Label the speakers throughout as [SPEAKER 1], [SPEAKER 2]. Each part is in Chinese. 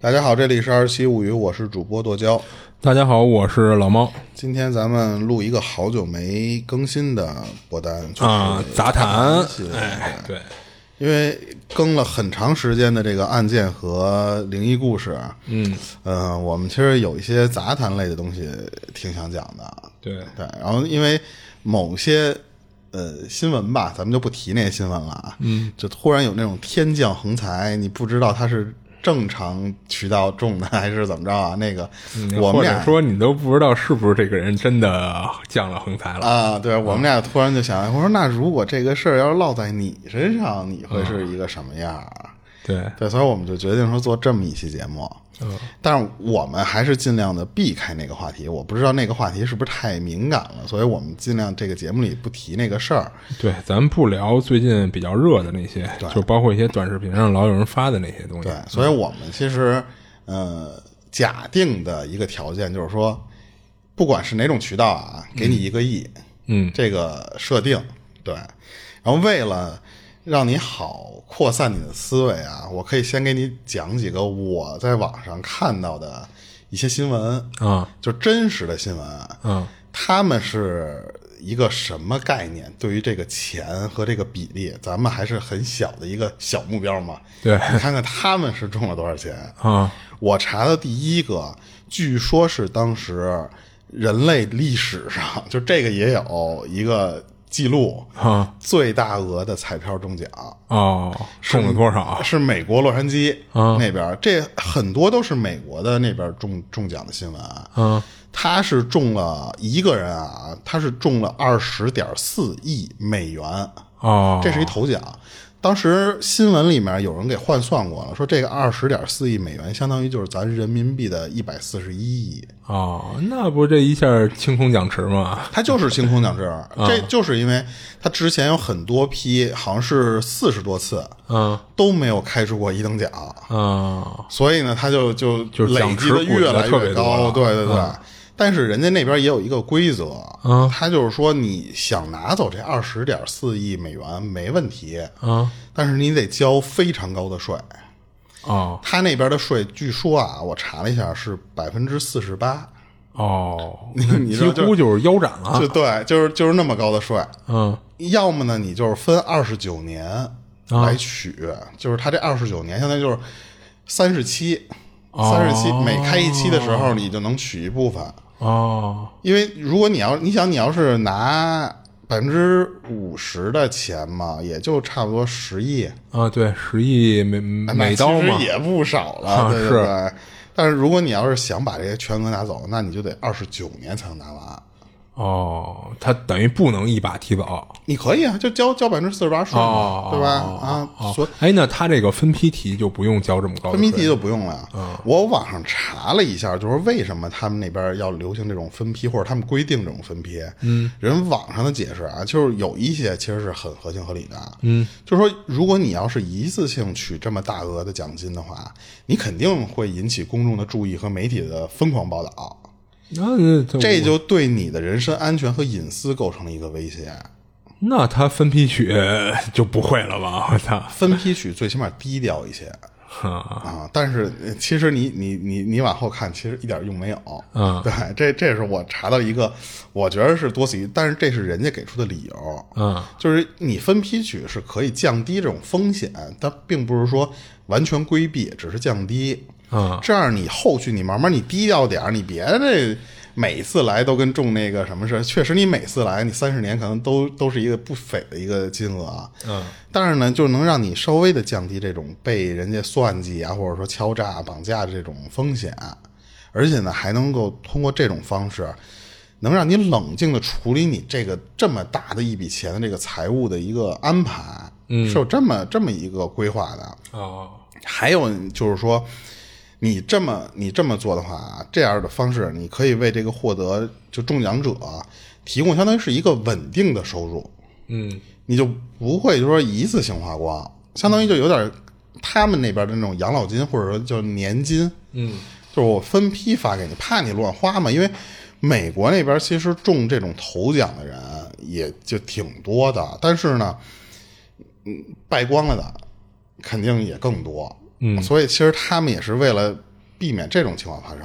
[SPEAKER 1] 大家好，这里是二七物语，我是主播剁椒。
[SPEAKER 2] 大家好，我是老猫
[SPEAKER 1] 今天咱们录一个好久没更新的播单就是
[SPEAKER 2] 啊，杂谈
[SPEAKER 1] 系，列
[SPEAKER 2] 哎，对，
[SPEAKER 1] 因为更了很长时间的这个案件和灵异故事，嗯，呃，我们其实有一些杂谈类的东西挺想讲的，
[SPEAKER 2] 对
[SPEAKER 1] 对，然后因为某些呃新闻吧，咱们就不提那些新闻了啊。嗯，就突然有那种天降横财，你不知道它是正常渠道中的还是怎么着啊？那个、我们
[SPEAKER 2] 嗯或
[SPEAKER 1] 俩
[SPEAKER 2] 者说你都不知道是不是这个人真的降了横财了，
[SPEAKER 1] 啊，对，我们俩突然就想，我说那如果这个事儿要是落在你身上，你会是一个什么样儿啊？
[SPEAKER 2] 对，
[SPEAKER 1] 对，所以我们就决定说做这么一期节目。嗯，但是我们还是尽量的避开那个话题。我不知道那个话题是不是太敏感了，所以我们尽量这个节目里不提那个事儿。
[SPEAKER 2] 对，咱们不聊最近比较热的那些，就包括一些短视频上老有人发的那些东西
[SPEAKER 1] 对，，所以我们其实呃假定的一个条件就是说，不管是哪种渠道啊，给你一个亿，
[SPEAKER 2] 嗯，
[SPEAKER 1] 这个设定对，然后为了让你好扩散你的思维啊，我可以先给你讲几个我在网上看到的一些新闻，
[SPEAKER 2] 啊，
[SPEAKER 1] 就真实的新闻啊，
[SPEAKER 2] 嗯，
[SPEAKER 1] 他们是。一个什么概念？对于这个钱和这个比例，咱们还是很小的一个小目标嘛。
[SPEAKER 2] 对，
[SPEAKER 1] 你看看他们是中了多少钱？
[SPEAKER 2] 啊，
[SPEAKER 1] 我查的第一个，据说是当时人类历史上，就这个也有一个记录，
[SPEAKER 2] 啊，
[SPEAKER 1] 最大额的彩票中奖
[SPEAKER 2] 哦，中了多少啊？
[SPEAKER 1] 是美国洛杉矶
[SPEAKER 2] 啊
[SPEAKER 1] 那边，这很多都是美国的那边中中奖的新闻啊。
[SPEAKER 2] 啊，
[SPEAKER 1] 他是中了一个人啊，他是中了二十点四亿美元。
[SPEAKER 2] 哦，
[SPEAKER 1] 这是一头奖。当时新闻里面有人给换算过了，说这个二十点四亿美元相当于就是咱人民币的一百四十一亿，
[SPEAKER 2] 哦，那不这一下清空奖池吗？
[SPEAKER 1] 它就是清空奖制。
[SPEAKER 2] 嗯
[SPEAKER 1] 这就是因为它之前有很多批，好像是四十多次
[SPEAKER 2] 嗯，
[SPEAKER 1] 都没有开出过一等奖，
[SPEAKER 2] 啊，
[SPEAKER 1] 所以呢，它就就
[SPEAKER 2] 就是
[SPEAKER 1] 累
[SPEAKER 2] 奖
[SPEAKER 1] 积
[SPEAKER 2] 池
[SPEAKER 1] 的越来
[SPEAKER 2] 滚得特
[SPEAKER 1] 越
[SPEAKER 2] 别多啊
[SPEAKER 1] 高。
[SPEAKER 2] 了
[SPEAKER 1] 对对对。但是人家那边也有一个规则，
[SPEAKER 2] 嗯
[SPEAKER 1] 他就是说你想拿走这二十点四亿美元没问题，
[SPEAKER 2] 啊，
[SPEAKER 1] 但是你得交非常高的税。
[SPEAKER 2] 哦，
[SPEAKER 1] 他那边的税，据说啊，我查了一下是百分之四十八，
[SPEAKER 2] 哦，
[SPEAKER 1] 你知道
[SPEAKER 2] 几乎就是腰斩了
[SPEAKER 1] 就，对，就是就是那么高的税。
[SPEAKER 2] 嗯，
[SPEAKER 1] 要么呢，你就是分二十九年来取，就是他这二十九年，相当于就是三十期，三十期每开一期的时候，你就能取一部分。
[SPEAKER 2] 哦，
[SPEAKER 1] 因为如果你要你想你要是拿百分之五十的钱嘛，也就差不多十亿，
[SPEAKER 2] 啊，对，十亿美
[SPEAKER 1] 哎那
[SPEAKER 2] 美刀嘛
[SPEAKER 1] 其实，也不少了，
[SPEAKER 2] 啊
[SPEAKER 1] 对对
[SPEAKER 2] 是
[SPEAKER 1] 对。但是如果你要是想把这些全额拿走，那你就得二十九年才能拿完。
[SPEAKER 2] 哦，他等于不能一把提走，
[SPEAKER 1] 你可以啊，就交交百分之四十八税嘛，
[SPEAKER 2] 哦，
[SPEAKER 1] 对吧？
[SPEAKER 2] 哦
[SPEAKER 1] 啊，
[SPEAKER 2] 哦
[SPEAKER 1] 所以
[SPEAKER 2] 哎，那他这个分批提就不用交这么高的
[SPEAKER 1] 分批
[SPEAKER 2] 税
[SPEAKER 1] 提就不用了。啊我网上查了一下，就是为什么他们那边要流行这种分批，或者他们规定这种分批。嗯，人网上的解释啊，就是有一些其实是很合情合理的。嗯，就是说，如果你要是一次性取这么大额的奖金的话，你肯定会引起公众的注意和媒体的疯狂报道。
[SPEAKER 2] 那呃这
[SPEAKER 1] 这就对你的人身安全和隐私构成了一个威胁。啊
[SPEAKER 2] 那他分批取就不会了吧？我 操，
[SPEAKER 1] 分批取最起码低调一些
[SPEAKER 2] 啊
[SPEAKER 1] 啊，但是呃其实你你你你往后看，其实一点用没有。
[SPEAKER 2] 嗯
[SPEAKER 1] 对，这这是我查到一个，我觉得是多此一举，但是这是人家给出的理由。
[SPEAKER 2] 嗯，
[SPEAKER 1] 就是你分批取是可以降低这种风险，但并不是说完全规避，只是降低。
[SPEAKER 2] 嗯，
[SPEAKER 1] 这样你后续你慢慢你低调点儿，你别这每次来都跟中那个什么似的。确实，你每次来你三十年可能都都是一个不菲的一个金额啊。嗯，但是呢，就能让你稍微的降低这种被人家算计啊，或者说敲诈、绑架这种风险，而且呢，还能够通过这种方式。能让你冷静的处理你这个这么大的一笔钱的这个财务的一个安排，嗯，是有这么这么一个规划的。
[SPEAKER 2] 哦，
[SPEAKER 1] 还有就是说，你这么你这么做的话，这样的方式，你可以为这个获得就中奖者提供相当于是一个稳定的收入，
[SPEAKER 2] 嗯，
[SPEAKER 1] 你就不会就说一次性花光，相当于就有点他们那边的那种养老金或者说叫年金，嗯，就是我分批发给你，怕你乱花嘛，因为。美国那边其实中这种头奖的人也就挺多的，但是呢，败光了的肯定也更多。嗯，所以其实他们也是为了避免这种情况发生。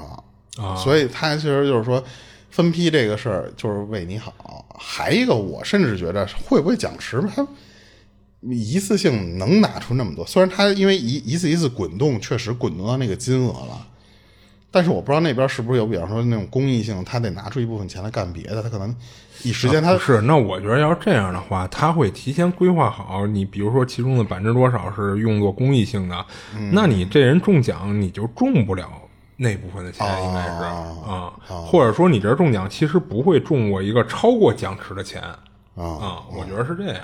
[SPEAKER 2] 啊
[SPEAKER 1] 所以它其实就是说分批这个事儿就是为你好。还一个，我甚至觉得会不会蒋池他一次性能拿出那么多？虽然他因为一一次一次滚动，确实滚动到那个金额了。但是我不知道那边是不是有，比方说那种公益性，他得拿出一部分钱来干别的，他可能一时间他
[SPEAKER 2] 啊不是，那我觉得要是这样的话，他会提前规划好，你比如说其中的百分之多少是用作公益性的，
[SPEAKER 1] 嗯
[SPEAKER 2] 那你这人中奖你就中不了那部分的钱，
[SPEAKER 1] 哦
[SPEAKER 2] 应该是啊、或者说你这中奖其实不会中过一个超过奖池的钱啊、
[SPEAKER 1] 啊，
[SPEAKER 2] 我觉得是这样。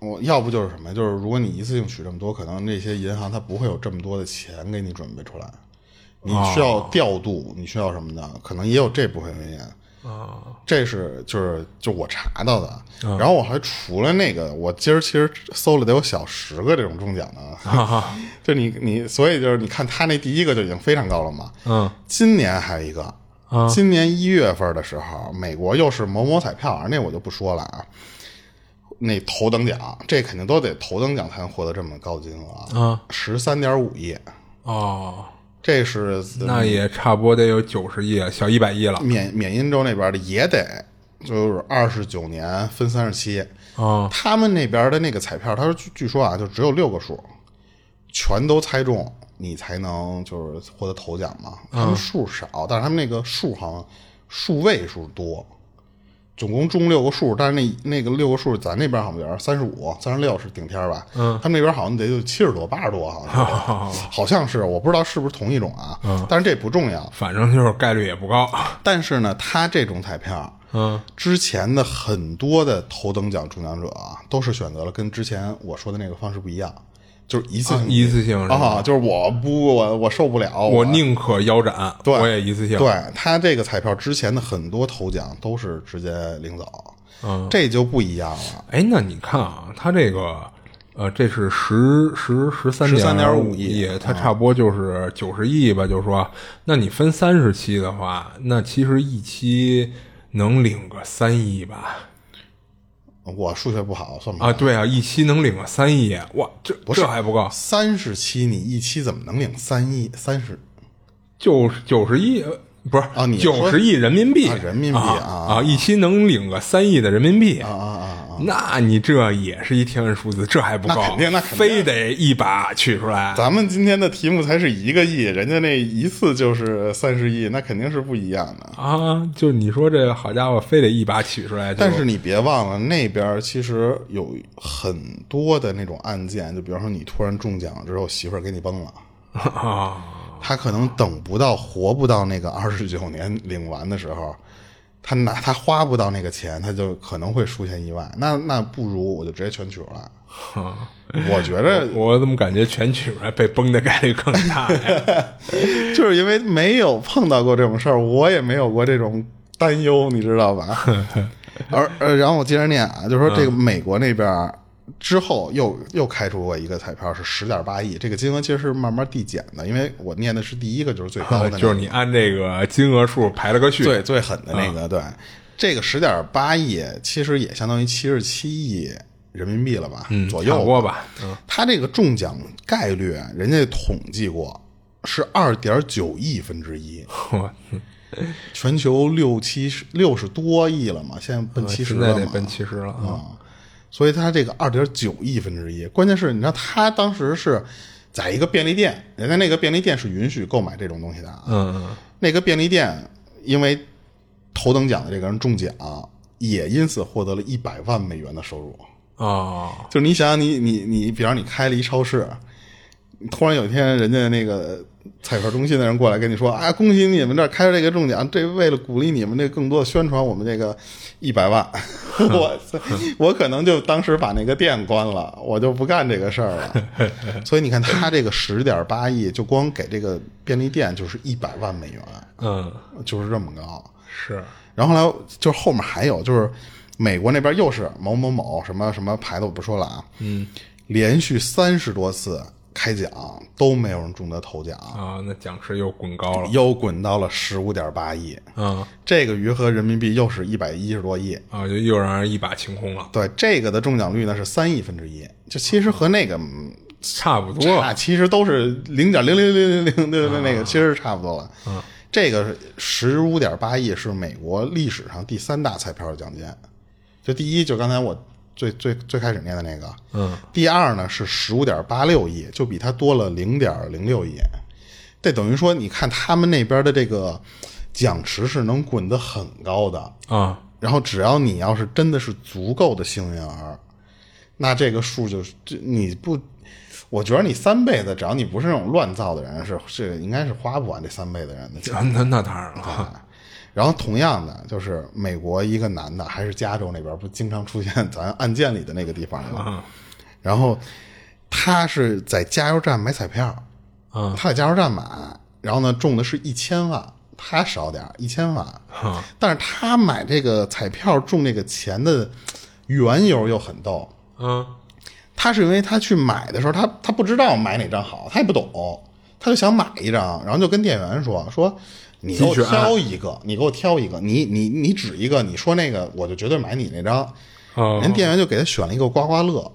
[SPEAKER 1] 我要不就是什么，就是如果你一次性取这么多，可能那些银行它不会有这么多的钱给你准备出来，你需要
[SPEAKER 2] 哦
[SPEAKER 1] 调度，你需要什么的，可能也有这部分原因。
[SPEAKER 2] 啊
[SPEAKER 1] 这是就是就我查到的，
[SPEAKER 2] 嗯
[SPEAKER 1] 然后我还除了那个，我今儿其实搜了得有小十个这种中奖的，
[SPEAKER 2] 啊哈哈，
[SPEAKER 1] 就你你所以就是你看他那第一个就已经非常高了嘛，
[SPEAKER 2] 嗯
[SPEAKER 1] 今年还有一个，
[SPEAKER 2] 啊
[SPEAKER 1] 今年一月份的时候，美国又是某某彩票啊，那我就不说了啊。那头等奖，这肯定都得头等奖才能获得这么高的金额
[SPEAKER 2] 啊，
[SPEAKER 1] 十三点五亿，
[SPEAKER 2] 哦，
[SPEAKER 1] 这是
[SPEAKER 2] 那也差不多得有九十亿，小一百亿了
[SPEAKER 1] 缅缅因州那边的也得就是二十九年分三十七，
[SPEAKER 2] 啊
[SPEAKER 1] 他们那边的那个彩票，他说据据说啊，就只有六个数，全都猜中，你才能就是获得头奖嘛。他们数少，但是他们那个数好像数位数多，总共中六个数，但是那那个六个数，咱那边好像比如三十五、三十六是顶天儿吧？嗯，他们那边好像得有七十多、八十多，好像是、
[SPEAKER 2] 啊
[SPEAKER 1] 好像是，我不知道是不是同一种啊。嗯，但是这不重要。
[SPEAKER 2] 反正就是概率也不高。
[SPEAKER 1] 但是呢，他这种彩票，
[SPEAKER 2] 嗯，
[SPEAKER 1] 之前的很多的头等奖中奖者啊，都是选择了跟之前我说的那个方式不一样，就是一次性、
[SPEAKER 2] 啊一次性是吧
[SPEAKER 1] 啊，就是我不我我受不了，
[SPEAKER 2] 我
[SPEAKER 1] 我
[SPEAKER 2] 宁可腰斩，
[SPEAKER 1] 对
[SPEAKER 2] 我也一次性。
[SPEAKER 1] 对他这个彩票之前的很多头奖都是直接领走，嗯，这就不一样了。
[SPEAKER 2] 哎，那你看啊，它这个，呃，这是十十十三五
[SPEAKER 1] 13.5
[SPEAKER 2] 亿
[SPEAKER 1] 亿，嗯
[SPEAKER 2] 它差不多就是九十亿吧，就是说，那你分三十期的话，那其实一期能领个三亿吧？
[SPEAKER 1] 我数学不好，算不
[SPEAKER 2] 啊，对啊，一期能领个三亿，哇，这
[SPEAKER 1] 不是
[SPEAKER 2] 这还不够，
[SPEAKER 1] 三十期你一期怎么能领三亿三十
[SPEAKER 2] 九九十亿。呃不是
[SPEAKER 1] 啊你说
[SPEAKER 2] 九十亿人民币，
[SPEAKER 1] 啊人民币
[SPEAKER 2] 啊
[SPEAKER 1] 啊
[SPEAKER 2] 一期能领个三亿的人民币
[SPEAKER 1] 啊啊啊啊！
[SPEAKER 2] 那你这也是一天文数字，这还不够，
[SPEAKER 1] 那肯定那肯定
[SPEAKER 2] 非得一把取出来。
[SPEAKER 1] 咱们今天的题目才是一个亿，人家那一次就是三十亿，那肯定是不一样的。
[SPEAKER 2] 啊，就你说这好家伙，非得一把取出来。就
[SPEAKER 1] 但是你别忘了，那边儿其实有很多的那种案件，就比方说你突然中奖之后，媳妇儿给你崩了，
[SPEAKER 2] 啊，
[SPEAKER 1] 他可能等不到、活不到那个二十九年领完的时候，他拿他花不到那个钱，他就可能会出现意外。那那不如我就直接全取出来。我觉着
[SPEAKER 2] 我怎么感觉全取出来被崩的概率更大呀？
[SPEAKER 1] 就是因为没有碰到过这种事儿，我也没有过这种担忧，你知道 吧？而呃，然后我接着念啊，就是说
[SPEAKER 2] 嗯
[SPEAKER 1] 这个美国那边儿之后又又开出过一个彩票是十点八亿，这个金额其实是慢慢递减的，因为我念的是第一个就是最高的那个，
[SPEAKER 2] 啊就是你啊按这个金额数排了个序。
[SPEAKER 1] 最最狠的那个，对，这个十点八亿其实也相当于七十七亿人民币了吧，
[SPEAKER 2] 嗯，
[SPEAKER 1] 左
[SPEAKER 2] 差
[SPEAKER 1] 右
[SPEAKER 2] 不多吧。嗯
[SPEAKER 1] 他这个中奖概率，啊人家统计过是二点九亿分之一，
[SPEAKER 2] 呵
[SPEAKER 1] 嗯 全球六七十六十多亿了嘛，现在奔七十
[SPEAKER 2] 呃现在
[SPEAKER 1] 了
[SPEAKER 2] 得
[SPEAKER 1] 嘛，
[SPEAKER 2] 奔七十了啊！
[SPEAKER 1] 啊，所以他这个二点九亿分之一，关键是你知道他当时是在一个便利店，人家那个便利店是允许购买这种东西的啊，
[SPEAKER 2] 嗯，
[SPEAKER 1] 那个便利店因为头等奖的这个人中奖，也因此获得了一百万美元的收入。
[SPEAKER 2] 哦，
[SPEAKER 1] 就是你想想你，你你比方你开了一超市，突然有一天人家那个彩票中心的人过来跟你说啊，恭喜你们这儿开了这个中奖，这为了鼓励你们这更多的宣传我们这个一百万，我我可能就当时把那个店关了，我就不干这个事儿了。所以你看他这个十点八亿，就光给这个便利店就是一百万美元，
[SPEAKER 2] 嗯，
[SPEAKER 1] 就是这么高。
[SPEAKER 2] 是
[SPEAKER 1] 然后后来就后面还有就是美国那边又是某某某什么什么牌子我不说了啊，嗯，连续三十多次开奖都没有人中得头奖，
[SPEAKER 2] 啊，那奖池又滚高了。
[SPEAKER 1] 又滚到了十五点八亿，
[SPEAKER 2] 嗯
[SPEAKER 1] 这个余和人民币又是一百一十多亿。
[SPEAKER 2] 啊，就又让人一把清空了。
[SPEAKER 1] 对这个的中奖率呢是三亿分之一，就其实和那个嗯
[SPEAKER 2] 差不多，啊
[SPEAKER 1] 差其实都是零点零零零零零对对那个，其实是差不多了。嗯，这个十五点八亿是美国历史上第三大彩票奖金，就第一就刚才我最最最开始念的那个，
[SPEAKER 2] 嗯，
[SPEAKER 1] 第二呢是十五点八六亿，就比它多了零点零六亿。这等于说，你看他们那边的这个奖池是能滚得很高的，
[SPEAKER 2] 啊，
[SPEAKER 1] 然后只要你要是真的是足够的幸运儿，那这个数就是这你不，我觉得你三辈子，只要你不是那种乱造的人，是是应该是花不完这三辈子人的钱。
[SPEAKER 2] 啊那那当然了，
[SPEAKER 1] 然后同样的，就是美国一个男的，还是加州那边，不经常出现咱案件里的那个地方
[SPEAKER 2] 啊
[SPEAKER 1] 吗？然后他是在加油站买彩票，
[SPEAKER 2] 嗯
[SPEAKER 1] 他在加油站买，然后呢中的是一千万，他少点一千万，
[SPEAKER 2] 哈
[SPEAKER 1] 但是他买这个彩票中这个钱的缘由又很逗，
[SPEAKER 2] 嗯
[SPEAKER 1] 他是因为他去买的时候，他他不知道买哪张好，他也不懂，他就想买一张，然后就跟店员说说，你给我
[SPEAKER 2] 精选
[SPEAKER 1] 挑一个，你给我挑一个，你你你指一个，你说那个我就绝对买你那张，
[SPEAKER 2] 哦
[SPEAKER 1] 人店员就给他选了一个刮刮乐，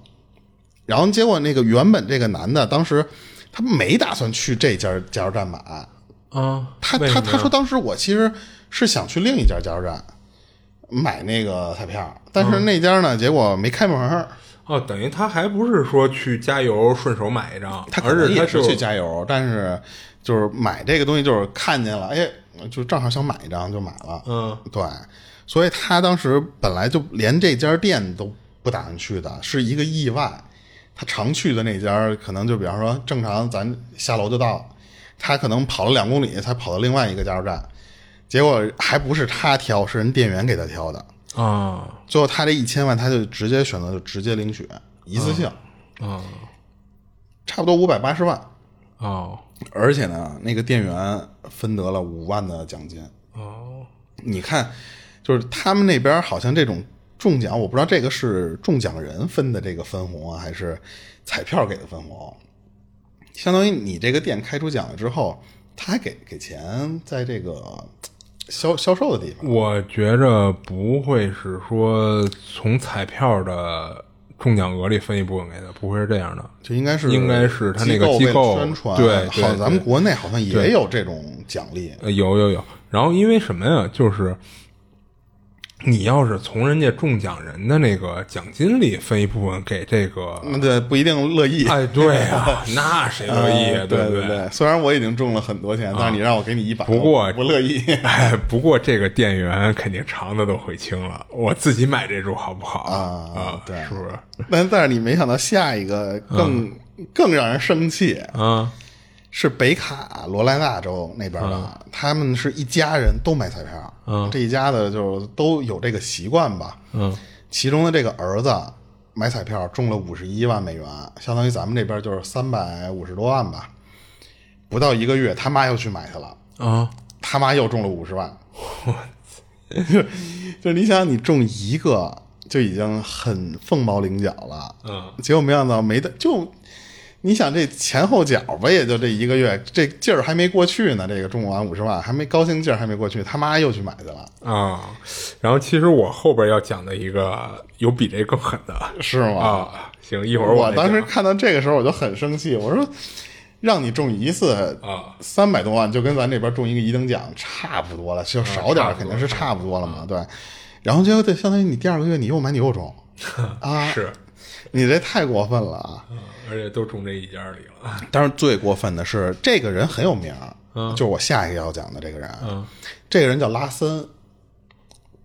[SPEAKER 1] 然后结果那个原本这个男的当时他没打算去这家加油站买，
[SPEAKER 2] 啊，
[SPEAKER 1] 他
[SPEAKER 2] 为什
[SPEAKER 1] 他
[SPEAKER 2] 么
[SPEAKER 1] 他
[SPEAKER 2] 呀
[SPEAKER 1] 说当时我其实是想去另一家加油站买那个彩票，但
[SPEAKER 2] 嗯
[SPEAKER 1] 是那家呢、结果没开门儿，
[SPEAKER 2] 哦，等于他还不是说去加油顺手买一张，
[SPEAKER 1] 他可
[SPEAKER 2] 而
[SPEAKER 1] 能
[SPEAKER 2] 是他
[SPEAKER 1] 也是
[SPEAKER 2] 就
[SPEAKER 1] 去加油，但是就是买这个东西就是看见了，哎，就正好想买一张就买了，
[SPEAKER 2] 嗯
[SPEAKER 1] 对，所以他当时本来就连这家店都不打算去的，是一个意外。他常去的那家，可能就比方说正常咱下楼就到，他可能跑了两公里才跑到另外一个加油站，结果还不是他挑，是人店员给他挑的。
[SPEAKER 2] 啊
[SPEAKER 1] 最后他这一千万，他就直接选择就直接领取一次性，
[SPEAKER 2] 啊
[SPEAKER 1] 差不多五百八十万。
[SPEAKER 2] 哦
[SPEAKER 1] 而且呢，那个店员分得了五万的奖金。
[SPEAKER 2] 哦
[SPEAKER 1] 你看，就是他们那边好像这种中奖，我不知道这个是中奖人分的这个分红啊，还是彩票给的分红。相当于你这个店开出奖了之后，他还给给钱在这个呃销销售的地方。
[SPEAKER 2] 我觉着不会是说从彩票的中奖额里分一部分给他，不会是这样的。
[SPEAKER 1] 这应该是
[SPEAKER 2] 应该是他那个
[SPEAKER 1] 机
[SPEAKER 2] 机
[SPEAKER 1] 构
[SPEAKER 2] 构
[SPEAKER 1] 为了宣传，
[SPEAKER 2] 对对
[SPEAKER 1] 好，咱们
[SPEAKER 2] 对
[SPEAKER 1] 国内好像也有这种奖励，
[SPEAKER 2] 呃，有有有。然后因为什么呀？就是你要是从人家中奖人的那个奖金里分一部分给这个，
[SPEAKER 1] 那这不一定乐意。
[SPEAKER 2] 呃哎，对啊，那谁乐意啊？
[SPEAKER 1] 嗯 对
[SPEAKER 2] 不
[SPEAKER 1] 对？虽然我已经中了很多钱，但是你让我给你一百，
[SPEAKER 2] 不过
[SPEAKER 1] 我不乐 意。
[SPEAKER 2] 哎，不过这个店员肯定肠子都悔青了。我自己买这注好不好
[SPEAKER 1] 啊对
[SPEAKER 2] 是不是？
[SPEAKER 1] 但但是你没想到下一个更、更让人生气，
[SPEAKER 2] 啊
[SPEAKER 1] 是北卡罗来纳州那边的，他们是一家人都买彩票，
[SPEAKER 2] 嗯
[SPEAKER 1] 这一家的就都有这个习惯吧。
[SPEAKER 2] 嗯
[SPEAKER 1] 其中的这个儿子买彩票中了五十一万美元，相当于咱们这边就是三百五十多万吧。不到一个月，他妈又去买去了，
[SPEAKER 2] 啊
[SPEAKER 1] 他妈又中了五十万。 就是你想，你中一个就已经很凤毛麟角了，
[SPEAKER 2] 嗯，
[SPEAKER 1] 结果没想到没的就，你想这前后脚吧，也就这一个月，这劲儿还没过去呢。这个中完五十万，还没高兴劲儿还没过去，他妈又去买去了，
[SPEAKER 2] 啊！然后其实我后边要讲的一个有比这更狠的
[SPEAKER 1] 是吗？
[SPEAKER 2] 啊，行，一会儿
[SPEAKER 1] 我
[SPEAKER 2] 再
[SPEAKER 1] 当时
[SPEAKER 2] 讲
[SPEAKER 1] 看到这个时候，我就很生气，我说让你中一次
[SPEAKER 2] 啊
[SPEAKER 1] 三百多万就跟咱这边中一个一等奖差不多了，就少点儿肯定是嗯差不多了嘛，对。然后结果就相当于你第二个月你又买你又 中，啊，
[SPEAKER 2] 是，
[SPEAKER 1] 你这太过分了啊！
[SPEAKER 2] 嗯而且都中这一家里了
[SPEAKER 1] 当然最过分的是这个人很有名儿，就是我下一个要讲的这个人，
[SPEAKER 2] 嗯
[SPEAKER 1] 这个人叫拉森。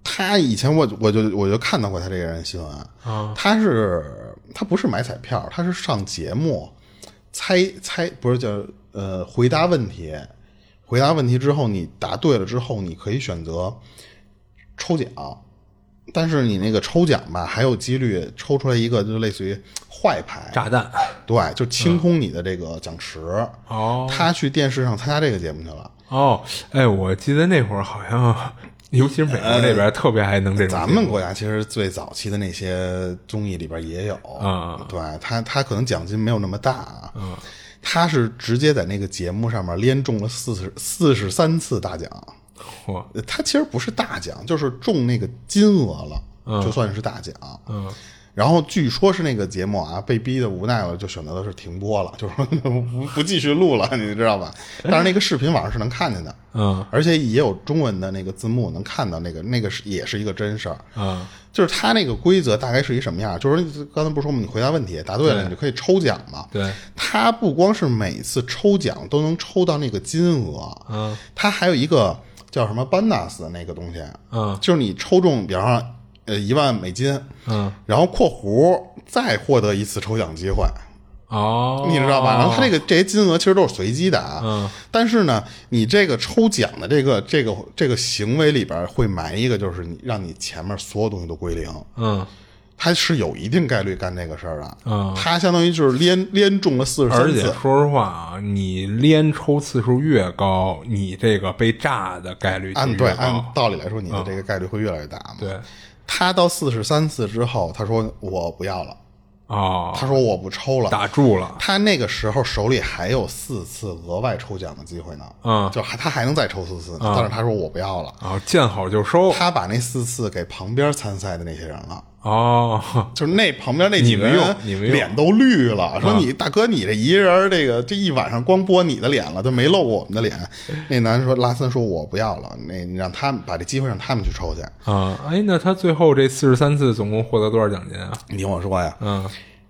[SPEAKER 1] 他以前我我就我就看到过他这个人新闻，
[SPEAKER 2] 啊
[SPEAKER 1] 他是他不是买彩票，他是上节目猜猜不是叫呃回答问题，回答问题之后你答对了之后你可以选择抽奖，但是你那个抽奖吧还有几率抽出来一个就类似于坏牌，
[SPEAKER 2] 炸弹
[SPEAKER 1] 对，就清空你的这个奖池。
[SPEAKER 2] 嗯哦
[SPEAKER 1] 他去电视上参加这个节目去了。
[SPEAKER 2] 哦，哎，我记得那会儿好像，尤其是美国那边特别爱弄这种节
[SPEAKER 1] 呃
[SPEAKER 2] 目，
[SPEAKER 1] 咱们国家其实最早期的那些综艺里边也有
[SPEAKER 2] 啊
[SPEAKER 1] 对他他可能奖金没有那么大啊，他是直接在那个节目上面连中了四十四十三次大奖，
[SPEAKER 2] 嚯
[SPEAKER 1] 呃他其实不是大奖，就是中那个金额了，就算是大奖。
[SPEAKER 2] 嗯
[SPEAKER 1] 然后据说是那个节目啊，被逼的无奈了，就选择的是停播了，就是说 不不继续录了，你知道吧？但是那个视频网上是能看见的，
[SPEAKER 2] 嗯
[SPEAKER 1] 而且也有中文的那个字幕能看到那个那个是也是一个真事儿。
[SPEAKER 2] 嗯
[SPEAKER 1] 就是它那个规则大概是一什么样？就是说刚才不是说吗？你回答问题答对了，你就可以抽奖嘛。
[SPEAKER 2] 对，
[SPEAKER 1] 它不光是每次抽奖都能抽到那个金额，
[SPEAKER 2] 嗯
[SPEAKER 1] 它还有一个叫什么 bonus 的那个东西，
[SPEAKER 2] 嗯
[SPEAKER 1] 就是你抽中，比方说呃一万美金，
[SPEAKER 2] 嗯
[SPEAKER 1] 然后括弧再获得一次抽奖机会，
[SPEAKER 2] 哦，
[SPEAKER 1] 你知道吧？然后它这个这些金额其实都是随机的啊。
[SPEAKER 2] 嗯
[SPEAKER 1] 但是呢，你这个抽奖的这个这个这个行为里边会埋一个，就是你让你前面所有东西都归零。
[SPEAKER 2] 嗯，
[SPEAKER 1] 他是有一定概率干这个事儿的。
[SPEAKER 2] 嗯
[SPEAKER 1] 他相当于就是连连中了四十
[SPEAKER 2] 而
[SPEAKER 1] 三
[SPEAKER 2] 且
[SPEAKER 1] 次。
[SPEAKER 2] 说实话啊，你连抽次数越高，你这个被炸的概率就
[SPEAKER 1] 按
[SPEAKER 2] 越
[SPEAKER 1] 对按
[SPEAKER 2] 高。
[SPEAKER 1] 道理来说，你的这个概率会越来越大嘛？
[SPEAKER 2] 啊对，
[SPEAKER 1] 他到四十三次之后，他说我不要了，
[SPEAKER 2] 哦，
[SPEAKER 1] 他说我不抽了。
[SPEAKER 2] 打住了，
[SPEAKER 1] 他那个时候手里还有四次额外抽奖的机会呢，
[SPEAKER 2] 嗯
[SPEAKER 1] 就还他还能再抽四次呢，但是他说我不要了，
[SPEAKER 2] 啊，见好就收。
[SPEAKER 1] 他把那四次给旁边参赛的那些人了。
[SPEAKER 2] 哦，
[SPEAKER 1] 就是那旁边那几个
[SPEAKER 2] 你
[SPEAKER 1] 人
[SPEAKER 2] 没用你没用啊
[SPEAKER 1] 脸都绿了，说你大哥你这一人儿这个这一晚上光播你的脸了，都没露我们的脸。那男的说拉森说我不要了，那你让他们把这机会让他们去抽去。
[SPEAKER 2] 啊，哎，那他最后这四十三次总共获得多少奖金啊？
[SPEAKER 1] 你听我说呀，
[SPEAKER 2] 嗯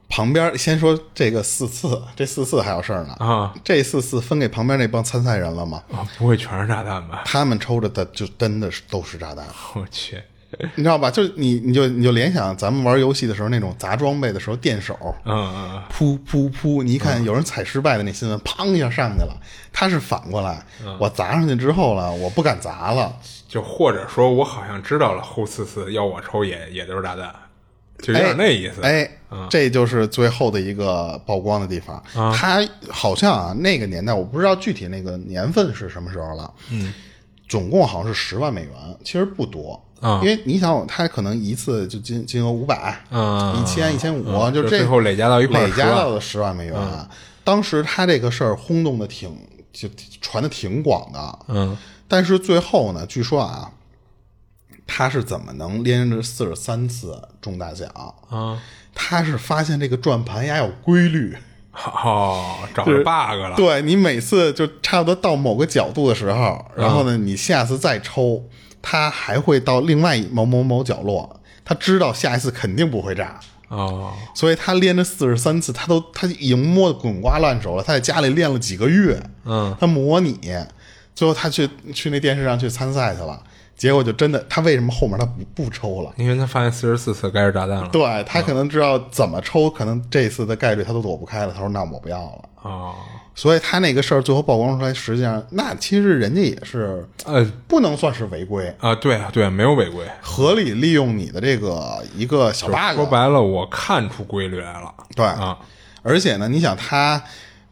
[SPEAKER 1] 旁边先说这个四次，这四次还有事儿呢。
[SPEAKER 2] 啊
[SPEAKER 1] 这四次分给旁边那帮参赛人了吗？
[SPEAKER 2] 啊，不会全是炸弹吧？
[SPEAKER 1] 他们抽着的就真的是都是炸弹，
[SPEAKER 2] 我去，
[SPEAKER 1] 你知道吧？就是你你就你就联想咱们玩游戏的时候那种砸装备的时候电手，
[SPEAKER 2] 嗯嗯
[SPEAKER 1] 噗噗噗！你一看有人踩失败的那新闻，砰一下上去了。他是反过来，我砸上去之后了，我不敢砸了。
[SPEAKER 2] 嗯，就或者说我好像知道了，后四次要我抽也也都是炸弹，就有点那意思。嗯
[SPEAKER 1] 哎，这就是最后的一个曝光的地方。他好像啊，那个年代我不知道具体那个年份是什么时候了。嗯，总共好像是十万美元，其实不多。
[SPEAKER 2] 啊
[SPEAKER 1] 因为你想，他可能一次就金金额五百、
[SPEAKER 2] 嗯，
[SPEAKER 1] 一千、一千五，就这
[SPEAKER 2] 最后累加到一块儿嗯
[SPEAKER 1] 累加
[SPEAKER 2] 10万
[SPEAKER 1] 到的十万美元啊。当时他这个事儿轰动的挺，就传的挺广的。
[SPEAKER 2] 嗯
[SPEAKER 1] 但是最后呢，据说啊，他是怎么能连着四十三次中大奖？
[SPEAKER 2] 啊，
[SPEAKER 1] 他是发现这个转盘呀有规律，
[SPEAKER 2] 哦，找着 bug 了。
[SPEAKER 1] 对你每次就差不多到某个角度的时候，
[SPEAKER 2] 嗯
[SPEAKER 1] 然后呢，你下次再抽，他还会到另外某某某角落，他知道下一次肯定不会炸。
[SPEAKER 2] 哦，
[SPEAKER 1] 所以他练这四十三次，他都他已经摸得滚瓜烂熟了。他在家里练了几个月，
[SPEAKER 2] 嗯，
[SPEAKER 1] 他模拟，最后他去去那电视上去参赛去了，结果就真的，他为什么后面他不不抽了？
[SPEAKER 2] 因为他发现四十四次该是炸弹了。
[SPEAKER 1] 对他可能知道怎么抽，可能这次的概率他都躲不开了。他说：“那我不要了。
[SPEAKER 2] 哦，”
[SPEAKER 1] 所以他那个事儿最后曝光出来，实际上那其实人家也是
[SPEAKER 2] 呃
[SPEAKER 1] 不能算是违规，
[SPEAKER 2] 啊，对啊，对啊，没有违规。
[SPEAKER 1] 合理利用你的这个一个小 bug。
[SPEAKER 2] 说白了，我看出规律来了。
[SPEAKER 1] 对
[SPEAKER 2] 啊，
[SPEAKER 1] 而且呢，你想他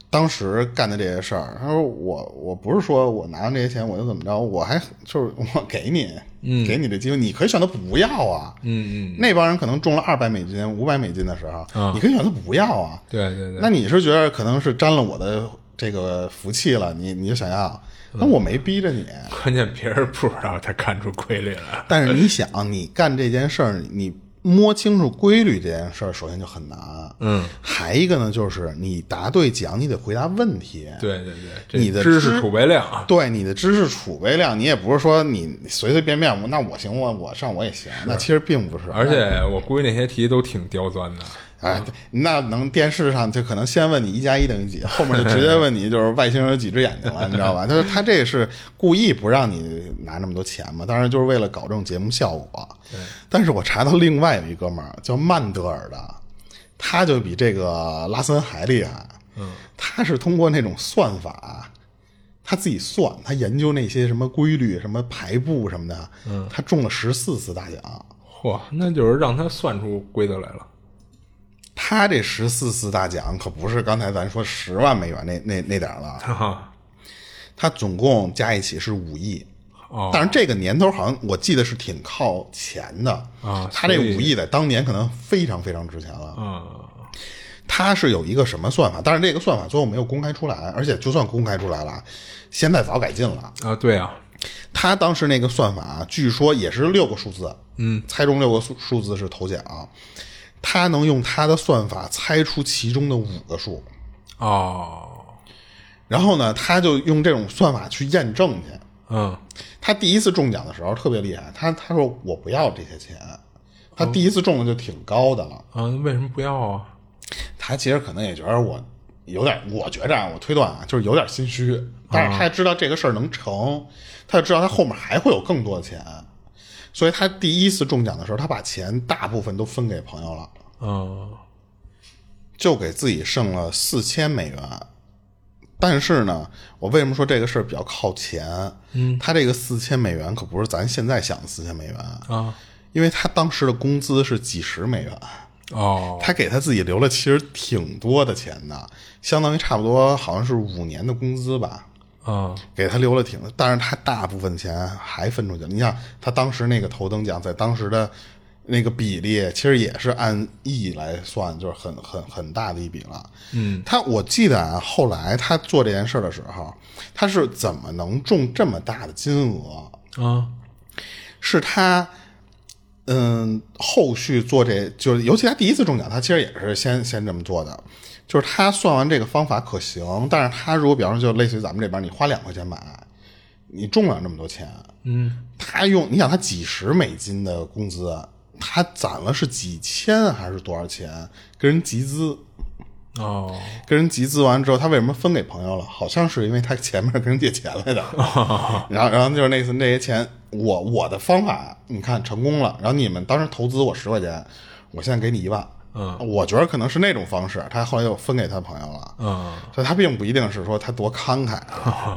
[SPEAKER 1] 当时干的这些事儿，他说我我不是说我拿着这些钱我就怎么着，我还就是我给你，给你这机会，你可以选择不要啊。
[SPEAKER 2] 嗯嗯嗯，
[SPEAKER 1] 那帮人可能中了二百美金、五百美金的时候，你可以选择不要啊。
[SPEAKER 2] 对对对，
[SPEAKER 1] 那你是觉得可能是沾了我的这个福气了，你你就想要？那我没逼着你。
[SPEAKER 2] 关键别人不知道他看出规律来。
[SPEAKER 1] 但是你想，你干这件事儿，你摸清楚规律这件事儿，首先就很难。
[SPEAKER 2] 嗯，
[SPEAKER 1] 还一个呢，就是你答对奖，你得回答问题。
[SPEAKER 2] 对对对，这
[SPEAKER 1] 你的
[SPEAKER 2] 知
[SPEAKER 1] 知
[SPEAKER 2] 识储备量，
[SPEAKER 1] 对你的知识储备量，你也不是说你随随便便，我那我行，我我上我也行，那其实并不是。
[SPEAKER 2] 而且我估计那些题都挺刁钻的。
[SPEAKER 1] 哎，那能电视上就可能先问你一加一等于几，后面就直接问你就是外星人有几只眼睛了，你知道吧？就是他这是故意不让你拿那么多钱嘛，当然就是为了搞这种节目效果。但是我查到另外有一哥们儿叫曼德尔的，他就比这个拉森还厉害。嗯，他是通过那种算法，他自己算，他研究那些什么规律、什么排布什么的。嗯，他中了十四次大奖。
[SPEAKER 2] 嚯，那就是让他算出规则来了。
[SPEAKER 1] 他这十四次大奖可不是刚才咱说十万美元那那那点儿了，啊
[SPEAKER 2] 哈哈，
[SPEAKER 1] 他总共加一起是五亿。
[SPEAKER 2] 哦，
[SPEAKER 1] 但是这个年头好像我记得是挺靠前的
[SPEAKER 2] 啊
[SPEAKER 1] 他这
[SPEAKER 2] 所以
[SPEAKER 1] 五亿在当年可能非常非常值钱了。
[SPEAKER 2] 嗯
[SPEAKER 1] 他是有一个什么算法，但是这个算法最后没有公开出来，而且就算公开出来了，现在早改进了。
[SPEAKER 2] 啊，对啊，
[SPEAKER 1] 他当时啊那个算法，据说也是六个数字，嗯，猜中六个数数字是头奖。他能用他的算法猜出其中的五个数，
[SPEAKER 2] 哦，
[SPEAKER 1] 然后呢，他就用这种算法去验证去。
[SPEAKER 2] 嗯，
[SPEAKER 1] 他第一次中奖的时候特别厉害，他他说我不要这些钱，他第一次中的就挺高的了。
[SPEAKER 2] 啊，为什么不要啊？
[SPEAKER 1] 他其实可能也觉得我有点，我觉着啊，我推断啊，就是有点心虚，但是他也知道这个事儿能成，他就知道他后面还会有更多的钱，所以他第一次中奖的时候，他把钱大部分都分给朋友了，
[SPEAKER 2] 嗯，
[SPEAKER 1] 就给自己剩了四千美元。但是呢，我为什么说这个事儿比较靠前？嗯，他这个四千美元可不是咱现在想的四千美元，
[SPEAKER 2] 啊，
[SPEAKER 1] 因为他当时的工资是几十美元。
[SPEAKER 2] 哦，
[SPEAKER 1] 他给他自己留了其实挺多的钱的，相当于差不多好像是五年的工资吧，
[SPEAKER 2] 啊，
[SPEAKER 1] 给他留了挺，但是他大部分钱还分出去了。你想，他当时那个头等奖在当时的那个比例，其实也是按亿来算，就是很很很大的一笔了。嗯，他我记得啊，后来他做这件事的时候，他是怎么能中这么大的金额？
[SPEAKER 2] 啊，
[SPEAKER 1] 是他，嗯，后续做这就是，尤其他第一次中奖，他其实也是先先这么做的，就是他算完这个方法可行，但是他如果比方说就类似于咱们这边，你花两块钱买，你中不了那么多钱，
[SPEAKER 2] 嗯，
[SPEAKER 1] 他用你想他几十美金的工资，他攒了是几千还是多少钱，跟人集资。
[SPEAKER 2] 哦，
[SPEAKER 1] 跟人集资完之后，他为什么分给朋友了？好像是因为他前面跟人借钱 来的，然后然后就是那次那些钱，我我的方法你看成功了，然后你们当时投资我十块钱，我现在给你一万，
[SPEAKER 2] 嗯，
[SPEAKER 1] 我觉得可能是那种方式，他后来又分给他朋友了，
[SPEAKER 2] 嗯，
[SPEAKER 1] 所以他并不一定是说他多慷慨，啊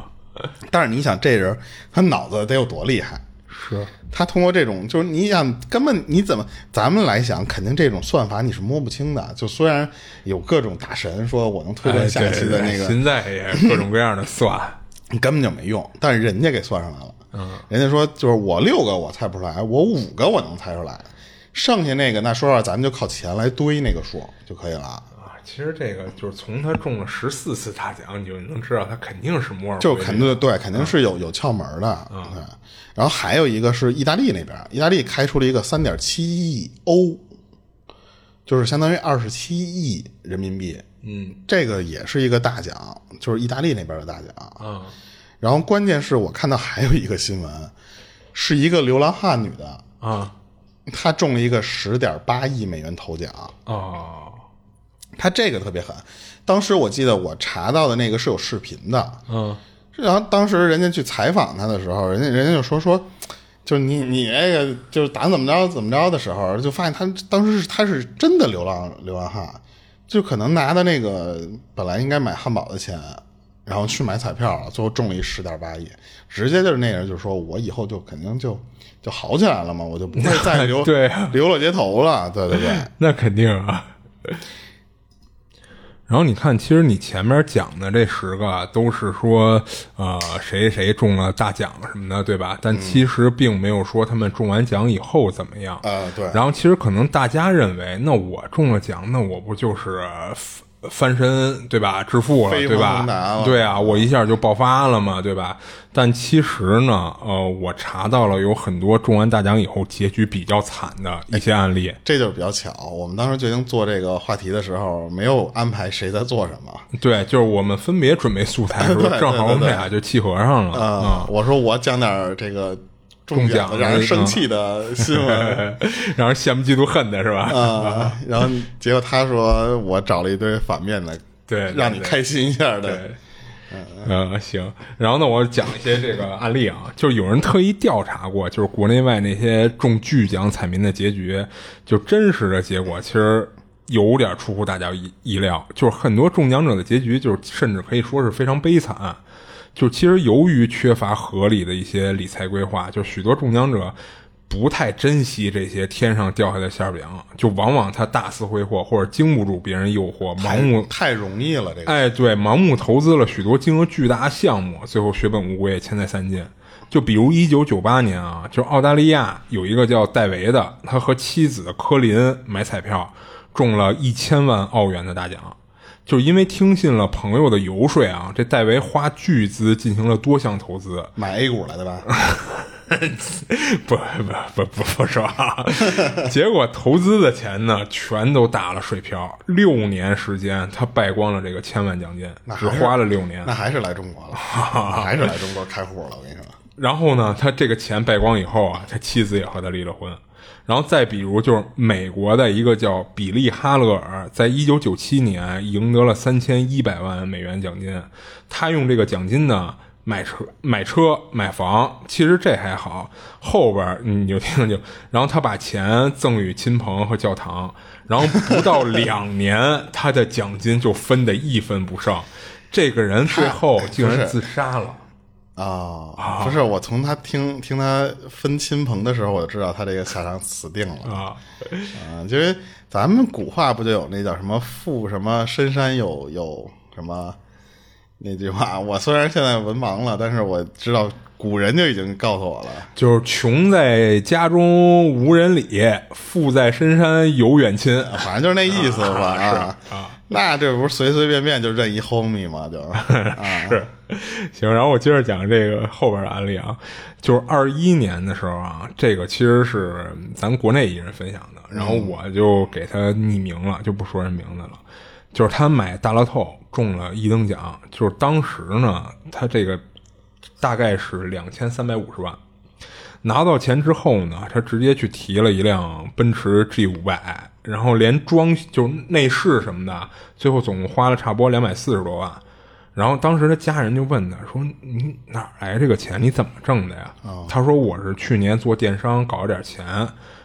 [SPEAKER 1] 但是你想这人他脑子得有多厉害，
[SPEAKER 2] 是，
[SPEAKER 1] 他通过这种，就是你想根本你怎么，咱们来想，肯定这种算法你是摸不清的。就虽然有各种大神说我能推
[SPEAKER 2] 哎
[SPEAKER 1] 断下一期的那
[SPEAKER 2] 对对对
[SPEAKER 1] 个，
[SPEAKER 2] 现在也各种各样的算，
[SPEAKER 1] 你根本就没用，但是人家给算上来了。嗯，人家说就是我六个我猜不出来，我五个我能猜出来，剩下那个那说实话，咱们就靠钱来堆那个数就可以了。
[SPEAKER 2] 啊，其实这个就是从他中了十四次大奖，你就能知道他肯定是摩尔
[SPEAKER 1] 就
[SPEAKER 2] 规律
[SPEAKER 1] 肯定对，肯定是有有窍门的。对，然后还有一个是意大利那边，意大利开出了一个三点七亿欧，就是相当于二十七亿人民币。
[SPEAKER 2] 嗯
[SPEAKER 1] 这个也是一个大奖，就是意大利那边的大奖。
[SPEAKER 2] 啊
[SPEAKER 1] 然后关键是我看到还有一个新闻，是一个流浪汉女的，
[SPEAKER 2] 啊
[SPEAKER 1] 她中了一个十点八亿美元头奖。
[SPEAKER 2] 哦
[SPEAKER 1] 她这个特别狠，当时我记得我查到的那个是有视频的，
[SPEAKER 2] 嗯
[SPEAKER 1] 然后当时人家去采访他的时候，人家人家就说说，就是你你这个就是打算怎么着怎么着的时候，就发现他当时是他是真的流浪流浪汉，就可能拿的那个本来应该买汉堡的钱，然后去买彩票了，最后中了一十点八亿，直接就是那人就说我以后就肯定就就好起来了嘛，我就不会再流
[SPEAKER 2] 对啊
[SPEAKER 1] 流落街头了，对 对对，
[SPEAKER 2] 那肯定啊。然后你看，其实你前面讲的这十个啊都是说，呃，谁谁中了大奖什么的，对吧？但
[SPEAKER 1] 嗯
[SPEAKER 2] 其实并没有说他们中完奖以后怎么样。
[SPEAKER 1] 呃对，
[SPEAKER 2] 然后其实可能大家认为，那我中了奖，那我不就是翻翻身对吧？致富了
[SPEAKER 1] 飞
[SPEAKER 2] 对
[SPEAKER 1] 黄腾达
[SPEAKER 2] 吧
[SPEAKER 1] 了？
[SPEAKER 2] 对啊，我一下就爆发了嘛，对吧？但其实呢，呃，我查到了有很多中完大奖以后结局比较惨的一些案例。
[SPEAKER 1] 这就是比较巧，我们当时决定做这个话题的时候，没有安排谁在做什么。
[SPEAKER 2] 对，就是我们分别准备素材的时
[SPEAKER 1] 对
[SPEAKER 2] 候，
[SPEAKER 1] 对
[SPEAKER 2] 正好我
[SPEAKER 1] 对
[SPEAKER 2] 们
[SPEAKER 1] 对
[SPEAKER 2] 俩就契合上了。
[SPEAKER 1] 啊、我说我讲点儿这个中奖的
[SPEAKER 2] 中奖的
[SPEAKER 1] 让人生气的新闻
[SPEAKER 2] 让人羡慕嫉妒恨的是吧？
[SPEAKER 1] 啊，然后结果他说我找了一堆反面的，
[SPEAKER 2] 对对
[SPEAKER 1] 让你
[SPEAKER 2] 对
[SPEAKER 1] 开心一下的，
[SPEAKER 2] 对，嗯、行。然后呢，我讲一些这个案例啊，就是有人特意调查过，就是国内外那些中巨奖彩民的结局，就真实的结果其实有点出乎大家意意料，就是很多中奖者的结局，就是甚至可以说是非常悲惨。就其实由于缺乏合理的一些理财规划，就许多中奖者不太珍惜这些天上掉下来的馅儿饼，就往往他大肆挥霍，或者经不住别人诱惑，盲目
[SPEAKER 1] 太容易了，这个
[SPEAKER 2] 哎，对，盲目投资了许多金额巨大的项目，最后血本无归，钱财散尽。就比如一九九八年啊，就是澳大利亚有一个叫戴维的，他和妻子科林买彩票中了一千万澳元的大奖，就是因为听信了朋友的游说啊，这戴维花巨资进行了多项投资，
[SPEAKER 1] 买 A 股来的吧？
[SPEAKER 2] 不不不不不说啊，结果投资的钱呢，全都打了水漂。六年时间，他败光了这个千万奖金
[SPEAKER 1] 那，
[SPEAKER 2] 只
[SPEAKER 1] 还是
[SPEAKER 2] 花了六年
[SPEAKER 1] 那。还是来中 国了，还是来中国开户了。我跟你说，
[SPEAKER 2] 然后呢，他这个钱败光以后啊，他妻子也和他离了婚。然后再比如，就是美国的一个叫比利·哈勒尔，在一九九七年赢得了三千一百万美元奖金，他用这个奖金呢买车、买车、买房。其实这还好，后边儿你就听就，然后他把钱赠与亲朋和教堂，然后不到两年，他的奖金就分得一分不剩。这个人最后竟
[SPEAKER 1] 不
[SPEAKER 2] 然
[SPEAKER 1] 是
[SPEAKER 2] 自杀了。
[SPEAKER 1] 啊，不是，我从他听听他分亲朋的时候，我就知道他这个下场死定了
[SPEAKER 2] 啊，
[SPEAKER 1] 啊！就是咱们古话不就有那叫什么“富什么深山有有什么”那句话？我虽然现在文盲了，但是我知道古人就已经告诉我了。
[SPEAKER 2] 就是穷在家中无人理，富在深山有远亲。啊
[SPEAKER 1] 反正就是那意思 吧啊那这不是随随便便就认一 homie 吗？ 就啊，
[SPEAKER 2] 是， 行，然后我接着讲这个后边的案例啊，就是二一年的时候啊，这个其实是咱国内一人分享的，然后我就给他匿名了，就不说人名字了。就是他买大乐透中了一等奖，就是当时呢，他这个大概是两千三百五十万。拿到钱之后呢，他直接去提了一辆奔驰 G 五百，然后连装就内饰什么的，最后总共花了差不多两百四十多万。然后当时他家人就问他说：“你哪儿来这个钱？你怎么挣的呀？”他说：“我是去年做电商搞了点钱，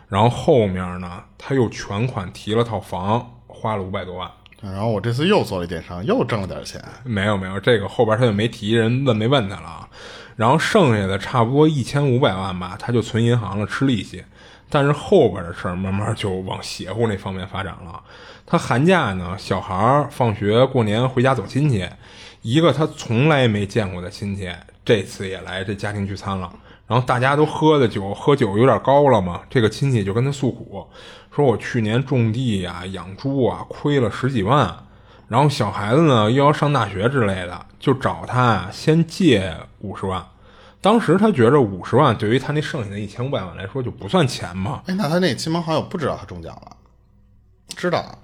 [SPEAKER 2] 然后后面呢，他又全款提了套房，花了五百多万。”
[SPEAKER 1] 然后我这次又做了电商，又挣了点钱。
[SPEAKER 2] 没有没有，这个后边他就没提人问没问他了啊。然后剩下的差不多一千五百万吧，他就存银行了，吃利息。但是后边的事儿慢慢就往邪乎那方面发展了。他寒假呢，小孩儿放学过年回家走亲戚，一个他从来没见过的亲戚，这次也来这家庭聚餐了。然后大家都喝的酒，喝酒有点高了嘛，这个亲戚就跟他诉苦，说我去年种地呀、养猪啊，亏了十几万。然后小孩子呢又要上大学之类的，就找他先借五十万。当时他觉着五十万对于他那剩下的一千五百万来说就不算钱嘛，
[SPEAKER 1] 哎，那他那亲朋好友不知道他中奖了？知道啊，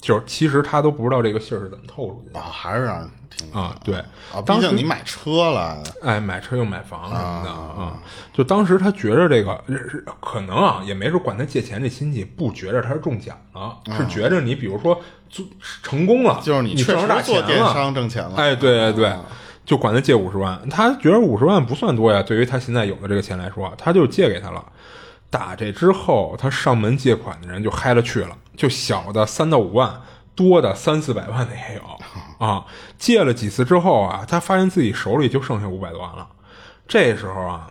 [SPEAKER 2] 就是其实他都不知道这个信儿是怎么透出去的
[SPEAKER 1] 啊还是让人听
[SPEAKER 2] 啊。对，
[SPEAKER 1] 啊，毕
[SPEAKER 2] 当时
[SPEAKER 1] 竟你买车了，
[SPEAKER 2] 哎，买车又买房什么的啊、就当时他觉着这个呃是可能啊，也没说管他借钱这亲戚不觉着他是中奖了，是觉着你比如说做成功了，
[SPEAKER 1] 啊就是
[SPEAKER 2] 你
[SPEAKER 1] 确
[SPEAKER 2] 挣着大
[SPEAKER 1] 实做
[SPEAKER 2] 钱
[SPEAKER 1] 电
[SPEAKER 2] 了
[SPEAKER 1] 商挣钱了。啊
[SPEAKER 2] 哎，对对对，就管他借五十万，他觉得五十万不算多呀，对于他现在有的这个钱来说，啊他就借给他了。打这之后，他上门借款的人就嗨了去了，就小的三到五万，多的三四百万的 也有啊。借了几次之后啊，他发现自己手里就剩下五百多万了。这时候啊，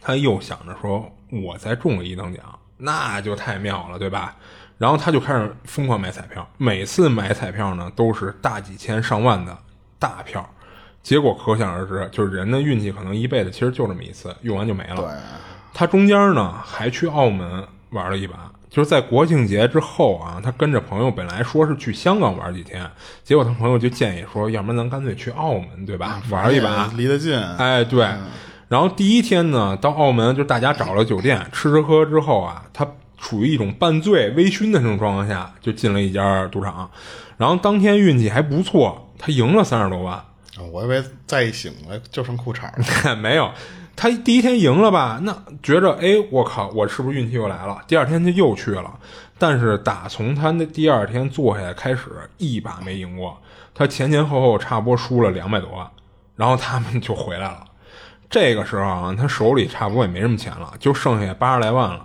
[SPEAKER 2] 他又想着说，我再中了一等奖，那就太妙了，对吧？然后他就开始疯狂买彩票，每次买彩票呢都是大几千上万的大票，结果可想而知，就是人的运气可能一辈子其实就这么一次，用完就没了。
[SPEAKER 1] 对，啊
[SPEAKER 2] 他中间呢还去澳门玩了一把，就是在国庆节之后啊，他跟着朋友本来说是去香港玩几天，结果他朋友就建议说，要不然咱干脆去澳门，对吧？
[SPEAKER 1] 嗯
[SPEAKER 2] 玩一把，
[SPEAKER 1] 离得近。
[SPEAKER 2] 哎，对。然后第一天呢，到澳门就大家找了酒店吃吃喝之后啊，他处于一种半醉、微醺的这种状况下，就进了一家赌场。然后当天运气还不错，他赢了三十多万。
[SPEAKER 1] 哦我以为再一醒来就剩裤衩了。
[SPEAKER 2] 没有，他第一天赢了吧？那觉着，哎，我靠，我是不是运气又来了？第二天就又去了，但是打从他那第二天坐下来开始，一把没赢过。他前前后后差不多输了两百多万，然后他们就回来了。这个时候啊，他手里差不多也没什么钱了，就剩下八十来万了。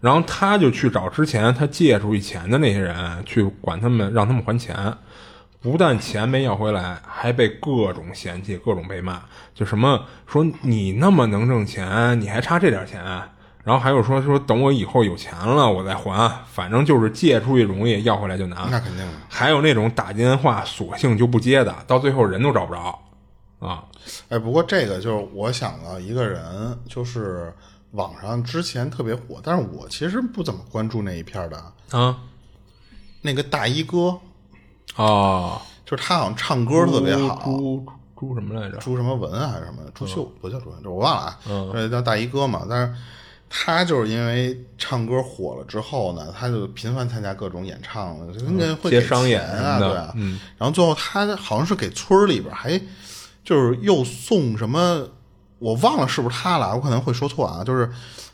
[SPEAKER 2] 然后他就去找之前他借出去钱的那些人，去管他们，让他们还钱。不但钱没要回来，还被各种嫌弃，各种被骂，就什么说你那么能挣钱，你还差这点钱。啊然后还有说说等我以后有钱了我再还，反正就是借出去容易，要回来就难。
[SPEAKER 1] 那肯定的，
[SPEAKER 2] 还有那种打电话索性就不接的，到最后人都找不着啊。
[SPEAKER 1] 哎，不过这个就是我想到一个人，就是网上之前特别火，但是我其实不怎么关注那一片儿的。
[SPEAKER 2] 啊
[SPEAKER 1] 那个大衣哥，
[SPEAKER 2] 哦，
[SPEAKER 1] 就是他好像唱歌特别好，
[SPEAKER 2] 朱朱朱什么来着？
[SPEAKER 1] 朱什么文啊还是什么朱秀，不叫朱秀，这我忘了啊，呃叫大衣哥嘛。但是他就是因为唱歌火了之后呢，他就频繁参加各种演唱了，人家会
[SPEAKER 2] 接
[SPEAKER 1] 给
[SPEAKER 2] 商演
[SPEAKER 1] 钱
[SPEAKER 2] 什么
[SPEAKER 1] 啊，
[SPEAKER 2] 的
[SPEAKER 1] 对啊。
[SPEAKER 2] 嗯
[SPEAKER 1] 然后最后他好像是给村儿里边儿还就是又送什么，我忘了是不是他了，我可能会说错啊，就是。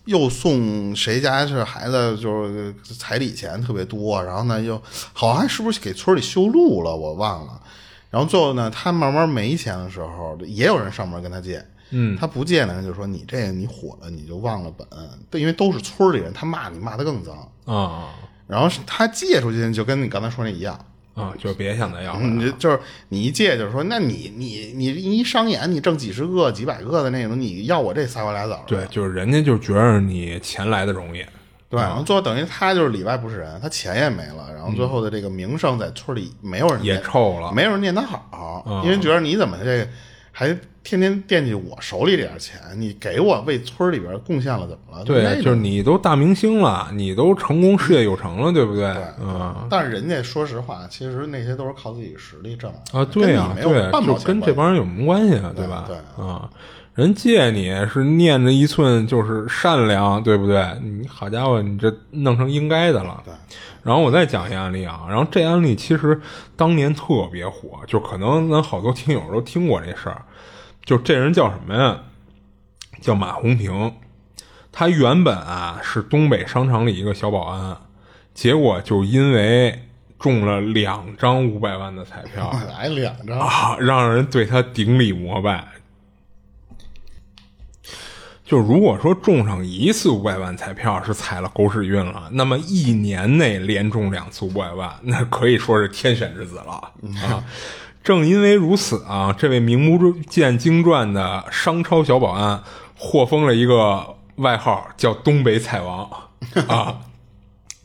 [SPEAKER 1] 又送谁家是孩子，就是彩礼钱特别多，然后呢又好像还是不是给村儿里修路了，我忘了。然后最后呢，他慢慢没钱的时候，也有人上门跟他借，
[SPEAKER 2] 嗯，
[SPEAKER 1] 他不借呢，他就说你这个你火了，你就忘了本，对，因为都是村儿里人，他骂你骂的更脏。
[SPEAKER 2] 啊
[SPEAKER 1] 然后是他借出去就跟你刚才说那一样，嗯
[SPEAKER 2] 啊，就别想再要了。
[SPEAKER 1] 你就就是你一借就是说，那你你你你一商演你挣几十个几百个的那种，你要我这仨瓜俩枣儿的
[SPEAKER 2] 对，就是人家就觉着你钱来的容易，
[SPEAKER 1] 对，然后最后等于他就是里外不是人，他钱也没了，然后最后的这个名声在村里没有人
[SPEAKER 2] 嗯也
[SPEAKER 1] 念
[SPEAKER 2] 臭了。嗯
[SPEAKER 1] 没有人念他好，因为觉得你怎么这个还天天惦记我手里这点钱，你给我为村里边贡献了怎么了？
[SPEAKER 2] 对
[SPEAKER 1] 那
[SPEAKER 2] 啊，
[SPEAKER 1] 种
[SPEAKER 2] 就是你都大明星了，你都成功事业有成了，对不对？嗯
[SPEAKER 1] 但是人家说实话，其实那些都是靠自己实力挣的
[SPEAKER 2] 啊，对
[SPEAKER 1] 呀、
[SPEAKER 2] 啊，
[SPEAKER 1] 没有
[SPEAKER 2] 对啊，
[SPEAKER 1] 半毛
[SPEAKER 2] 就
[SPEAKER 1] 钱
[SPEAKER 2] 跟这
[SPEAKER 1] 关
[SPEAKER 2] 帮人有什么关系啊？
[SPEAKER 1] 对
[SPEAKER 2] 吧？
[SPEAKER 1] 对
[SPEAKER 2] 啊，人借你是念着一寸就是善良，对不对？你好家伙，你这弄成应该的了。
[SPEAKER 1] 对
[SPEAKER 2] 然后我再讲一案例啊，然后这案例其实当年特别火，就可能咱好多听友都听过这事儿。就这人叫什么呀？叫马红平。他原本啊是东北商场里一个小保安，结果就因为中了两张五百万的彩票，
[SPEAKER 1] 系来哎两张，
[SPEAKER 2] 啊，让人对他顶礼膜拜。就如果说中上一次五百万彩票是踩了狗屎运了，那么一年内连中两次五百万，那可以说是天选之子了啊！正因为如此啊，这位名不见经传的商超小保安获封了一个外号，叫“东北彩王”啊。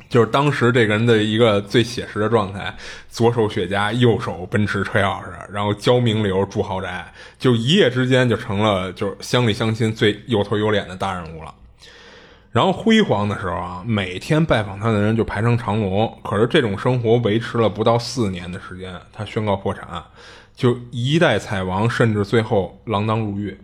[SPEAKER 2] 就是当时这个人的一个最写实的状态，左手雪茄，右手奔驰车钥匙，然后交名流住豪宅，就一夜之间就成了就是乡里乡亲最有头有脸的大人物了。然后辉煌的时候啊，每天拜访他的人就排成长龙。可是这种生活维持了不到四年的时间，他宣告破产，就一代彩王，甚至最后锒铛入狱，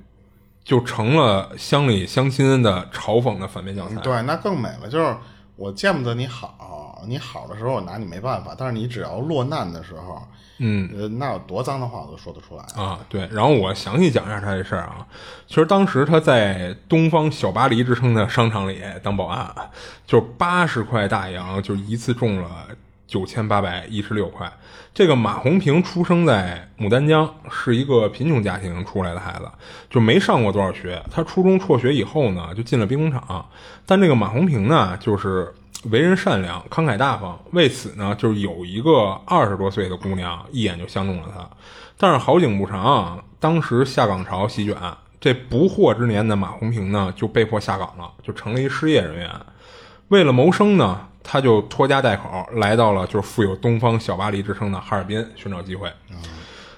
[SPEAKER 2] 就成了乡里乡亲的嘲讽的反面教材。
[SPEAKER 1] 对，那更美了。就是我见不得你好，你好的时候我拿你没办法，但是你只要落难的时候，嗯，呃，那有多脏的话我都说得出来。
[SPEAKER 2] 啊，对。然后我详细讲一下他这事儿啊。其实当时他在东方小巴黎之称的商场里当保安，啊就八十块大洋，就一次中了九千八百一十六块。这个马红平出生在牡丹江，是一个贫穷家庭出来的孩子，就没上过多少学。他初中辍学以后呢，就进了兵工厂。但这个马红平呢，就是为人善良、慷慨大方，为此呢，就是有一个二十多岁的姑娘一眼就相中了他。但是好景不长，当时下岗潮席卷，这不惑之年的马红平呢就被迫下岗了，就成了一失业人员。为了谋生呢，他就拖家带口来到了就是富有“东方小巴黎”之称的哈尔滨寻找机会。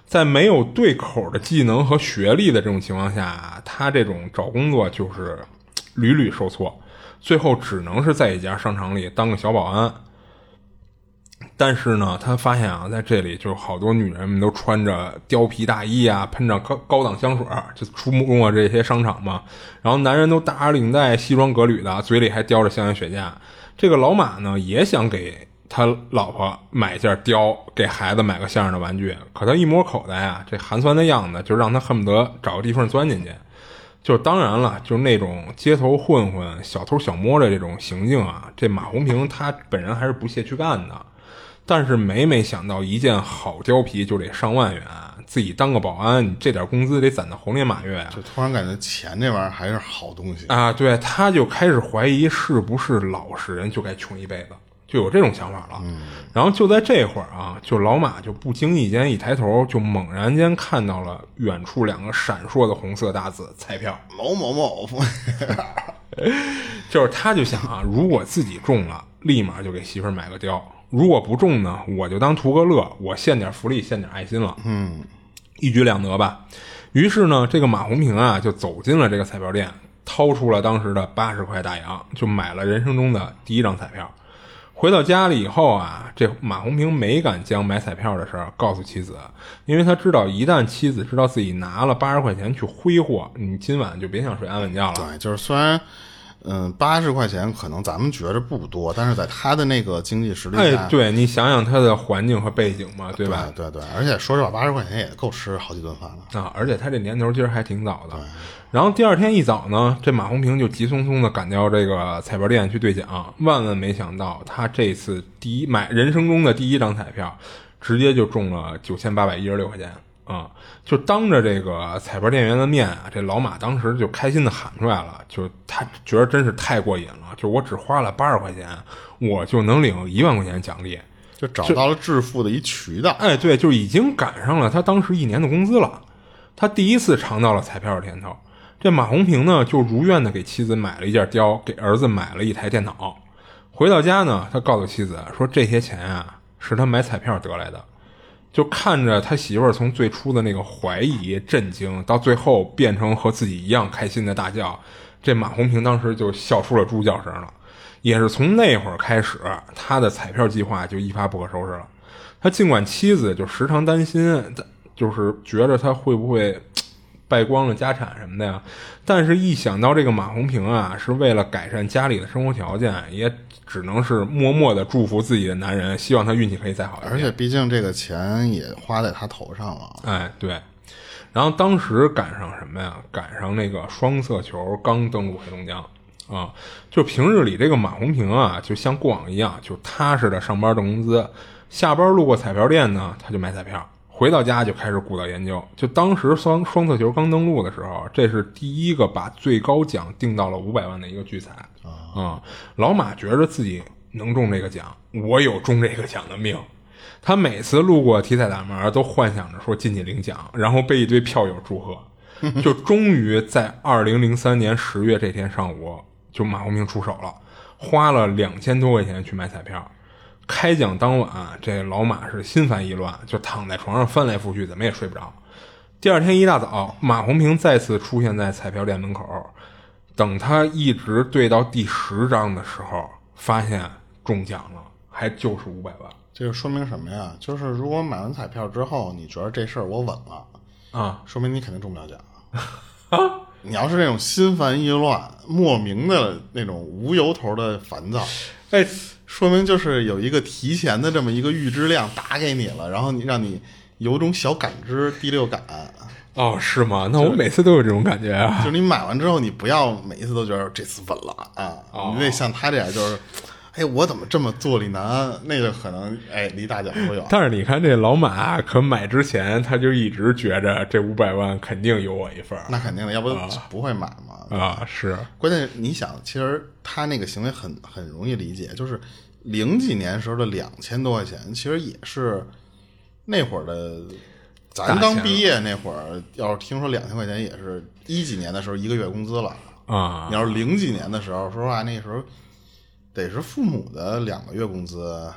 [SPEAKER 2] 在没有对口的技能和学历的这种情况下，他这种找工作就是屡屡受挫，最后只能是在一家商场里当个小保安。但是呢，他发现啊，在这里就是好多女人们都穿着貂皮大衣啊，喷着高高档香水儿，就出没过这些商场嘛。然后男人都打着领带，西装革履的，嘴里还叼着香烟雪茄。这个老马呢，也想给他老婆买件貂，给孩子买个像样的玩具。可他一摸口袋啊，这寒酸的样子，就让他恨不得找个地缝钻进去。就当然了，就是那种街头混混、小偷小摸的这种行径啊，这马红平他本人还是不屑去干的。但是每每想到一件好貂皮就得上万元，自己当个保安，你这点工资得攒到猴年马月啊！
[SPEAKER 1] 就突然感觉钱这玩意儿还是好东西，
[SPEAKER 2] 啊，对，他就开始怀疑是不是老实人就该穷一辈子，就有这种想法了。然后就在这会儿啊，就老马就不经意间一抬头，就猛然间看到了远处两个闪烁的红色大字“彩票”。
[SPEAKER 1] 某某某，
[SPEAKER 2] 就是他就想啊，如果自己中了，立马就给媳妇儿买个貂；如果不中呢，我就当图个乐，我献点福利，献点爱心了。嗯，一举两得吧。于是呢，这个马红平啊，就走进了这个彩票店，掏出了当时的八十块大洋，就买了人生中的第一张彩票。回到家里以后啊，这马红平没敢将买彩票的事儿告诉妻子，因为他知道一旦妻子知道自己拿了八十块钱去挥霍，你今晚就别想睡安稳觉了。
[SPEAKER 1] 对，就是虽然，嗯，八十块钱可能咱们觉着不多，但是在他的那个经济实力
[SPEAKER 2] 哎
[SPEAKER 1] 下，，
[SPEAKER 2] 对你想想他的环境和背景嘛，对
[SPEAKER 1] 对
[SPEAKER 2] 吧？
[SPEAKER 1] 对对，而且说实话，八十块钱也够吃好几顿饭了。
[SPEAKER 2] 啊，而且他这年头其实还挺早的。然后第二天一早呢，这马红平就急匆匆的赶到这个彩票店去兑奖，万万没想到他这次第一买人生中的第一张彩票，直接就中了九千八百一十六块钱啊！就当着这个彩票店员的面啊，这老马当时就开心的喊出来了，就他觉得真是太过瘾了，就我只花了八十块钱，我就能领一万块钱奖励。
[SPEAKER 1] 就找到了致富的一渠道，
[SPEAKER 2] 哎，对，就是已经赶上了他当时一年的工资了。他第一次尝到了彩票的甜头。这马红平呢，就如愿的给妻子买了一件貂，给儿子买了一台电脑。回到家呢，他告诉妻子说，这些钱啊是他买彩票得来的。就看着他媳妇儿从最初的那个怀疑、震惊，到最后变成和自己一样开心的大叫，这马红平当时就笑出了猪叫声了。也是从那会儿开始，他的彩票计划就一发不可收拾了。他尽管妻子就时常担心，他就是觉着他会不会败光了家产什么的呀，但是一想到这个马红平啊，是为了改善家里的生活条件，也只能是默默的祝福自己的男人，希望他运气可以再好一点。
[SPEAKER 1] 而且毕竟这个钱也花在他头上了。
[SPEAKER 2] 哎，对。然后当时赶上什么呀？赶上那个双色球刚登陆黑龙江啊，就平日里这个马红平啊，就像过往一样，就踏实的上班挣工资，下班路过彩票店呢，他就买彩票，回到家就开始鼓捣研究。就当时双双色球刚登陆的时候，这是第一个把最高奖定到了五百万的一个巨彩啊、老马觉着自己能中这个奖，我有中这个奖的命。他每次路过体彩大门，都幻想着说进去领奖，然后被一堆票友祝贺。就终于在二零零三年十月这天上午，就马红明出手了，花了两千多块钱去买彩票。开奖当晚，这老马是心烦意乱，就躺在床上翻来覆去，怎么也睡不着。第二天一大早，马红平再次出现在彩票店门口。等他一直对到第十张的时候，发现中奖了，还就是五百万。
[SPEAKER 1] 这就说明什么呀？就是如果买完彩票之后，你觉得这事儿我稳了，
[SPEAKER 2] 啊，
[SPEAKER 1] 说明你肯定中不了奖。你要是那种心烦意乱、莫名的那种无由头的烦躁，
[SPEAKER 2] 哎，
[SPEAKER 1] 说明就是有一个提前的这么一个预知量打给你了，然后你让你有种小感知、第六感，
[SPEAKER 2] 哦，是吗？那我每次都有这种感觉啊。
[SPEAKER 1] 就是你买完之后，你不要每一次都觉得这次稳了啊，
[SPEAKER 2] 哦
[SPEAKER 1] 你得像他这样，就是，哎，我怎么这么坐立难安？那个可能哎离大奖不远。
[SPEAKER 2] 但是你看这老马，可买之前他就一直觉着这五百万肯定有我一份儿
[SPEAKER 1] 那肯定的，要不不会买嘛。
[SPEAKER 2] 啊，是
[SPEAKER 1] 关键你想，其实他那个行为很很容易理解，就是零几年时候的两千多块钱，其实也是那会儿的，咱
[SPEAKER 2] 大钱
[SPEAKER 1] 刚
[SPEAKER 2] 了
[SPEAKER 1] 毕业那会儿，要是听说两千块钱也是一几年的时候一个月工资了。
[SPEAKER 2] 啊
[SPEAKER 1] 你，要是零几年的时候，说实话，那时候得是父母的两个月工资，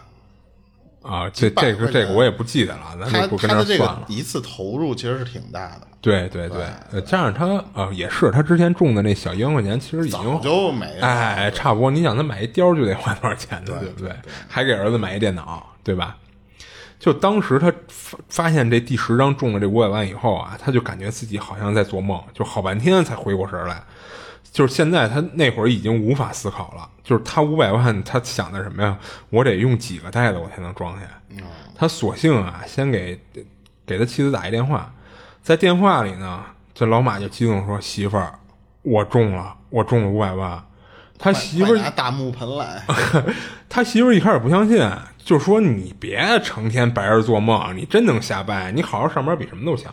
[SPEAKER 2] 啊，这
[SPEAKER 1] 100
[SPEAKER 2] 这个
[SPEAKER 1] 块钱
[SPEAKER 2] 这个我也不记得了，咱
[SPEAKER 1] 他
[SPEAKER 2] 就不
[SPEAKER 1] 他
[SPEAKER 2] 跟这儿
[SPEAKER 1] 的这
[SPEAKER 2] 算
[SPEAKER 1] 个
[SPEAKER 2] 了。
[SPEAKER 1] 一次投入其实是挺大的，
[SPEAKER 2] 对对对，呃加上他啊，也是他之前中的那小一万块钱，其实已经
[SPEAKER 1] 早就没了。
[SPEAKER 2] 哎，差不多。你想，他买一貂就得花多少钱呢？对不对？还给儿子买一电脑，对吧？就当时他发发现这第十张中了这五百万以后啊，他就感觉自己好像在做梦，就好半天才回过神儿来。就是现在，他那会儿已经无法思考了。就是他五百万，他想的什么呀？我得用几个袋子我才能装下？他索性啊，先给给他妻子打一电话，在电话里呢，这老马就激动地说：“媳妇儿，我中了，我中了五百万。”他媳妇
[SPEAKER 1] 快
[SPEAKER 2] 儿
[SPEAKER 1] 拿大木盆 来，
[SPEAKER 2] 他媳妇儿一开始不相信，就说你别成天白日做梦，你真能瞎掰，你好好上班比什么都强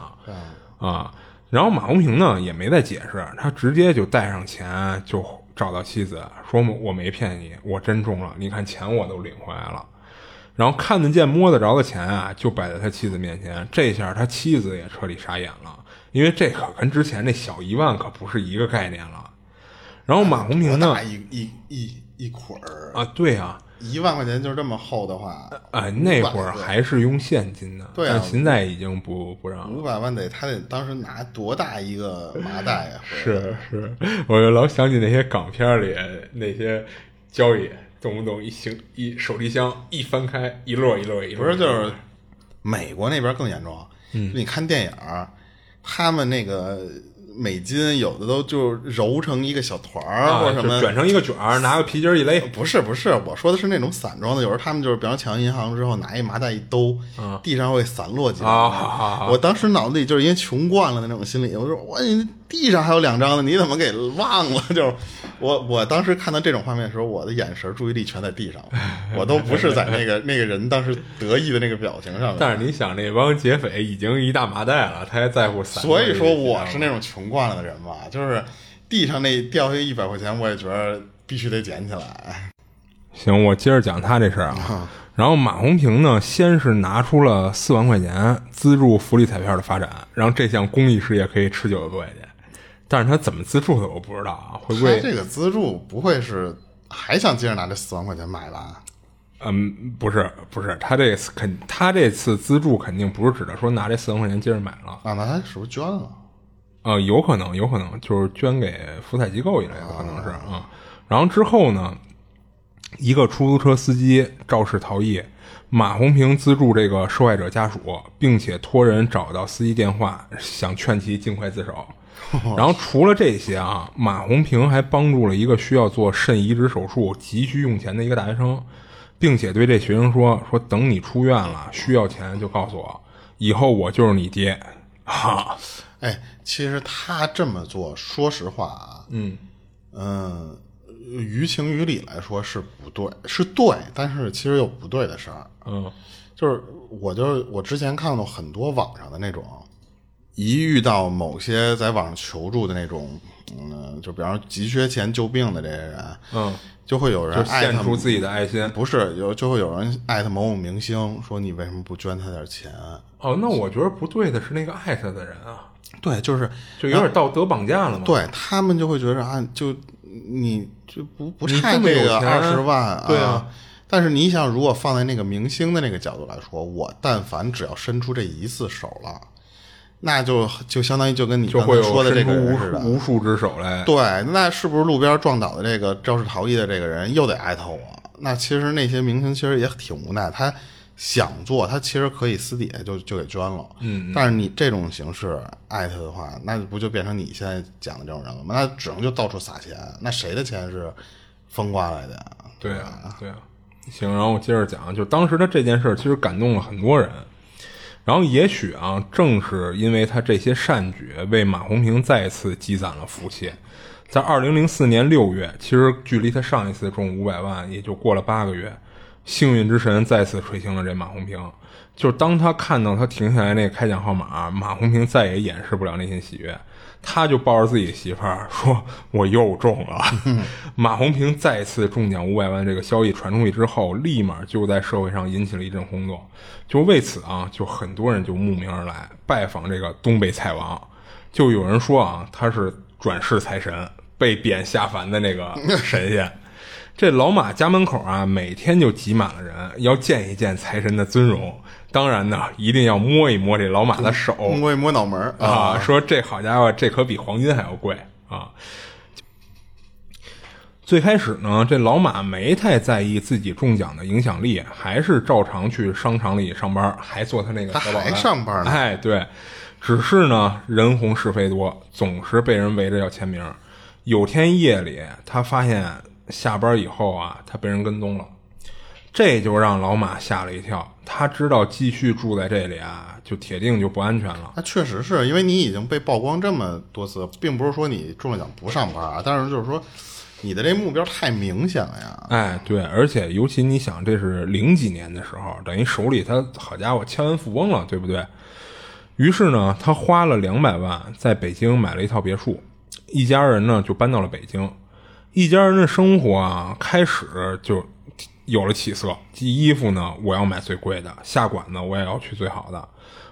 [SPEAKER 2] 啊。然后马红平呢也没再解释，他直接就带上钱就找到妻子，说我没骗你，我真中了，你看钱我都领回来了。然后看得见摸得着的钱啊，就摆在他妻子面前。这下他妻子也彻底傻眼了，因为这可跟之前那小一万可不是一个概念了。然后马红平
[SPEAKER 1] 多
[SPEAKER 2] 呢
[SPEAKER 1] 大，一一一一捆儿，
[SPEAKER 2] 啊，对啊，
[SPEAKER 1] 一万块钱就是这么厚的话，
[SPEAKER 2] 啊，那会儿还是用现金呢，
[SPEAKER 1] 对啊
[SPEAKER 2] 但现在已经不不让了。
[SPEAKER 1] 五百万得他得当时拿多大一个麻袋呀、回来
[SPEAKER 2] 是是，我就老想起那些港片里那些交易，动不动一行一手提箱一翻开一摞一摞一摞，
[SPEAKER 1] 不是就是美国那边更严重，嗯，你看电影儿，他们那个美金有的都就揉成一个小团儿、
[SPEAKER 2] 啊
[SPEAKER 1] 或者什么
[SPEAKER 2] 就卷成一个卷儿，拿个皮筋儿一勒，
[SPEAKER 1] 不是不是，我说的是那种散装的，有时候他们就是，比方抢完银行之后拿一麻袋一兜，地上会散落几张。
[SPEAKER 2] 嗯啊好好好
[SPEAKER 1] 我当时脑子里就是因为穷惯了的那种心理，我说我你地上还有两张呢，你怎么给忘了？ 就是我我当时看到这种画面的时候，我的眼神注意力全在 地上，我都不是在那个那个人当时得意的那个表情上面。
[SPEAKER 2] 但是你想，那帮劫匪已经一大麻袋了，他还在乎散？
[SPEAKER 1] 所以说我是那种穷惯了的人吧，就是地上那掉下一百块钱，我也觉得必须得捡起来。
[SPEAKER 2] 行，我接着讲他这事儿啊。然后马红平呢，先是拿出了四万块钱资助福利彩票的发展，让这项公益事业可以持久的做下去。但是他怎么资助的我不知道啊，会不
[SPEAKER 1] 他
[SPEAKER 2] 会？
[SPEAKER 1] 这个资助不会是还想接着拿这四万块钱买吧？
[SPEAKER 2] 嗯，不是，不是，他这次肯，他这次资助肯定不是指的说拿这四万块钱接着买了，
[SPEAKER 1] 啊，那他是不是捐了？
[SPEAKER 2] 呃，有可能，有可能就是捐给福彩机构一类的，可能是啊、嗯然后之后呢，一个出租车司机肇事逃逸，马红平资助这个受害者家属，并且托人找到司机电话，想劝其尽快自首。然后除了这些啊，马红平还帮助了一个需要做肾移植手术、急需用钱的一个大学生，并且对这学生说：“说等你出院了，需要钱就告诉我，以后我就是你爹。”哈，
[SPEAKER 1] 哎，其实他这么做，说实话啊，
[SPEAKER 2] 嗯。
[SPEAKER 1] 嗯，于情于理来说是不对，是对，但是其实又不对的事儿。
[SPEAKER 2] 嗯
[SPEAKER 1] 就是我就是我之前看到很多网上的那种，一遇到某些在网上求助的那种，嗯，就比方说急缺钱救病的这些人，
[SPEAKER 2] 嗯，
[SPEAKER 1] 就会有人
[SPEAKER 2] 就
[SPEAKER 1] 艾
[SPEAKER 2] 献
[SPEAKER 1] 特
[SPEAKER 2] 出自己的爱心。
[SPEAKER 1] 不是有就会有人艾特某某明星说你为什么不捐他点钱？
[SPEAKER 2] 哦，那我觉得不对的是那个艾特的人啊，
[SPEAKER 1] 对，就是
[SPEAKER 2] 就有点道德绑架了嘛。，
[SPEAKER 1] 对他们就会觉得啊，就你就不不
[SPEAKER 2] 你
[SPEAKER 1] 差
[SPEAKER 2] 这么
[SPEAKER 1] 这
[SPEAKER 2] 有
[SPEAKER 1] 个
[SPEAKER 2] 钱
[SPEAKER 1] 二十万啊。
[SPEAKER 2] 对啊
[SPEAKER 1] 但是你想，如果放在那个明星的那个角度来说，我但凡只要伸出这一次手了，那就就相当于就跟你
[SPEAKER 2] 就
[SPEAKER 1] 刚
[SPEAKER 2] 会
[SPEAKER 1] 才
[SPEAKER 2] 有
[SPEAKER 1] 说的这
[SPEAKER 2] 伸
[SPEAKER 1] 个人
[SPEAKER 2] 出无
[SPEAKER 1] 似
[SPEAKER 2] 数
[SPEAKER 1] 的。
[SPEAKER 2] 无数只手来。
[SPEAKER 1] 对，那是不是路边撞倒的这个肇事逃逸的这个人又得艾特我？那其实那些明星其实也挺无奈，他想做，他其实可以私底下就就给捐了。
[SPEAKER 2] 嗯，
[SPEAKER 1] 但是你这种形式艾特的话，那不就变成你现在讲的这种人了吗？那只能就到处撒钱，那谁的钱是风刮来的呀？
[SPEAKER 2] 对啊，对啊。行，然后我接着讲，就当时的这件事儿其实感动了很多人。然后也许啊，正是因为他这些善举，为马红平再次积攒了福气。在二零零四年六月，其实距离他上一次中五百万也就过了八个月，幸运之神再次垂青了这马红平。就是当他看到他停下来那个开奖号码，马红平再也掩饰不了内心喜悦，他就抱着自己的媳妇儿说：“我又中了。” 马红平再次中奖五百万这个消息传出去之后，立马就在社会上引起了一阵轰动。就为此啊，就很多人就慕名而来拜访这个东北菜王。就有人说啊，他是转世财神，被贬下凡的那个神仙。这老马家门口啊，每天就挤满了人，要见一见财神的尊容。当然呢，一定要摸一摸这老马的手，
[SPEAKER 1] 摸一摸脑门儿
[SPEAKER 2] 啊，说这好家伙，这可比黄金还要贵啊。最开始呢，这老马没太在意自己中奖的影响力，还是照常去商场里上班，还做他那个
[SPEAKER 1] 他
[SPEAKER 2] 小保
[SPEAKER 1] 还
[SPEAKER 2] 安。
[SPEAKER 1] 上班呢
[SPEAKER 2] 哎，对，只是呢，人红是非多，总是被人围着要签名。有天夜里，他发现下班以后啊，他被人跟踪了。这就让老马吓了一跳，他知道继续住在这里啊，就铁定就不安全了。
[SPEAKER 1] 那确实是因为你已经被曝光这么多次，并不是说你中了奖不上班啊，但是就是说你的这目标太明显了呀。
[SPEAKER 2] 哎，对，而且尤其你想，这是零几年的时候，等于手里他好家伙千万富翁了，对不对？于是呢，他花了两百万在北京买了一套别墅，一家人呢就搬到了北京。一家人的生活啊，开始就有了起色。衣服呢，我要买最贵的；下馆子我也要去最好的。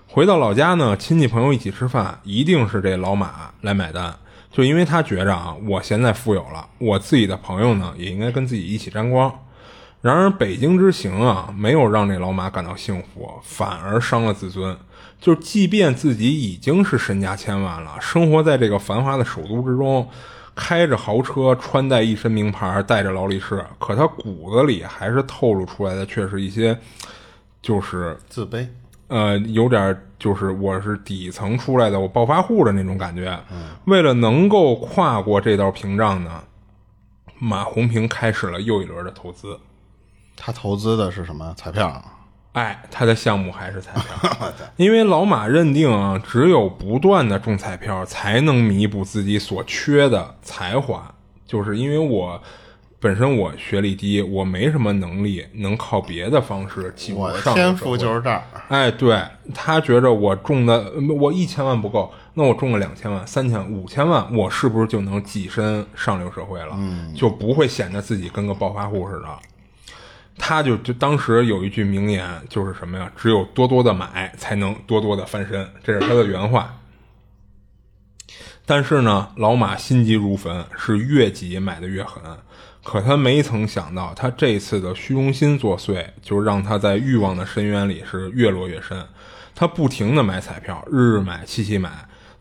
[SPEAKER 2] 回到老家呢，亲戚朋友一起吃饭，一定是这老马来买单，就因为他觉着啊，我现在富有了，我自己的朋友呢，也应该跟自己一起沾光。然而，北京之行啊，没有让这老马感到幸福，反而伤了自尊。就即便自己已经是身家千万了，生活在这个繁华的首都之中，开着豪车，穿戴一身名牌，带着劳力士，可他骨子里还是透露出来的却是一些，就是
[SPEAKER 1] 自卑，
[SPEAKER 2] 呃，有点儿就是我是底层出来的，我暴发户的那种感觉。为了能够跨过这道屏障呢，马红平开始了又一轮的投资。
[SPEAKER 1] 他投资的是什么彩票啊？
[SPEAKER 2] 哎，他的项目还是彩 票，因为老马认定啊，只有不断的中彩票，才能弥补自己所缺的才华。就是因为我本身我学历低，我没什么能力，能靠别的方式进入
[SPEAKER 1] 我的
[SPEAKER 2] 上流
[SPEAKER 1] 天
[SPEAKER 2] 社
[SPEAKER 1] 赋
[SPEAKER 2] 会
[SPEAKER 1] 就是这儿。
[SPEAKER 2] 哎，对他觉着我中的嗯我一千万不够，那我中了两千万、三千万、五千万，我是不是就能跻身上流社会了？嗯，就不会显得自己跟个暴发户似的。他就就当时有一句名言，就是什么呀？只有多多的买，才能多多的翻身，这是他的原话。但是呢，老马心急如焚，是越急买的越狠。可他没曾想到，他这次的虚荣心作祟，就让他在欲望的深渊里是越落越深。他不停的买彩票，日日买，七七买。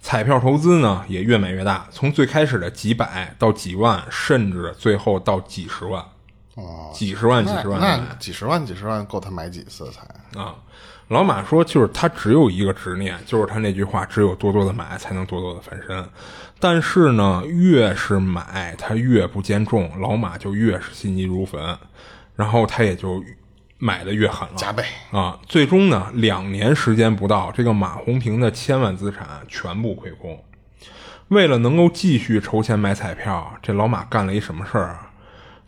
[SPEAKER 2] 彩票投资呢，也越买越大，从最开始的几百到几万，甚至最后到几十万，
[SPEAKER 1] 哦，
[SPEAKER 2] 几十万、几
[SPEAKER 1] 那
[SPEAKER 2] 十万的买
[SPEAKER 1] 那几十万几十万够他买几次才？
[SPEAKER 2] 啊。老马说，就是他只有一个执念，就是他那句话，只有多多的买，才能多多的翻身。但是呢，越是买，他越不兼重，老马就越是心急如焚，然后他也就买的越狠了，
[SPEAKER 1] 加倍
[SPEAKER 2] 啊！最终呢，两年时间不到，这个马红平的千万资产全部亏空。为了能够继续筹钱买彩票，这老马干了一什么事儿啊？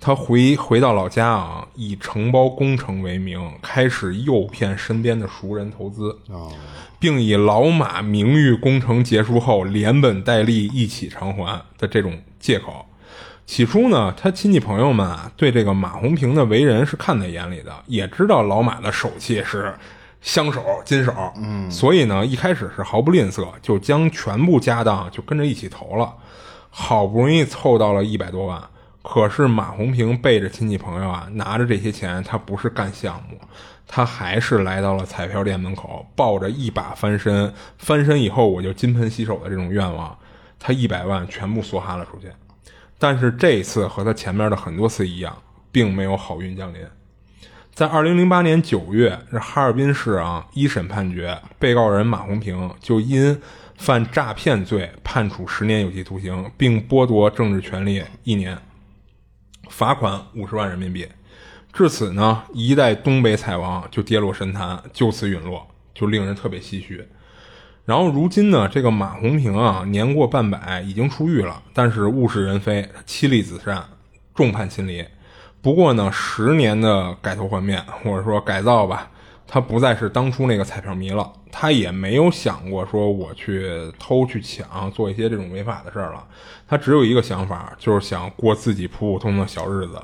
[SPEAKER 2] 他回回到老家啊，以承包工程为名，开始诱骗身边的熟人投资，
[SPEAKER 1] 哦，
[SPEAKER 2] 并以老马名誉工程结束后连本带利一起偿还的这种借口。起初呢，他亲戚朋友们啊，对这个马红平的为人是看在眼里的，也知道老马的手气是香手金手，嗯，所以呢，一开始是毫不吝啬，就将全部家当就跟着一起投了，好不容易凑到了一百多万。可是马红平背着亲戚朋友啊，拿着这些钱，他不是干项目，他还是来到了彩票店门口，抱着一把翻身，翻身以后我就金盆洗手的这种愿望，他一百万全部梭哈了出去。但是这一次和他前面的很多次一样，并没有好运降临。在二零零八年九月，这哈尔滨市啊一审判决，被告人马红平就因犯诈骗罪判处十年有期徒刑，并剥夺政治权利一年，罚款五十万人民币。至此呢，一代东北彩王就跌落神坛，就此陨落，就令人特别唏嘘。然后如今呢，这个马红平啊，年过半百，已经出狱了，但是物是人非，妻离子散，众叛亲离。不过呢，十年的改头换面，或者说改造吧，他不再是当初那个彩票迷了，他也没有想过说我去偷去抢，做一些这种违法的事儿了。他只有一个想法，就是想过自己普普通通的小日子，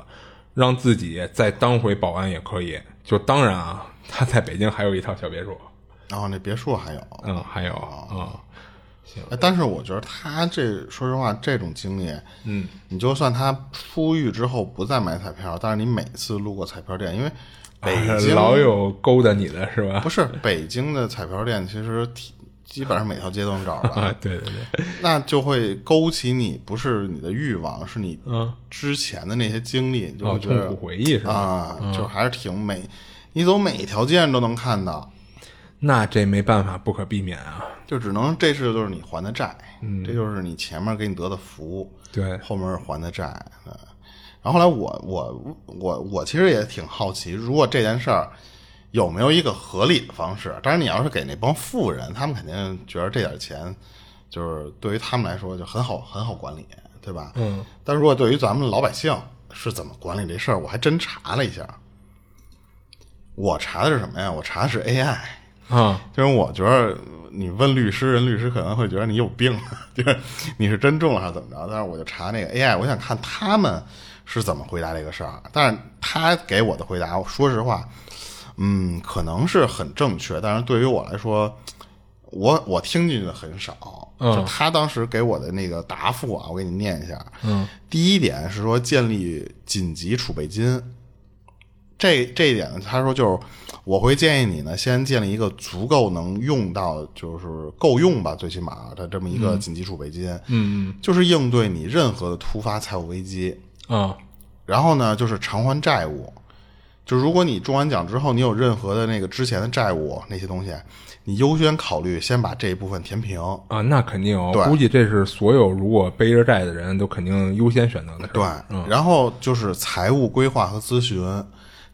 [SPEAKER 2] 让自己再当回保安也可以。就当然啊，他在北京还有一套小别墅，
[SPEAKER 1] 然后那别墅还有，
[SPEAKER 2] 嗯，还有啊。嗯
[SPEAKER 1] 哎但是我觉得他这说实话，这种经历，
[SPEAKER 2] 嗯，
[SPEAKER 1] 你就算他出狱之后不再买彩票，但是你每次路过彩票店，因为北京、
[SPEAKER 2] 哎老有勾搭你的是吧
[SPEAKER 1] 不？是北京的彩票店，其实挺基本上每条街都能找 着吧
[SPEAKER 2] 啊，对对对，
[SPEAKER 1] 那就会勾起你不是你的欲望，是你
[SPEAKER 2] 嗯
[SPEAKER 1] 之前的那些经历，你就
[SPEAKER 2] 哦，
[SPEAKER 1] 会觉
[SPEAKER 2] 痛
[SPEAKER 1] 得、
[SPEAKER 2] 苦回忆是吧？
[SPEAKER 1] 啊，就还是挺美。你走每条街上都能看到，
[SPEAKER 2] 那这没办法，不可避免啊。
[SPEAKER 1] 就只能这是就是你还的债，这就是你前面给你得的福，
[SPEAKER 2] 对
[SPEAKER 1] 后面是还的债。对然后后来我我我我其实也挺好奇，如果这件事儿有没有一个合理的方式？当然，你要是给那帮富人，他们肯定觉得这点钱就是对于他们来说就很好很好管理，对吧？嗯。但如果对于咱们老百姓是怎么管理这事儿，我还真查了一下。我查的是什么呀？我查的是 AI。
[SPEAKER 2] 啊，
[SPEAKER 1] 就是我觉得你问律师，人律师可能会觉得你有病，就是你是真中了还是怎么着？但是我就查那个 AI，我想看他们是怎么回答这个事儿。啊但是他给我的回答，说实话，嗯，可能是很正确，但是对于我来说，我我听进去的很少。
[SPEAKER 2] 嗯
[SPEAKER 1] 就他当时给我的那个答复啊，我给你念一下。
[SPEAKER 2] 嗯，
[SPEAKER 1] 第一点是说建立紧急储备金，这这一点呢，他说就是我会建议你呢，先建立一个足够能用到，就是够用吧，最起码的这么一个紧急储备金，
[SPEAKER 2] 嗯
[SPEAKER 1] 就是应对你任何的突发财务危机。
[SPEAKER 2] 嗯啊
[SPEAKER 1] 然后呢，就是偿还债务。就如果你中完奖之后，你有任何的那个之前的债务那些东西，你优先考虑先把这一部分填平。
[SPEAKER 2] 啊，那肯定哦
[SPEAKER 1] 对，
[SPEAKER 2] 估计这是所有如果背着债的人都肯定优先选择的事儿。嗯
[SPEAKER 1] 对，然后就是财务规划和咨询，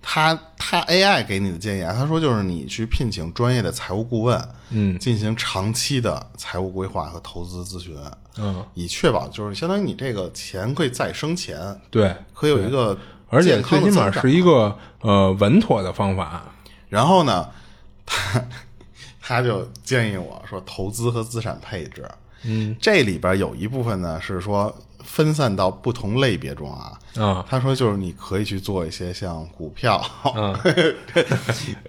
[SPEAKER 1] 他他 AI 给你的建议啊，他说就是你去聘请专业的财务顾问，
[SPEAKER 2] 嗯
[SPEAKER 1] 进行长期的财务规划和投资咨询，
[SPEAKER 2] 嗯，
[SPEAKER 1] 以确保就是相当于你这个钱可以再生钱，
[SPEAKER 2] 对，
[SPEAKER 1] 可以有一个
[SPEAKER 2] 而且
[SPEAKER 1] 健康
[SPEAKER 2] 最
[SPEAKER 1] 的
[SPEAKER 2] 起码
[SPEAKER 1] 增长
[SPEAKER 2] 是一个呃稳妥的方法。
[SPEAKER 1] 然后呢，他他就建议我说，投资和资产配置，嗯，这里边有一部分呢是说分散到不同类别中啊。
[SPEAKER 2] 啊
[SPEAKER 1] 他说就是你可以去做一些像股票、
[SPEAKER 2] 嗯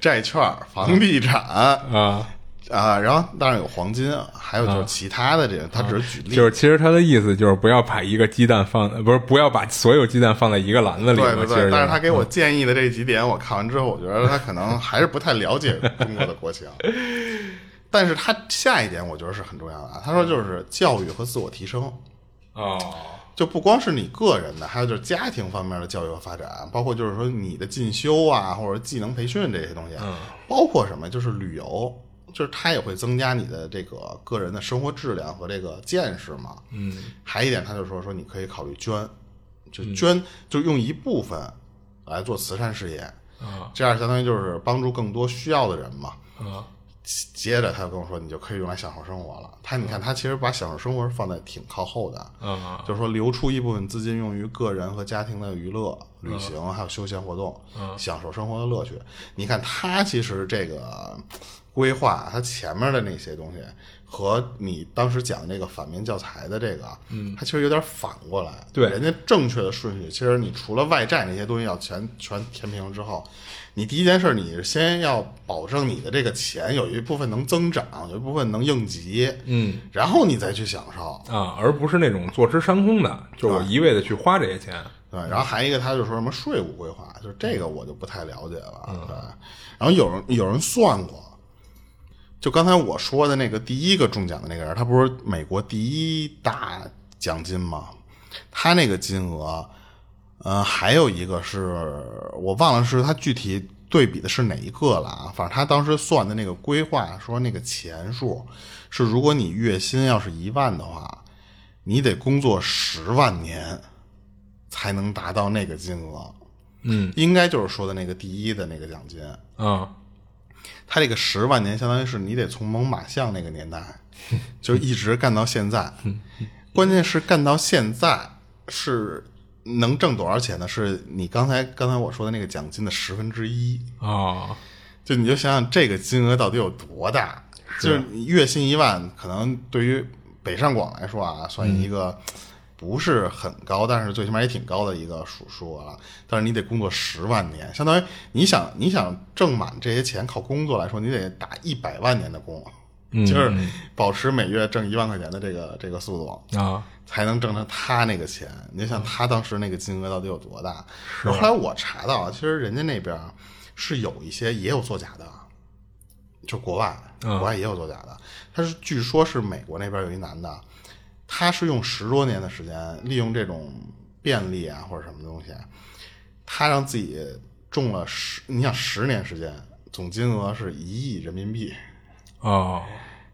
[SPEAKER 1] 债券、房地产
[SPEAKER 2] 啊，
[SPEAKER 1] 啊，然后当然有黄金，还有就是其他的这个，他只是举例。
[SPEAKER 2] 嗯就是其实他的意思就是不要把一个鸡蛋放，呃不是不要把所有鸡蛋放在一个篮子里嘛。
[SPEAKER 1] 对对
[SPEAKER 2] 其实
[SPEAKER 1] 对，但
[SPEAKER 2] 就是
[SPEAKER 1] 他给我建议的这几点，我看完之后，我觉得他可能还是不太了解中国的国 情。但是他下一点，我觉得是很重要的啊。他说就是教育和自我提升，
[SPEAKER 2] 哦
[SPEAKER 1] 就不光是你个人的，还有就是家庭方面的教育和发展，包括就是说你的进修啊，或者技能培训这些东西，包括什么就是旅游，就是它也会增加你的这个个人的生活质量和这个见识嘛。嗯，还一点他就说说你可以考虑捐，就捐、就用一部分来做慈善事业，
[SPEAKER 2] 啊
[SPEAKER 1] 这样相当于就是帮助更多需要的人嘛。
[SPEAKER 2] 啊
[SPEAKER 1] 接着他就跟我说，你就可以用来享受生活了。他你看，他其实把享受生活放在挺靠后的，
[SPEAKER 2] 啊
[SPEAKER 1] 就是说留出一部分资金用于个人和家庭的娱乐、旅行，
[SPEAKER 2] 嗯
[SPEAKER 1] 还有休闲活动，享受生活的乐趣。你看，他其实这个规划，他前面的那些东西和你当时讲的这个反面教材的这个，嗯，他其实有点反过来。
[SPEAKER 2] 对
[SPEAKER 1] 人家正确的顺序，其实你除了外债那些东西要全全填平了之后，你第一件事儿你先要保证你的这个钱有一部分能增长，有一部分能应急，
[SPEAKER 2] 嗯，
[SPEAKER 1] 然后你再去享受。
[SPEAKER 2] 啊，而不是那种坐吃山空的，就是我一味的去花这些钱。
[SPEAKER 1] 对，然后还一个他就说什么税务规划，就是这个我就不太了解了。对，然后有人有人算过，就刚才我说的那个第一个中奖的那个人，他不是美国第一大奖金吗？他那个金额，呃，还有一个是我忘了是他具体对比的是哪一个了啊。反正他当时算的那个规划说那个钱数是，如果你月薪要是一万的话，你得工作十万年才能达到那个金额，
[SPEAKER 2] 嗯
[SPEAKER 1] 应该就是说的那个第一的那个奖金。
[SPEAKER 2] 啊
[SPEAKER 1] 他这个十万年，相当于是你得从猛犸象那个年代，就一直干到现在。关键是干到现在是能挣多少钱呢？是你刚才刚才我说的那个奖金的十分之一。
[SPEAKER 2] 啊
[SPEAKER 1] 就你就想想这个金额到底有多大？就是你月薪一万，可能对于北上广来说啊，算一个不是很高，但是最起码也挺高的一个数数额了。但是你得工作十万年，相当于你想你想挣满这些钱，靠工作来说，你得打一百万年的工，
[SPEAKER 2] 嗯
[SPEAKER 1] 就是保持每月挣一万块钱的这个这个速度。
[SPEAKER 2] 啊
[SPEAKER 1] 才能挣到他那个钱。你就像他当时那个金额到底有多大？然后后来我查到，其实人家那边是有一些也有作假的，就国外，国外也有作假的。他是据说是美国那边有一男的，他是用十多年的时间，利用这种便利啊或者什么东西，他让自己中了十，你想十年时间，总金额是一亿人民币。
[SPEAKER 2] 啊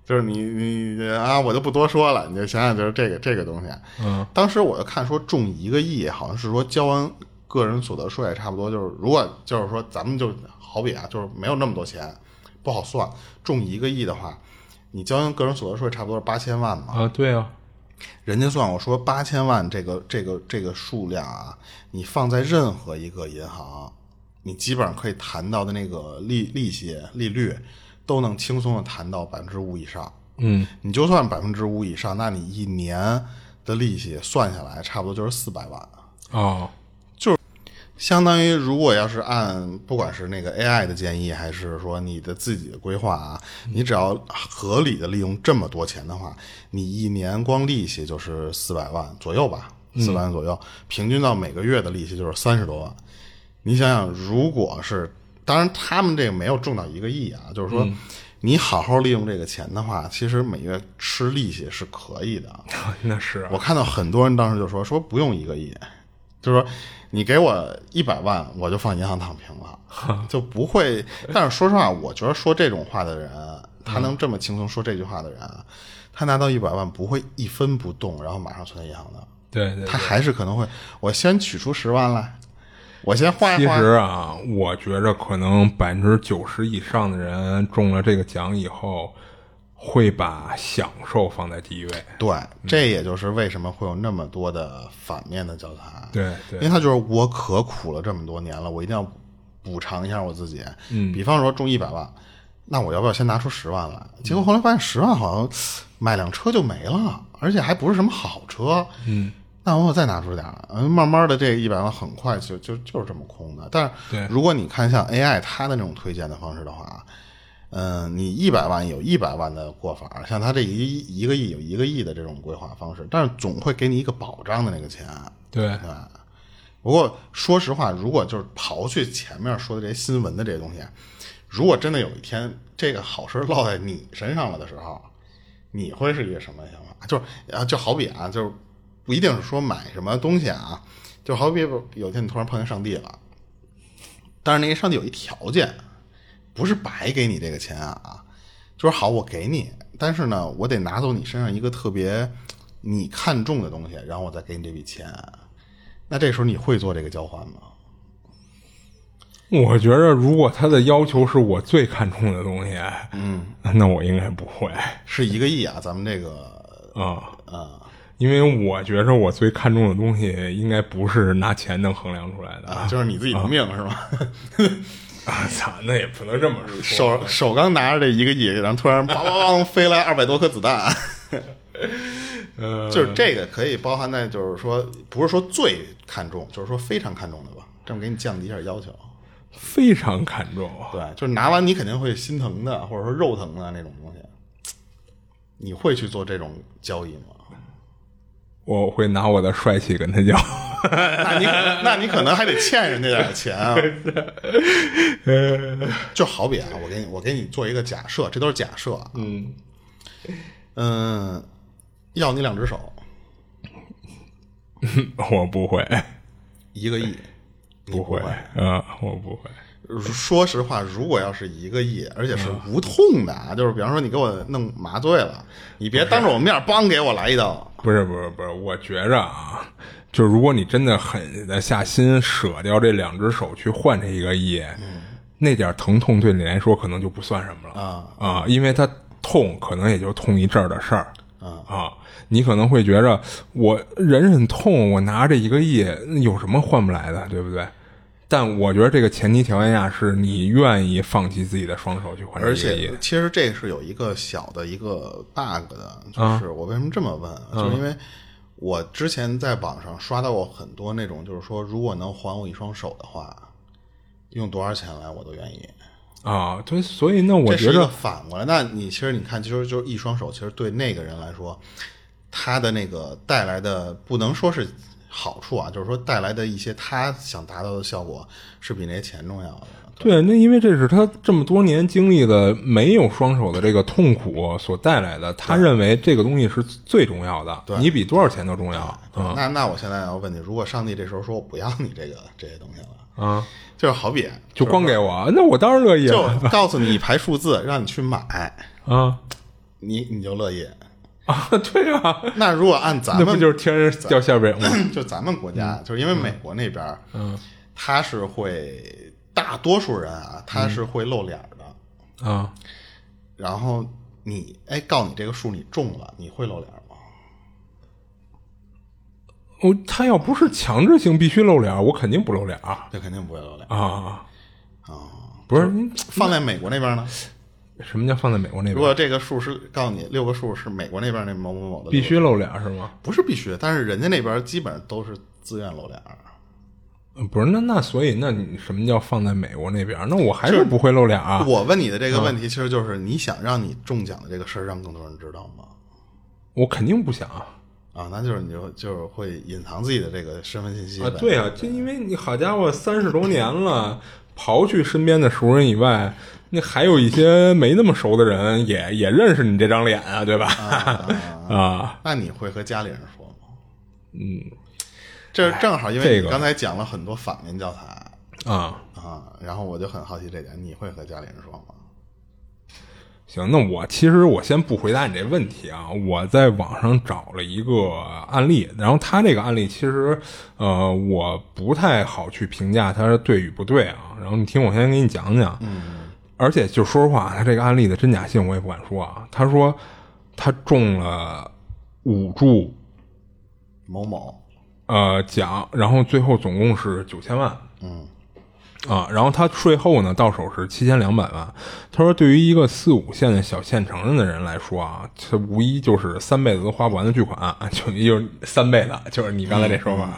[SPEAKER 1] 就是你你啊，我就不多说了，你就想想就是这个这个东西。啊
[SPEAKER 2] 嗯，
[SPEAKER 1] 当时我就看说中一个亿，好像是说交完个人所得税，差不多就是如果就是说咱们就好比啊，就是没有那么多钱，不好算。中一个亿的话，你交完个人所得税差不多是八千万嘛。
[SPEAKER 2] 啊！对啊，
[SPEAKER 1] 人家算我说八千万这个这个这个数量啊，你放在任何一个银行，你基本上可以谈到的那个利利息利率，都能轻松的谈到百分之五以上。
[SPEAKER 2] 嗯
[SPEAKER 1] 你就算百分之五以上，那你一年的利息算下来，差不多就是四百万，
[SPEAKER 2] 哦
[SPEAKER 1] 相当于如果要是按不管是那个 AI 的建议，还是说你的自己的规划啊，你只要合理的利用这么多钱的话，你一年光利息就是四百万左右吧，四百万左右，平均到每个月的利息就是三十多万。你想想，如果是，当然他们这个没有中到一个亿啊，就是说，你好好利用这个钱的话，其实每月吃利息是可以的。
[SPEAKER 2] 那是啊
[SPEAKER 1] 我看到很多人当时就说说不用一个亿，就说你给我一百万，我就放银行躺平 了，就不会。但是说实话，我觉得说这种话的人，他
[SPEAKER 2] 嗯
[SPEAKER 1] 能这么轻松说这句话的人，他拿到一百万不会一分不动，然后马上存在银行的。
[SPEAKER 2] 对对
[SPEAKER 1] 他还是可能会，我先取出十万来，我先花一
[SPEAKER 2] 其
[SPEAKER 1] 花。
[SPEAKER 2] 实啊，我觉着可能百分之九十以上的人中了这个奖以后，会把享受放在第一位。
[SPEAKER 1] 对，这也就是为什么会有那么多的反面的教材。
[SPEAKER 2] 对
[SPEAKER 1] 因
[SPEAKER 2] 对
[SPEAKER 1] 为他就是我可苦了这么多年了，我一定要补偿一下我自己。
[SPEAKER 2] 嗯
[SPEAKER 1] 比方说中一百万，那我要不要先拿出十万来？结果后来发现十万好像嘶买辆车就没了，而且还不是什么好车。
[SPEAKER 2] 嗯，
[SPEAKER 1] 那我再拿出点儿，嗯，慢慢的这一百万很快就就就是这么空的。但
[SPEAKER 2] 对
[SPEAKER 1] 是如果你看像 AI 它的那种推荐的方式的话，嗯，你一百万有一百万的过法，像它这一一个亿有一个亿的这种规划方式，但是总会给你一个保障的那个钱。
[SPEAKER 2] 对，
[SPEAKER 1] 啊。不过说实话，如果就是刨去前面说的这些新闻的这些东西，啊如果真的有一天这个好事儿落在你身上了的时候，你会是一个什么想法？就是啊，就好比啊，就是不一定是说买什么东西啊，就好比有一天你突然碰见上帝了，但是那个上帝有一条件，不是白给你这个钱啊，就是好我给你，但是呢，我得拿走你身上一个特别你看重的东西，然后我再给你这笔钱。啊那这时候你会做这个交换吗？
[SPEAKER 2] 我觉着如果他的要求是我最看重的东西，嗯，那我应该不会
[SPEAKER 1] 是一个亿啊，咱们这个
[SPEAKER 2] 啊，
[SPEAKER 1] 呃
[SPEAKER 2] 因为我觉着我最看重的东西应该不是拿钱能衡量出来的
[SPEAKER 1] 啊，就是你自己的命、是吗？
[SPEAKER 2] 啊！操，那也不能这么说。
[SPEAKER 1] 手手刚拿着这一个亿，然后突然梆梆梆飞来二百多颗子 弹，
[SPEAKER 2] 呃，
[SPEAKER 1] 就是这个可以包含在，就是说不是说最看重，就是说非常看重的吧，这么给你降低一下要求。
[SPEAKER 2] 非常看重。
[SPEAKER 1] 对，就是拿完你肯定会心疼的，或者说肉疼的那种东西，你会去做这种交易吗？
[SPEAKER 2] 我会拿我的帅气跟他 讲。
[SPEAKER 1] 那你可能那你可能还得欠人家点儿钱 啊。就好比啊，我给你我给你做一个假设，这都是假设啊。
[SPEAKER 2] 嗯，
[SPEAKER 1] 嗯，要你两只手，
[SPEAKER 2] 我不会，
[SPEAKER 1] 一个亿，你
[SPEAKER 2] 哎不
[SPEAKER 1] 会
[SPEAKER 2] 会。啊，我不会。
[SPEAKER 1] 说实话，如果要是一个亿，而且是
[SPEAKER 2] 嗯
[SPEAKER 1] 无痛的啊，就是比方说你给我弄麻醉了，你别当着我面梆给我来一刀。
[SPEAKER 2] 不是不是不是，我觉着啊，就如果你真的狠的下心舍掉这两只手去换这一个亿，那点疼痛对你来说可能就不算什么了
[SPEAKER 1] 嗯啊
[SPEAKER 2] 因为它痛可能也就痛一阵儿的事儿啊你可能会觉着我忍忍痛，我拿着一个亿有什么换不来的，对不对？但我觉得这个前提条件下是你愿意放弃自己的双手去换这
[SPEAKER 1] 而
[SPEAKER 2] 一个亿
[SPEAKER 1] 且，其实这是有一个小的一个 bug 的，就
[SPEAKER 2] 啊
[SPEAKER 1] 是我为什么这么问，啊就是因为我之前在网上刷到过很多那种，就是说如果能还我一双手的话，用多少钱来我都愿意。
[SPEAKER 2] 啊，对，所以那我
[SPEAKER 1] 这是
[SPEAKER 2] 觉
[SPEAKER 1] 一个
[SPEAKER 2] 着
[SPEAKER 1] 反过来，那你其实你看，其实就是一双手，其实对那个人来说，他的那个带来的不能说是好处啊，就是说带来的一些他想达到的效果是比那些钱重要的。
[SPEAKER 2] 对，那因为这是他这么多年经历的没有双手的这个痛苦所带来的，他认为这个东西是最重要的，你比多少钱都重要。嗯
[SPEAKER 1] 啊那那我现在要问你，如果上帝这时候说我不要你这个这些东西了，
[SPEAKER 2] 啊，
[SPEAKER 1] 就是好比
[SPEAKER 2] 就光给我，那我当然乐意
[SPEAKER 1] 就
[SPEAKER 2] 了
[SPEAKER 1] 告诉你一排数字，让你去买，
[SPEAKER 2] 啊
[SPEAKER 1] 你你就乐意。
[SPEAKER 2] 啊， 对啊，
[SPEAKER 1] 那如果按咱
[SPEAKER 2] 那不
[SPEAKER 1] 们
[SPEAKER 2] 就是嗯天上掉馅饼 吗？
[SPEAKER 1] 就咱们国家，就是因为美国那边儿，
[SPEAKER 2] 嗯啊
[SPEAKER 1] 他是会大多数人啊，
[SPEAKER 2] 嗯
[SPEAKER 1] 他是会露脸儿的。
[SPEAKER 2] 啊，
[SPEAKER 1] 然后你哎告你这个数你中了，你会露脸吗？
[SPEAKER 2] 我哦他要不是强制性必须露脸，我肯定不露脸啊
[SPEAKER 1] 这肯定不会露脸。
[SPEAKER 2] 啊，
[SPEAKER 1] 啊。
[SPEAKER 2] 不是
[SPEAKER 1] 放在美国那边呢，
[SPEAKER 2] 什么叫放在美国那
[SPEAKER 1] 如
[SPEAKER 2] 边
[SPEAKER 1] 果这个数是告诉你六个数是美国那边那某某某的，
[SPEAKER 2] 必须露脸是吗？
[SPEAKER 1] 不是必须，但是人家那边基本上都是自愿露脸儿。
[SPEAKER 2] 嗯不是，那那所以那你什么叫放在美国那边？那我还是不会露脸啊。
[SPEAKER 1] 我问你的这个问题，其实就是你想让你中奖的这个事儿让更多人知道吗？
[SPEAKER 2] 我肯定不想啊，
[SPEAKER 1] 啊、啊，那就是你就就是会隐藏自己的这个身份信息
[SPEAKER 2] 啊
[SPEAKER 1] 呗，
[SPEAKER 2] 对啊，这因为你好家伙，三十多年了，刨去身边的熟人以外，那还有一些没那么熟的人也也认识你这张脸啊，对吧？ 啊，
[SPEAKER 1] 那你会和家里人说吗？
[SPEAKER 2] 嗯
[SPEAKER 1] 这正好，因为
[SPEAKER 2] 这
[SPEAKER 1] 你
[SPEAKER 2] 个
[SPEAKER 1] 刚才讲了很多反面教材
[SPEAKER 2] 啊，
[SPEAKER 1] 啊，然后我就很好奇这点，你会和家里人说吗？
[SPEAKER 2] 行，那我其实我先不回答你这问题啊，我在网上找了一个案例，然后他这个案例其实呃我不太好去评价它对与不对啊，然后你听我先给你讲讲，嗯，而且就说实话，他这个案例的真假性我也不敢说啊，他说他中了五注
[SPEAKER 1] 某某，
[SPEAKER 2] 呃奖，然后最后总共是九千万，
[SPEAKER 1] 嗯
[SPEAKER 2] 啊，然后他税后呢到手是七千两百万。他说，对于一个四五线的小县城的人来说啊，这无疑就是三辈子都花不完的巨款，啊就就是三辈子，就是你刚才这说法。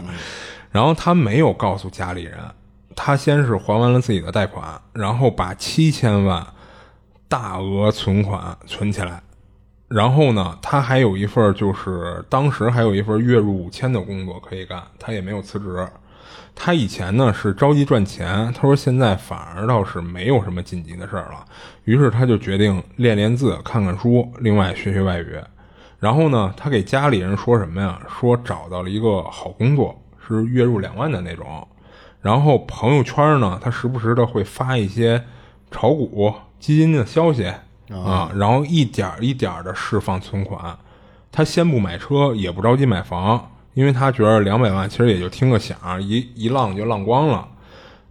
[SPEAKER 2] 然后他没有告诉家里人，他先是还完了自己的贷款，然后把七千万大额存款存起来。然后呢，他还有一份儿就是当时还有一份月入五千的工作可以干，他也没有辞职。他以前呢是着急赚钱，他说现在反而倒是没有什么紧急的事儿了，于是他就决定练练字、看看书，另外学学外语。然后呢，他给家里人说什么呀？说找到了一个好工作，是月入两万的那种。然后朋友圈呢，他时不时的会发一些炒股、基金的消息啊，然后一点儿一点的释放存款。他先不买车，也不着急买房，因为他觉得两百万其实也就听个响儿，一一浪就浪光了。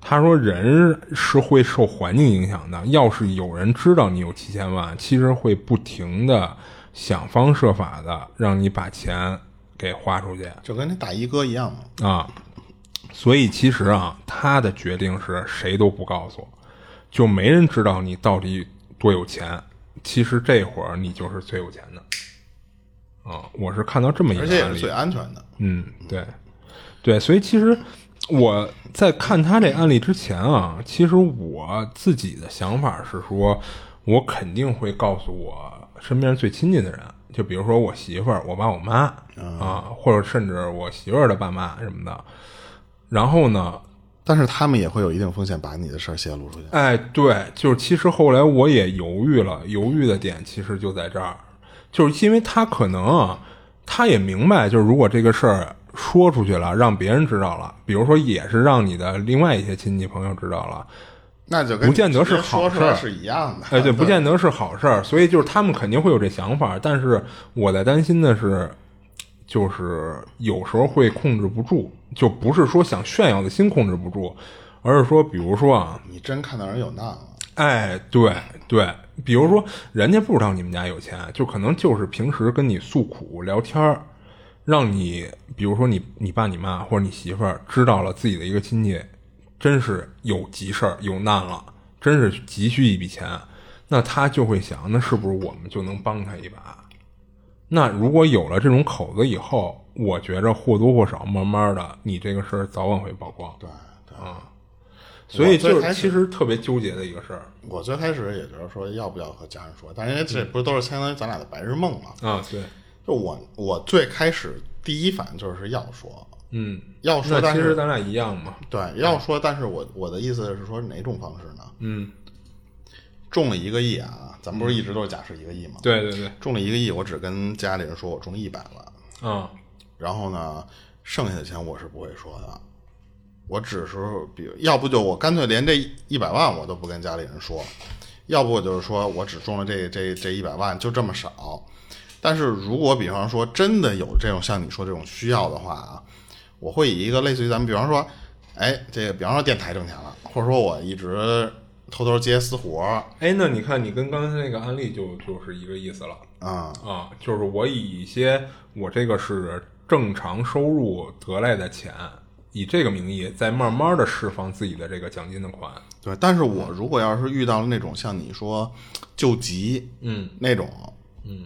[SPEAKER 2] 他说：“人是会受环境影响的，要是有人知道你有七千万，其实会不停的想方设法的让你把钱给花出去。”
[SPEAKER 1] 就跟那大衣哥一样嘛。
[SPEAKER 2] 啊，所以其实啊，他的决定是谁都不告诉，就没人知道你到底多有钱。其实这会儿你就是最有钱的啊！我是看到这么一个
[SPEAKER 1] 而
[SPEAKER 2] 案
[SPEAKER 1] 且
[SPEAKER 2] 例，啊
[SPEAKER 1] 也是最安全的。
[SPEAKER 2] 嗯，对，对，所以其实我在看他这案例之前啊，其实我自己的想法是说，我肯定会告诉我身边最亲近的人，就比如说我媳妇儿、我爸、我妈啊，或者甚至我媳妇儿的爸妈什么的。然后呢，
[SPEAKER 1] 但是他们也会有一定风险，把你的事儿泄露出去。
[SPEAKER 2] 哎，对，就是其实后来我也犹豫了，犹豫的点其实就在这儿，就是因为他可能啊，他也明白，就是如果这个事儿说出去了，让别人知道了，比如说也是让你的另外一些亲戚朋友知道了，
[SPEAKER 1] 那就跟
[SPEAKER 2] 不见得是
[SPEAKER 1] 直接说
[SPEAKER 2] 好事
[SPEAKER 1] 出来是一样的。
[SPEAKER 2] 哎， 对，不见得是好事儿，所以就是他们肯定会有这想法，但是我在担心的是，就是有时候会控制不住，就不是说想炫耀的心控制不住，而是说，比如说啊，
[SPEAKER 1] 你真看到人有难了，
[SPEAKER 2] 哎，对对，比如说人家不知道你们家有钱，就可能就是平时跟你诉苦聊天儿，让你比如说你你爸你妈或者你媳妇儿知道了自己的一个亲戚真是有急事儿有难了，真是急需一笔钱，那他就会想，那是不是我们就能帮他一把？那如果有了这种口子以后，我觉着或多或少，慢慢的，你这个事儿早晚会曝光。
[SPEAKER 1] 对对。
[SPEAKER 2] 所以
[SPEAKER 1] 我最
[SPEAKER 2] 就
[SPEAKER 1] 开
[SPEAKER 2] 是
[SPEAKER 1] 始
[SPEAKER 2] 其实特别纠结的一个事儿
[SPEAKER 1] 我最开始也觉得说要不要和家人说，但是因为
[SPEAKER 2] 嗯
[SPEAKER 1] 这不是都是相当于咱俩的白日梦嘛。
[SPEAKER 2] 啊，对，
[SPEAKER 1] 就我我最开始第一反应就是要说，
[SPEAKER 2] 嗯。
[SPEAKER 1] 要哦说，
[SPEAKER 2] 那
[SPEAKER 1] 但
[SPEAKER 2] 其实
[SPEAKER 1] 是
[SPEAKER 2] 咱俩一样嘛。
[SPEAKER 1] 对要说，但是我我的意思是说哪种方式呢？
[SPEAKER 2] 嗯，
[SPEAKER 1] 中了一个亿啊，咱们不是一直都是假设一个亿吗？，
[SPEAKER 2] 对对对，
[SPEAKER 1] 中了一个亿，我只跟家里人说我中一百万，
[SPEAKER 2] 啊、
[SPEAKER 1] 然后呢，剩下的钱我是不会说的。我只是比，要不就我干脆连这一百万我都不跟家里人说，要不我就是说我只中了这这这一百万，就这么少。但是如果比方说真的有这种像你说这种需要的话啊，我会以一个类似于咱们比方说，哎，这个比方说电台挣钱了，或者说我一直偷偷接私活儿
[SPEAKER 2] 哎，那你看你跟刚才那个案例就就是一个意思了
[SPEAKER 1] 啊、
[SPEAKER 2] 啊、就是我以一些我这个是正常收入得来的钱，以这个名义再慢慢的释放自己的这个奖金的款。
[SPEAKER 1] 对。但是我如果要是遇到了那种像你说救急，
[SPEAKER 2] 嗯
[SPEAKER 1] 那种，
[SPEAKER 2] 嗯，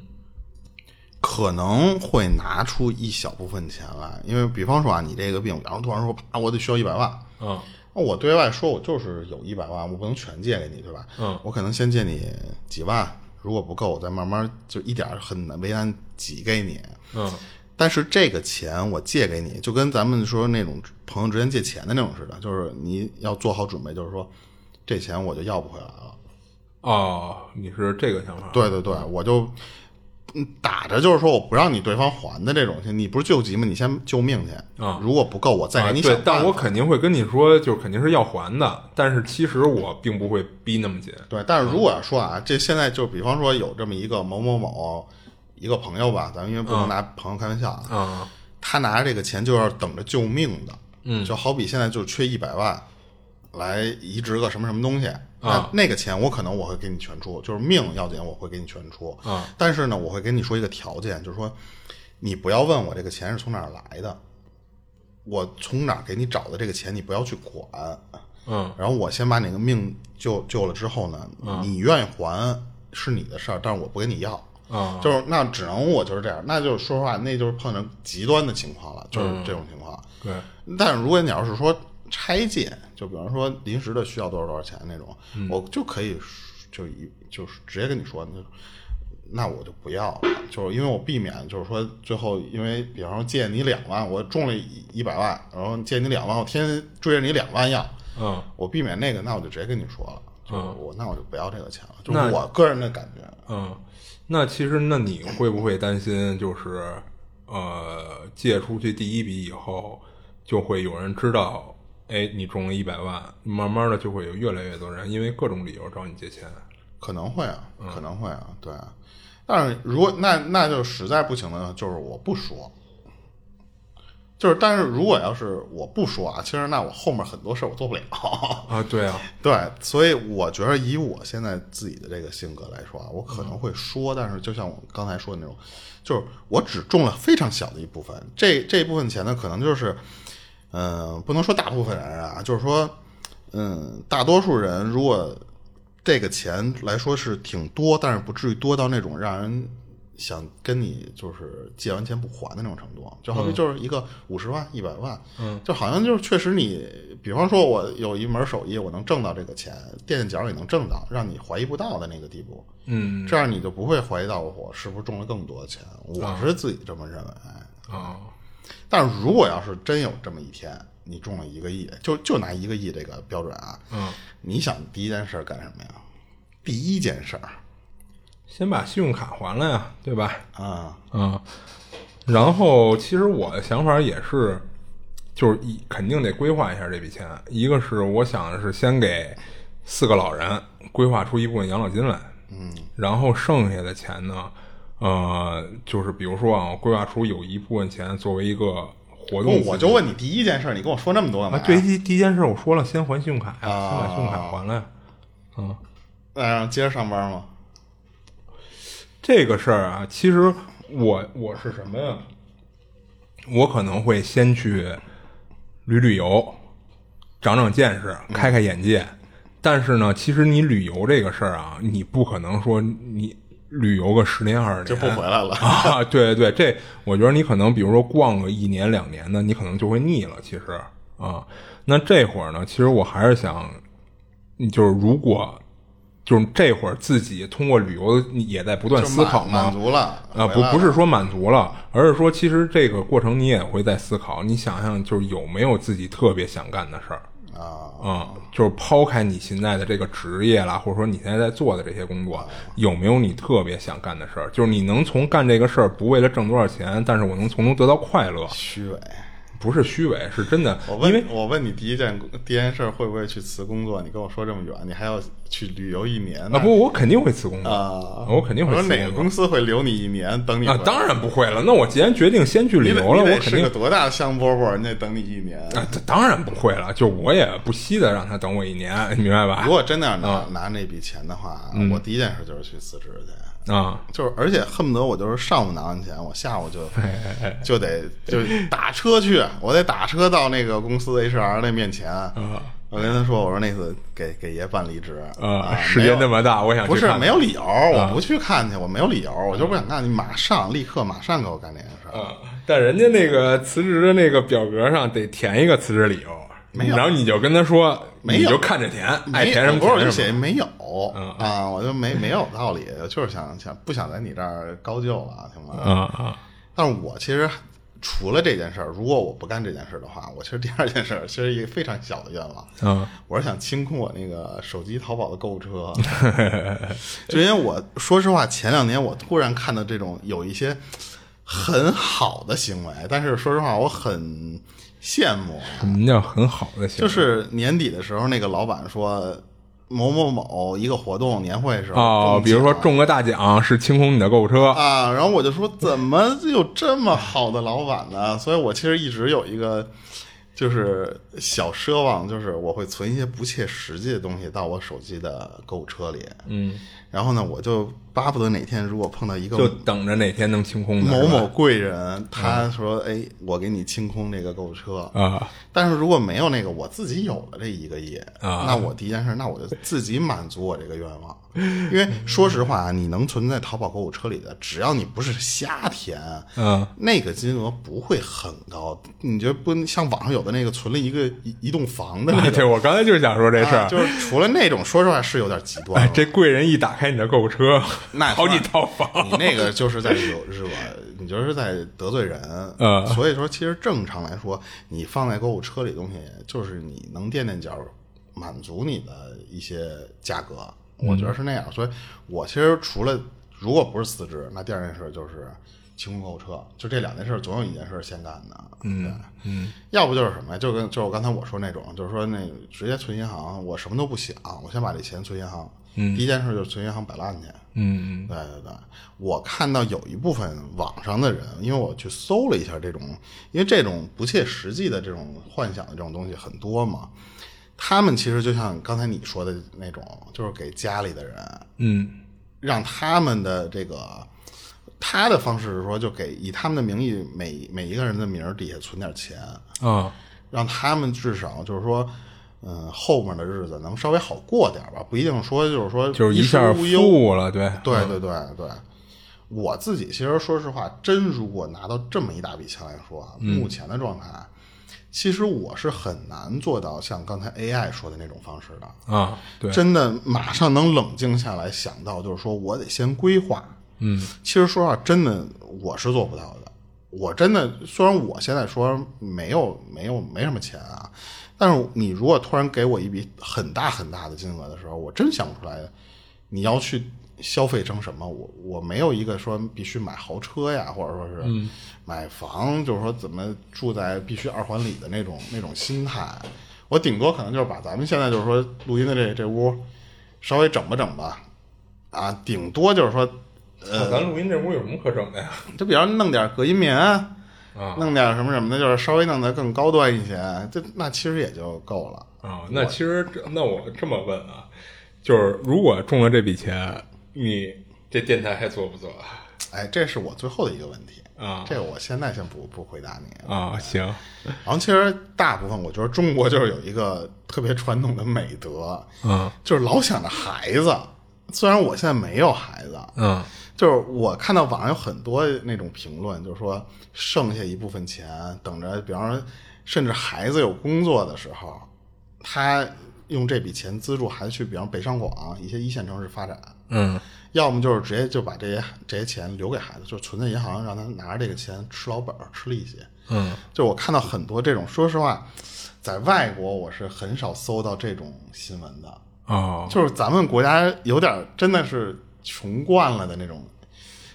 [SPEAKER 1] 可能会拿出一小部分钱来，因为比方说啊，你这个病，然后突然说，啪，我得需要一百万，
[SPEAKER 2] 啊、
[SPEAKER 1] 那我对外说我就是有一百万，我不能全借给你，对吧？
[SPEAKER 2] 嗯，
[SPEAKER 1] 我可能先借你几万，如果不够，我再慢慢就一点儿很难为难挤给你。
[SPEAKER 2] 嗯
[SPEAKER 1] 但是这个钱我借给你，就跟咱们说那种朋友之间借钱的那种似的，就是你要做好准备，就是说这钱我就要不回来了。
[SPEAKER 2] 哦，你是这个想法？
[SPEAKER 1] 对对对，我就嗯打着就是说我不让你对方还的这种，你不是救急吗？你先救命去
[SPEAKER 2] 啊
[SPEAKER 1] 如果不够，我再
[SPEAKER 2] 啊
[SPEAKER 1] 给你想
[SPEAKER 2] 对，
[SPEAKER 1] 办法、
[SPEAKER 2] 但我肯定会跟你说，就是肯定是要还的，但是其实我并不会逼那么紧。
[SPEAKER 1] 对，但是如果要说啊，这现在就比方说有这么一个某某某一个朋友吧，咱们因为不能拿朋友开玩笑啊，
[SPEAKER 2] 啊
[SPEAKER 1] 他拿这个钱就要等着救命的，
[SPEAKER 2] 嗯
[SPEAKER 1] 就好比现在就缺一百万来移植个什么什么东西，
[SPEAKER 2] 啊
[SPEAKER 1] 那那个钱我可能我会给你全出，就是命要紧我会给你全出，
[SPEAKER 2] 啊
[SPEAKER 1] 但是呢，我会跟你说一个条件，就是说你不要问我这个钱是从哪儿来的，我从哪儿给你找的这个钱你不要去管，
[SPEAKER 2] 嗯
[SPEAKER 1] 然后我先把你的命救救了之后呢，你愿意还是你的事儿，但是我不跟你要，
[SPEAKER 2] 啊
[SPEAKER 1] 就是那只能我就是这样，那就是说实话，那就是碰上极端的情况了，就是这种情况。
[SPEAKER 2] 对
[SPEAKER 1] 但是如果你要是说拆借，就比方说临时的需要多少多少钱那种，
[SPEAKER 2] 嗯
[SPEAKER 1] 我就可以就一就是直接跟你说，那那我就不要了，就是因为我避免就是说最后因为比方说借你两万，我中了一一百万，然后借你两万，我天天追着你两万要，
[SPEAKER 2] 嗯
[SPEAKER 1] 我避免那个，那我就直接跟你说了，就
[SPEAKER 2] 嗯
[SPEAKER 1] 我那我就不要这个钱了，就是
[SPEAKER 2] 那
[SPEAKER 1] 我个人的感觉。
[SPEAKER 2] 嗯。那其实，那你会不会担心，就是呃，借出去第一笔以后，就会有人知道，哎，你中了一百万，慢慢的就会有越来越多人因为各种理由找你借钱。
[SPEAKER 1] 可能会啊，可能会啊，对啊。但是如果那那就实在不行了，就是我不说。就是，但是如果要是我不说啊，其实那我后面很多事儿我做不了。
[SPEAKER 2] 啊，对啊，
[SPEAKER 1] 对，所以我觉得以我现在自己的这个性格来说啊，我可能会说，但是就像我刚才说的那种，就是我只中了非常小的一部分，这这一部分钱呢，可能就是，嗯、不能说大部分人啊，就是说，嗯，大多数人如果这个钱来说是挺多，但是不至于多到那种让人。想跟你就是借完钱不还的那种程度，啊就好比就是一个五十万、一百万，
[SPEAKER 2] 嗯，
[SPEAKER 1] 就好像就是确实你，比方说我有一门手艺，我能挣到这个钱，垫垫脚也能挣到，让你怀疑不到的那个地步，
[SPEAKER 2] 嗯
[SPEAKER 1] 这样你就不会怀疑到我是不是中了更多的钱。我是自己这么认为。哎
[SPEAKER 2] 啊，
[SPEAKER 1] 但如果要是真有这么一天，你中了一个亿，就就拿一个亿这个标准啊，
[SPEAKER 2] 嗯，
[SPEAKER 1] 你想第一件事儿干什么呀？第一件事儿
[SPEAKER 2] 先把信用卡还了呀，对吧？
[SPEAKER 1] 啊，
[SPEAKER 2] 嗯，然后其实我的想法也是，就是一肯定得规划一下这笔钱。一个是我想的是先给四个老人规划出一部分养老金来，嗯，然后剩下的钱呢，呃，就是比如说啊，我规划出有一部分钱作为一个活动资金，
[SPEAKER 1] 哦我就问你第一件事儿，你跟我说那么多干嘛
[SPEAKER 2] 啊
[SPEAKER 1] 呀？，
[SPEAKER 2] 对，第第一件事我说了，先还信用卡呀，
[SPEAKER 1] 啊
[SPEAKER 2] 先把信用卡还了呀，嗯。
[SPEAKER 1] 嗯，接着上班吗？
[SPEAKER 2] 这个事儿啊，其实我我是什么呀？我可能会先去旅旅游，长长见识，
[SPEAKER 1] 嗯
[SPEAKER 2] 开开眼界。但是呢，其实你旅游这个事儿啊，你不可能说你旅游个十年二十年
[SPEAKER 1] 就不回来了。
[SPEAKER 2] 啊，对对，这我觉得你可能，比如说逛个一年两年的，你可能就会腻了。其实啊，那这会儿呢，其实我还是想，就是如果就是这会儿自己通过旅游也在不断
[SPEAKER 1] 就
[SPEAKER 2] 思
[SPEAKER 1] 满
[SPEAKER 2] 考嘛
[SPEAKER 1] 满，足了
[SPEAKER 2] 啊，
[SPEAKER 1] 回
[SPEAKER 2] 不
[SPEAKER 1] 来
[SPEAKER 2] 不
[SPEAKER 1] 了
[SPEAKER 2] 是说满足了，而是说其实这个过程你也会在思考，你想想就是有没有自己特别想干的事儿。
[SPEAKER 1] 啊，
[SPEAKER 2] 啊、就是抛开你现在的这个职业啦，或者说你现在在做的这些工作，有没有你特别想干的事儿？就是你能从干这个事儿不为了挣多少钱，但是我能从中得到快乐，
[SPEAKER 1] 虚伪。
[SPEAKER 2] 不是虚伪，是真的。
[SPEAKER 1] 我
[SPEAKER 2] 因为
[SPEAKER 1] 问，我问你第一件第一件事儿会不会去辞工作？你跟我说这么远，你还要去旅游一年呢
[SPEAKER 2] 啊，不，我肯定会辞工作，
[SPEAKER 1] 啊
[SPEAKER 2] 我肯定
[SPEAKER 1] 我
[SPEAKER 2] 会
[SPEAKER 1] 说
[SPEAKER 2] 辞
[SPEAKER 1] 哪个
[SPEAKER 2] 工
[SPEAKER 1] 公司会留你一年等你
[SPEAKER 2] 作啊
[SPEAKER 1] 回，来
[SPEAKER 2] 当然不会了。那我既然决定先去旅
[SPEAKER 1] 你得
[SPEAKER 2] 游了，
[SPEAKER 1] 你得
[SPEAKER 2] 我肯
[SPEAKER 1] 是
[SPEAKER 2] 定
[SPEAKER 1] 个多大的香饽饽，人家等你一年。
[SPEAKER 2] 啊，当然不会了。就我也不惜的让他等我一年， 你明白吧
[SPEAKER 1] 如？果真的要拿、
[SPEAKER 2] 啊
[SPEAKER 1] 拿那笔钱的话，
[SPEAKER 2] 嗯
[SPEAKER 1] 我第一件事就是去辞职去，
[SPEAKER 2] 啊，
[SPEAKER 1] 就是而且恨不得我就是上午拿完钱，我下午就就得就打车去，我得打车到那个公司 HR 那面前，
[SPEAKER 2] 啊
[SPEAKER 1] 我跟他说，我说那次给给爷办离职
[SPEAKER 2] 呃，世
[SPEAKER 1] 啊没有
[SPEAKER 2] 界那么大，我想去
[SPEAKER 1] 不是
[SPEAKER 2] 看啊
[SPEAKER 1] 没有理由，我不去看去，我没有理由，我就不想干。你马上立刻马上给我干这件事儿，
[SPEAKER 2] 啊，但人家那个辞职的那个表格上得填一个辞职理由，
[SPEAKER 1] 没有
[SPEAKER 2] 然后你就跟他说，
[SPEAKER 1] 没有
[SPEAKER 2] 你就看着填，爱
[SPEAKER 1] 没
[SPEAKER 2] 填什么嗯
[SPEAKER 1] 不是我就
[SPEAKER 2] 填
[SPEAKER 1] 写
[SPEAKER 2] 什么。
[SPEAKER 1] 没有啊，我就没没有道理，就是想想不想在你这儿高就了，行吗？
[SPEAKER 2] 啊啊！
[SPEAKER 1] 但是我其实除了这件事儿，如果我不干这件事儿的话，我其实第二件事儿其实一个非常小的愿望，
[SPEAKER 2] 嗯
[SPEAKER 1] 我是想清空我那个手机淘宝的购物 车，就因为我说实话，前两年我突然看到这种有一些很好的行为，但是说实话，我很羡慕啊，
[SPEAKER 2] 什么叫很好的行为？
[SPEAKER 1] 就是年底的时候，那个老板说某某某一个活动年会的时候
[SPEAKER 2] 哦，比如说中个大奖是清空你的购物车，
[SPEAKER 1] 啊，然后我就说怎么有这么好的老板呢？所以我其实一直有一个就是小奢望，就是我会存一些不切实际的东西到我手机的购物车里。
[SPEAKER 2] 嗯，
[SPEAKER 1] 然后呢，我就巴不得哪天如果碰到一个
[SPEAKER 2] 就等着哪天能嗯清空的
[SPEAKER 1] 某
[SPEAKER 2] 是吧
[SPEAKER 1] 某贵人，他说：“哎，我给你清空这个购物车。”
[SPEAKER 2] 啊，
[SPEAKER 1] 但是如果没有那个，我自己有了这一个亿，
[SPEAKER 2] 啊
[SPEAKER 1] 那我第一件事，那我就自己满足我这个愿望。因为说实话啊，你能存在淘宝购物车里的，只要你不是瞎填，
[SPEAKER 2] 嗯，
[SPEAKER 1] 那个金额不会很高。你觉得不像网上有的那个存了一个一一栋房的那
[SPEAKER 2] 对
[SPEAKER 1] 种，
[SPEAKER 2] 我刚才就是想说这事
[SPEAKER 1] 啊
[SPEAKER 2] 儿。
[SPEAKER 1] 就是除了那种，说实话是有点极端
[SPEAKER 2] 哎
[SPEAKER 1] 了。，
[SPEAKER 2] 这贵人一打开你的购物车，
[SPEAKER 1] 那
[SPEAKER 2] 好几
[SPEAKER 1] 算
[SPEAKER 2] 套房。
[SPEAKER 1] 你那个就是在惹惹，你就是在得罪人。
[SPEAKER 2] 嗯
[SPEAKER 1] 所以说其实正常来说，你放在购物车里的东西，就是你能垫垫脚，满足你的一些价格，我觉得是那样。所以我其实除了如果不是辞职，那第二件事就是清空购物车，就这两件事，总有一件事先干的。嗯嗯，要不就是什么呀？就跟就是我刚才我说那种，就是说那直接存银行，我什么都不想，我先把这钱存银行。嗯，第一件事就是存银行摆烂去。
[SPEAKER 2] 嗯，
[SPEAKER 1] 对对对，我看到有一部分网上的人，因为我去搜了一下这种，因为这种不切实际的这种幻想的这种东西很多嘛，他们其实就像刚才你说的那种，就是给家里的人，
[SPEAKER 2] 嗯，
[SPEAKER 1] 让他们的这个。他的方式是说，就给以他们的名义，每每一个人的名儿底下存点钱，
[SPEAKER 2] 啊，
[SPEAKER 1] 让他们至少就是说，嗯，后面的日子能稍微好过点儿吧，不一定说就是说
[SPEAKER 2] 就是一
[SPEAKER 1] 事
[SPEAKER 2] 下
[SPEAKER 1] 无忧
[SPEAKER 2] 富啊了，对，
[SPEAKER 1] 对对对对，我自己其实说实话，真如果拿到这么一大笔钱来说啊，目前的状态，其实我是很难做到像刚才 AI 说的那种方式的。
[SPEAKER 2] 啊，对，
[SPEAKER 1] 真的马上能冷静下来，想到就是说我得先规划。
[SPEAKER 2] 嗯，
[SPEAKER 1] 其实说实话，真的我是做不到的。我真的虽然我现在说没有没有没什么钱啊，但是你如果突然给我一笔很大很大的金额的时候，我真想不出来你要去消费成什么。我我没有一个说必须买豪车呀，或者说是买房，就是说怎么住在必须二环里的那种那种心态。我顶多可能就是把咱们现在就是说录音的这这屋稍微整吧整吧，啊，顶多就是说
[SPEAKER 2] 那咱录音这屋有什么可整的呀？
[SPEAKER 1] 就比方弄点隔音棉，
[SPEAKER 2] 啊
[SPEAKER 1] 弄点什么什么的，就是稍微弄得更高端一些，这那其实也就够了。
[SPEAKER 2] 啊，那其实这那我这么问啊，就是如果中了这笔钱，你这电台还做不做啊？
[SPEAKER 1] 哎，这是我最后的一个问题
[SPEAKER 2] 啊
[SPEAKER 1] 这个我现在先不不回答你。
[SPEAKER 2] 啊，行，
[SPEAKER 1] 然后其实大部分我觉得中国就是有一个特别传统的美德，
[SPEAKER 2] 嗯
[SPEAKER 1] 就是老想着孩子。虽然我现在没有孩子，
[SPEAKER 2] 嗯
[SPEAKER 1] 就是我看到网上有很多那种评论，就是说剩下一部分钱，等着，比方说，甚至孩子有工作的时候，他用这笔钱资助孩子去，比方北上广一些一线城市发展，
[SPEAKER 2] 嗯
[SPEAKER 1] 要么就是直接就把这些这些钱留给孩子，就存在银行，让他拿着这个钱吃老本儿、吃利息。
[SPEAKER 2] 嗯
[SPEAKER 1] 就我看到很多这种，说实话，在外国我是很少搜到这种新闻的。
[SPEAKER 2] 哦，
[SPEAKER 1] 就是咱们国家有点儿真的是穷惯了的那种，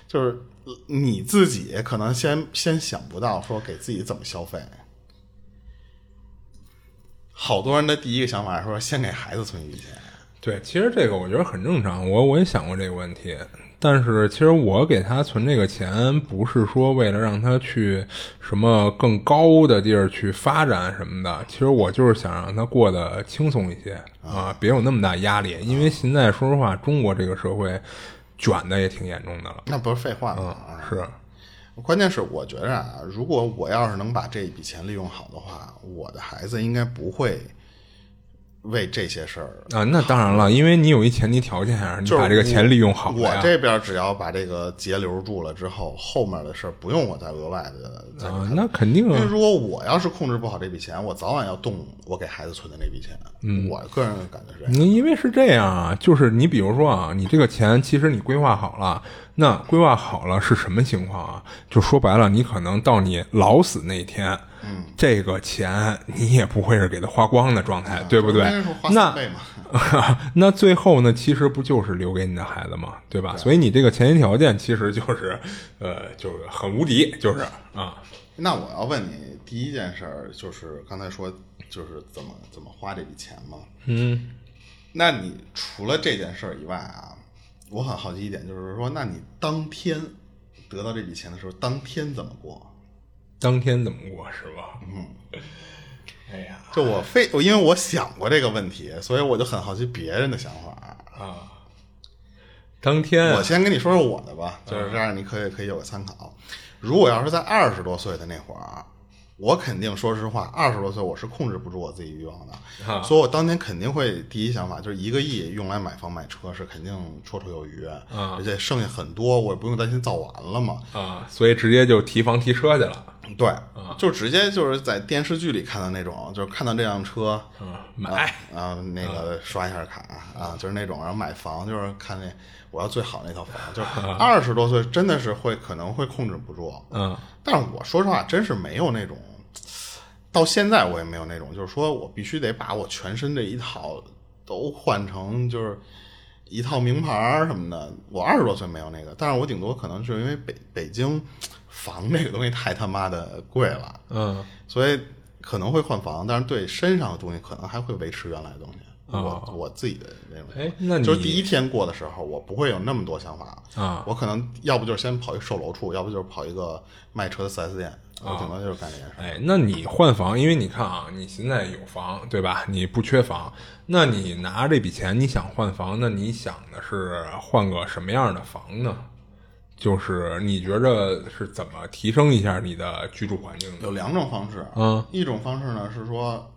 [SPEAKER 1] 就是呃你自己可能先先想不到说给自己怎么消费。好多人的第一个想法是说先给孩子存一笔钱，
[SPEAKER 2] 对，其实这个我觉得很正常，我我也想过这个问题。但是其实我给他存这个钱，不是说为了让他去什么更高的地儿去发展什么的，其实我就是想让他过得轻松一些啊，别有那么大压力。因为现在说实话，中国这个社会卷的也挺严重的了，
[SPEAKER 1] 那不是废话吗？啊
[SPEAKER 2] 是，
[SPEAKER 1] 关键是我觉着啊，如果我要是能把这一笔钱利用好的话，我的孩子应该不会为这些事儿。
[SPEAKER 2] 啊，那当然了，因为你有一前提条件啊，你
[SPEAKER 1] 就是
[SPEAKER 2] 把这个钱利用好了
[SPEAKER 1] 我
[SPEAKER 2] 呀。
[SPEAKER 1] 这边只要把这个节留住了之后，后面的事儿不用我再额外的再去
[SPEAKER 2] 啊，
[SPEAKER 1] 看。
[SPEAKER 2] 那肯定
[SPEAKER 1] 因为
[SPEAKER 2] 啊，
[SPEAKER 1] 如果我要是控制不好这笔钱，我早晚要动我给孩子存的那笔钱。嗯，我个人感觉是这样。
[SPEAKER 2] 你因为是这样啊，就是你比如说啊，你这个钱其实你规划好了，那规划好了是什么情况啊？就说白了，你可能到你老死那一天，嗯，这个钱你也不会是给他花光的状
[SPEAKER 1] 嗯
[SPEAKER 2] 态，对不对
[SPEAKER 1] 那时候？花
[SPEAKER 2] 那
[SPEAKER 1] 三 倍嘛，
[SPEAKER 2] 那最后呢，其实不就是留给你的孩子吗？对吧？所以你这个前提条件其实就是，呃，就是很无敌，就是啊，
[SPEAKER 1] 那我要问你，第一件事儿就是刚才说，就是怎么怎么花这笔钱嘛？
[SPEAKER 2] 嗯，
[SPEAKER 1] 那你除了这件事儿以外啊，我很好奇一点，就是说，那你当天得到这笔钱的时候，当天怎么过？
[SPEAKER 2] 当天怎么过是吧？嗯，
[SPEAKER 1] 嗯
[SPEAKER 2] 哎呀
[SPEAKER 1] 就我非我因为我想过这个问题，所以我就很好奇别人的想法。
[SPEAKER 2] 啊，当天
[SPEAKER 1] 我先跟你说说我的吧，就是这样，你可以可以有个参考。如果要是在二十多岁的那会儿，啊我肯定说实话，二十多岁我是控制不住我自己欲望
[SPEAKER 2] 啊
[SPEAKER 1] 的，所以我当年肯定会第一想法就是一个亿用来买房买车是肯定绰绰有余，而且剩下很多我也不用担心造完了嘛。
[SPEAKER 2] 啊，所以直接就提房提车去了
[SPEAKER 1] 对，就直接就是在电视剧里看到那种，就是看到这辆车，
[SPEAKER 2] 啊，
[SPEAKER 1] 啊
[SPEAKER 2] 买
[SPEAKER 1] 啊，那个刷一下卡啊，就是那种，然后买房就是看那我要最好那套房，就是二十多岁真的是会可能会控制不住，
[SPEAKER 2] 嗯
[SPEAKER 1] 但是我说实话，真是没有那种，到现在我也没有那种，就是说我必须得把我全身这一套都换成就是一套名牌儿什么的。我二十多岁没有那个，但是我顶多可能是因为北北京房这个东西太他妈的贵了，
[SPEAKER 2] 嗯
[SPEAKER 1] 所以可能会换房，但是对身上的东西可能还会维持原来的东西。
[SPEAKER 2] 哦
[SPEAKER 1] 我我自己的那种，
[SPEAKER 2] 哎那你
[SPEAKER 1] 就是第一天过的时候，我不会有那么多想法
[SPEAKER 2] 啊
[SPEAKER 1] 我可能要不就是先跑一售楼处，要不就是跑一个卖车的四 S 店，
[SPEAKER 2] 哦
[SPEAKER 1] 我顶多就是干这件事儿。
[SPEAKER 2] 哎，那你换房，因为你看啊，你现在有房，对吧？你不缺房，那你拿这笔钱，你想换房，那你想的是换个什么样的房呢？就是你觉着是怎么提升一下你的居住环境的？
[SPEAKER 1] 有两种方式，
[SPEAKER 2] 嗯，
[SPEAKER 1] 一种方式呢是说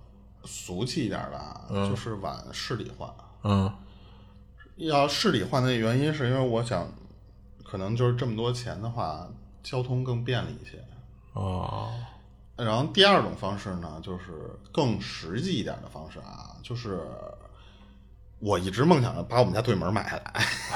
[SPEAKER 1] 俗气一点的啊，
[SPEAKER 2] 哦
[SPEAKER 1] 就是往市里换。
[SPEAKER 2] 嗯
[SPEAKER 1] 要市里换的原因是因为我想，可能就是这么多钱的话，交通更便利一些。
[SPEAKER 2] 哦
[SPEAKER 1] 然后第二种方式呢，就是更实际一点的方式啊，就是我一直梦想着把我们家对门买下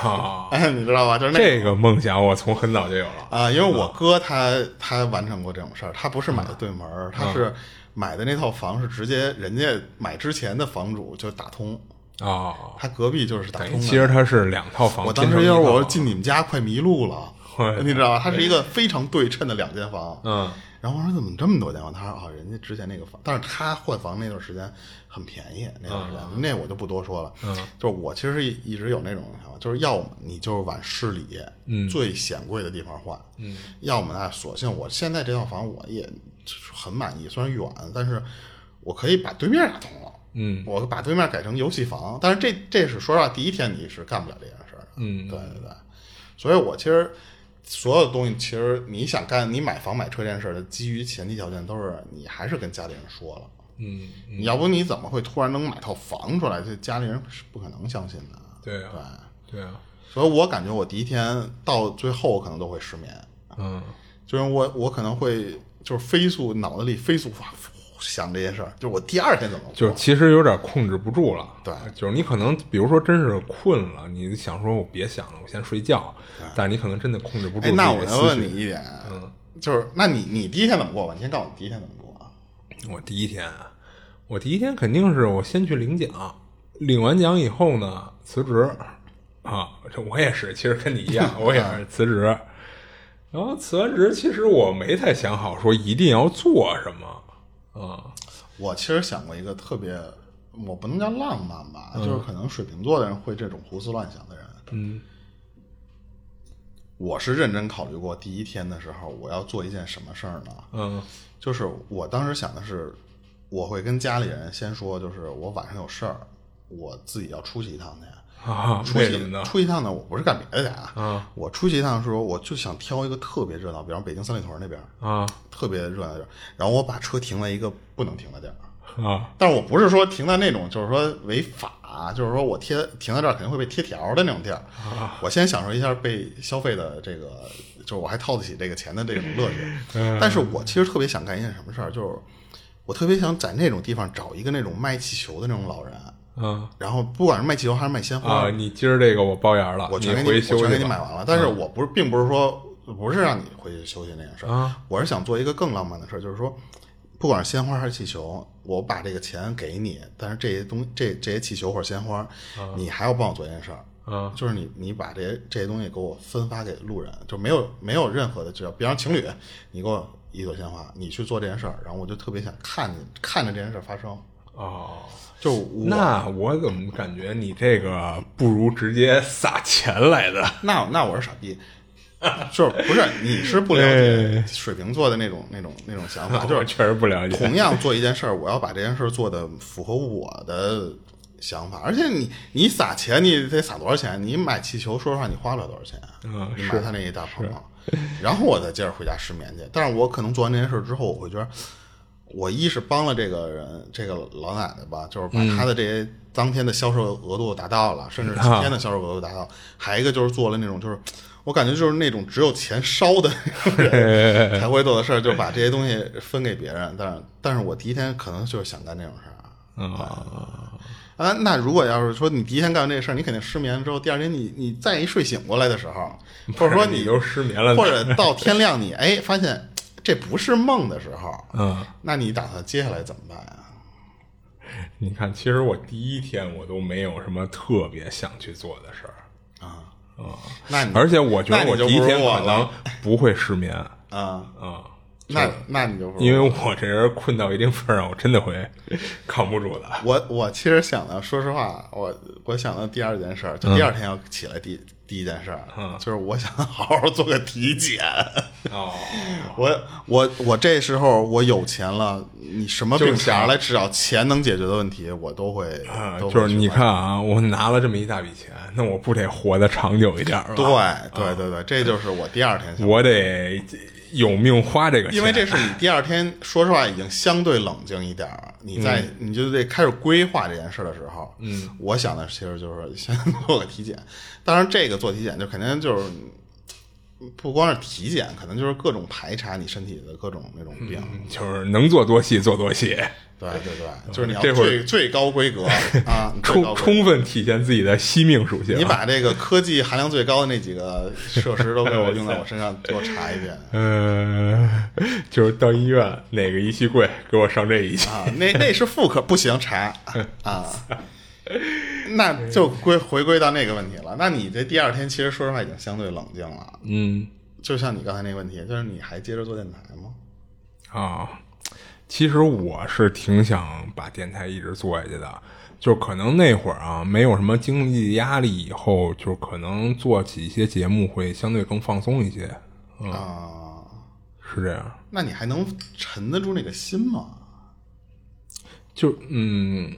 [SPEAKER 1] 来，
[SPEAKER 2] 啊，
[SPEAKER 1] 哎，你知道吧？就是那
[SPEAKER 2] 这个嗯梦想我从很早就有了。
[SPEAKER 1] 啊、因为我哥他他完成过这种事儿，他不是买的对门
[SPEAKER 2] 嗯
[SPEAKER 1] 儿，他是买的那套房是直接人家买之前的房主就打通，
[SPEAKER 2] 哦，
[SPEAKER 1] 他隔壁就是打
[SPEAKER 2] 等
[SPEAKER 1] 通
[SPEAKER 2] 于
[SPEAKER 1] 的。
[SPEAKER 2] 其实它是两套房，
[SPEAKER 1] 哎我当时
[SPEAKER 2] 拼成一
[SPEAKER 1] 要是
[SPEAKER 2] 套
[SPEAKER 1] 我
[SPEAKER 2] 房
[SPEAKER 1] 进你们家快迷路 了
[SPEAKER 2] 哎，
[SPEAKER 1] 你知道吧？它是一个非常对称的两间房，
[SPEAKER 2] 嗯
[SPEAKER 1] 然后我说怎么这么多间房？他说啊，人家之前那个房，但是他换房那段时间很便宜，那段时间、那我就不多说了。嗯，就是我其实一直有那种想法，就是要么你就是往市里、
[SPEAKER 2] 嗯
[SPEAKER 1] 最显贵的地方换，嗯，要么呢，索性我现在这套房我也很满意，虽然远，但是我可以把对面打通了，
[SPEAKER 2] 嗯
[SPEAKER 1] 我把对面改成游戏房。但是这这是说实话，第一天你是干不了这件事儿的。
[SPEAKER 2] 嗯
[SPEAKER 1] 对对对，所以我其实所有的东西，其实你想干，你买房买车这件事儿的基于前提条件都是你还是跟家里人说了，
[SPEAKER 2] 嗯，
[SPEAKER 1] 你要不你怎么会突然能买套房出来？这家里人是不可能相信的。
[SPEAKER 2] 对
[SPEAKER 1] 对
[SPEAKER 2] 啊，，对啊，
[SPEAKER 1] 所以我感觉我第一天到最后我可能都会失眠，
[SPEAKER 2] 嗯
[SPEAKER 1] 就是我我可能会就是飞速脑子里飞速发想这些事儿，就是我第二天怎么过
[SPEAKER 2] 就是其实有点控制不住了。
[SPEAKER 1] 对
[SPEAKER 2] 就是你可能比如说真是困了，你想说我别想了，我先睡觉，但是你可能真的控制不住
[SPEAKER 1] 哎，
[SPEAKER 2] 自己
[SPEAKER 1] 那我
[SPEAKER 2] 的
[SPEAKER 1] 再
[SPEAKER 2] 思
[SPEAKER 1] 问
[SPEAKER 2] 绪。
[SPEAKER 1] 你一点，嗯，就是那你你第一天怎么过吧？你先告诉我你第一天怎么过啊？
[SPEAKER 2] 我第一天啊，我第一天肯定是我先去领奖，领完奖以后呢，辞职啊，这我也是，其实跟你一样，我也是辞职。然后辞完职，其实我没太想好说一定要做什么啊，
[SPEAKER 1] 我其实想过一个特别，我不能叫浪漫吧，就是可能水瓶座的人会这种胡思乱想的人。
[SPEAKER 2] 嗯
[SPEAKER 1] 我是认真考虑过，第一天的时候我要做一件什么事儿呢？
[SPEAKER 2] 嗯
[SPEAKER 1] 就是我当时想的是，我会跟家里人先说，就是我晚上有事儿，我自己要出去一趟去。
[SPEAKER 2] 啊，
[SPEAKER 1] 出
[SPEAKER 2] 为
[SPEAKER 1] 去
[SPEAKER 2] 什么呢？
[SPEAKER 1] 出去一趟呢，我不是干别的去啊。
[SPEAKER 2] 啊
[SPEAKER 1] 我出去一趟的时候，我就想挑一个特别热闹，比方北京三里屯那边
[SPEAKER 2] 啊
[SPEAKER 1] 特别热闹的地儿，然后我把车停在一个不能停的地儿，
[SPEAKER 2] 啊，
[SPEAKER 1] 但我不是说停在那种就是说违法，就是说我贴停在这儿肯定会被贴条的那种地儿。我先享受一下被消费的这个，就是我还掏得起这个钱的这种乐趣。
[SPEAKER 2] 嗯
[SPEAKER 1] 但是我其实特别想干一件什么事儿，就是我特别想在那种地方找一个那种卖气球的那种老人，
[SPEAKER 2] 嗯
[SPEAKER 1] 然后不管是卖气球还是卖鲜花
[SPEAKER 2] 啊，，你今儿这个我包圆了，
[SPEAKER 1] 我
[SPEAKER 2] 你
[SPEAKER 1] 全给
[SPEAKER 2] 回
[SPEAKER 1] 我
[SPEAKER 2] 休息
[SPEAKER 1] 全给你
[SPEAKER 2] 吧嗯
[SPEAKER 1] 买完了。但是我不是，并不是说不是让你回去休息那件事儿，
[SPEAKER 2] 啊
[SPEAKER 1] 我是想做一个更浪漫的事儿，就是说，不管是鲜花还是气球，我把这个钱给你，但是这些东这这些气球或者鲜花，你还要帮我做一件事儿。
[SPEAKER 2] 啊
[SPEAKER 1] 就是你，你把这些这些东西给我分发给路人，就没有没有任何的，只要比方情侣，你给我一朵鲜花，你去做这件事儿，然后我就特别想看你看着这件事儿发生。
[SPEAKER 2] 哦。
[SPEAKER 1] 就我
[SPEAKER 2] 那我怎么感觉你这个不如直接撒钱来的？
[SPEAKER 1] 那那我是傻逼，就是不是你是不了解水瓶座的那种那种那种想 法，就
[SPEAKER 2] 我
[SPEAKER 1] 是
[SPEAKER 2] 确实不了解
[SPEAKER 1] 同样做一件事儿，我要把这件事儿做的符合我的想法，而且你你撒钱，你得撒多少钱？你买气球，说实话，你花不了多少钱，啊
[SPEAKER 2] 嗯
[SPEAKER 1] 你买他那一大棚啊，然后我再接着回家失眠去。但是我可能做完这件事儿之后，我会觉得。我一是帮了这个人，这个老奶奶
[SPEAKER 2] 嗯
[SPEAKER 1] 吧，就是把她的这些当天的销售额度达到了，啊甚
[SPEAKER 2] 嗯
[SPEAKER 1] 至今天的销售额度达到。还一个就是做了那种，就是我感觉就是那种只有钱烧的那种人才会做的事儿，就把这些东西分给别人。但是，但是我第一天可能就是想干这种事儿啊。
[SPEAKER 2] 啊，
[SPEAKER 1] 啊，那如果要是说你第一天干完这事儿，你肯定失眠之后，第二天你你再一睡醒过来的时候， 或者说
[SPEAKER 2] 你又失眠了，
[SPEAKER 1] 或者到天亮你哎发现这不是梦的时候，
[SPEAKER 2] 嗯，
[SPEAKER 1] 那你打算接下来怎么办啊？
[SPEAKER 2] 你看，其实我第一天我都没有什么特别想去做的事儿，
[SPEAKER 1] 啊，
[SPEAKER 2] 啊，
[SPEAKER 1] 那你
[SPEAKER 2] 而且我觉得
[SPEAKER 1] 那
[SPEAKER 2] 我
[SPEAKER 1] 你就
[SPEAKER 2] 第一
[SPEAKER 1] 不
[SPEAKER 2] 天
[SPEAKER 1] 如我
[SPEAKER 2] 可能
[SPEAKER 1] 了
[SPEAKER 2] 不会失眠
[SPEAKER 1] 啊，
[SPEAKER 2] 啊，
[SPEAKER 1] 那那你就不如
[SPEAKER 2] 因为我这人困到一定份儿上，我真的会 扛不住的。
[SPEAKER 1] 我我其实想的，说实话，我我想的第二件事儿，就第二天要起来第、第一件事儿，
[SPEAKER 2] 嗯
[SPEAKER 1] 就是我想好好做个体检。
[SPEAKER 2] 哦，
[SPEAKER 1] 我我我这时候我有钱了，你什么
[SPEAKER 2] 就是
[SPEAKER 1] 病查
[SPEAKER 2] 想
[SPEAKER 1] 来，只要钱能解决的问题，我都会，
[SPEAKER 2] 啊，
[SPEAKER 1] 都会
[SPEAKER 2] 就是
[SPEAKER 1] 去
[SPEAKER 2] 你
[SPEAKER 1] 办
[SPEAKER 2] 看啊，我拿了这么一大笔钱，那我不得活得长久一点儿吧？
[SPEAKER 1] 对对对对，这就是我第二天想的。
[SPEAKER 2] 我得有命花这个钱，
[SPEAKER 1] 因为这是你第二天，说实话已经相对冷静一点儿，你在、
[SPEAKER 2] 嗯
[SPEAKER 1] 你就得开始规划这件事的时候，嗯，我想的其实就是先做个体检，当然这个做体检就肯定就是不光是体检，可能就是各种排查你身体的各种那种病，
[SPEAKER 2] 就是能做多细做多细，
[SPEAKER 1] 对对对，就是你要
[SPEAKER 2] 嗯这会儿
[SPEAKER 1] 最最高规格啊，你最
[SPEAKER 2] 充
[SPEAKER 1] 高规格
[SPEAKER 2] 充分体现自己的惜命属性。啊
[SPEAKER 1] 你把这个科技含量最高的那几个设施都给我用在我 身上，给我查一遍。
[SPEAKER 2] 呃， 就是到医院哪个仪器柜给我上这仪器，
[SPEAKER 1] 啊，那那是妇科，不行查啊，那就归回归到那个问题了。那你这第二天其实说实话已经相对冷静了，
[SPEAKER 2] 嗯
[SPEAKER 1] 就像你刚才那个问题，就是你还接着做电台吗？
[SPEAKER 2] 啊，其实我是挺想把电台一直做下去的，就可能那会儿啊没有什么经济压力，以后就可能做起一些节目会相对更放松一些，嗯，
[SPEAKER 1] 啊，
[SPEAKER 2] 是这样。
[SPEAKER 1] 那你还能沉得住那个心吗？
[SPEAKER 2] 就嗯，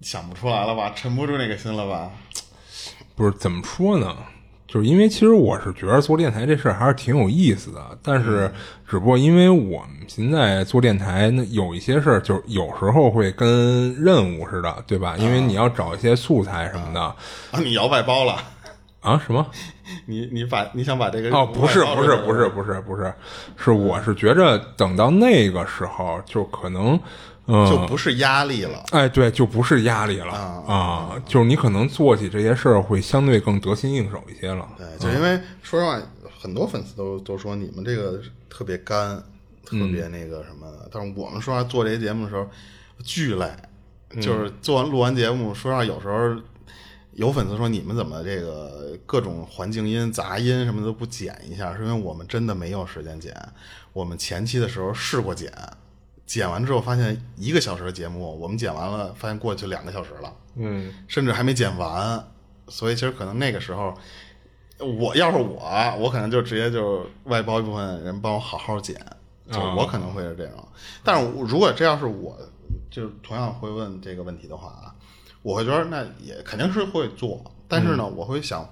[SPEAKER 1] 想不出来了吧？沉不住那个心了吧？
[SPEAKER 2] 不是怎么说呢？就是因为其实我是觉得做电台这事儿还是挺有意思的，但是只不过因为我们现在做电台，那有一些事儿就是有时候会跟任务似的，对吧？因为你要找一些素材什么的啊
[SPEAKER 1] 啊，你摇外包了，
[SPEAKER 2] 什么？
[SPEAKER 1] 你你把你想把这个
[SPEAKER 2] 哦，不是
[SPEAKER 1] 呃外包
[SPEAKER 2] 不是
[SPEAKER 1] 出去
[SPEAKER 2] 不是不是不是，是我是觉着等到那个时候，就可能嗯，
[SPEAKER 1] 就不是压力了。
[SPEAKER 2] 哎，对，就不是压力了
[SPEAKER 1] 啊
[SPEAKER 2] 啊，就是你可能做起这些事儿会相对更得心应手一些了。
[SPEAKER 1] 对，就因为说实话，很多粉丝都都说你们这个特别干，特别那个什么的。但是我们说实话，做这些节目的时候巨累，就是做完录完节目，说实话，有时候有粉丝说你们怎么这个各种环境音、杂音什么都不剪一下，是因为我们真的没有时间剪。我们前期的时候试过剪，剪完之后发现一个小时的节目，我们剪完了发现过去两个小时了。
[SPEAKER 2] 嗯，
[SPEAKER 1] 甚至还没剪完，所以其实可能那个时候，我要是我，我可能就直接就外包一部分人帮我好好剪，就
[SPEAKER 2] 啊
[SPEAKER 1] 我可能会是这种。但是我如果这要是我，就是同样会问这个问题的话啊，我会觉得那也肯定是会做，但是呢，我会想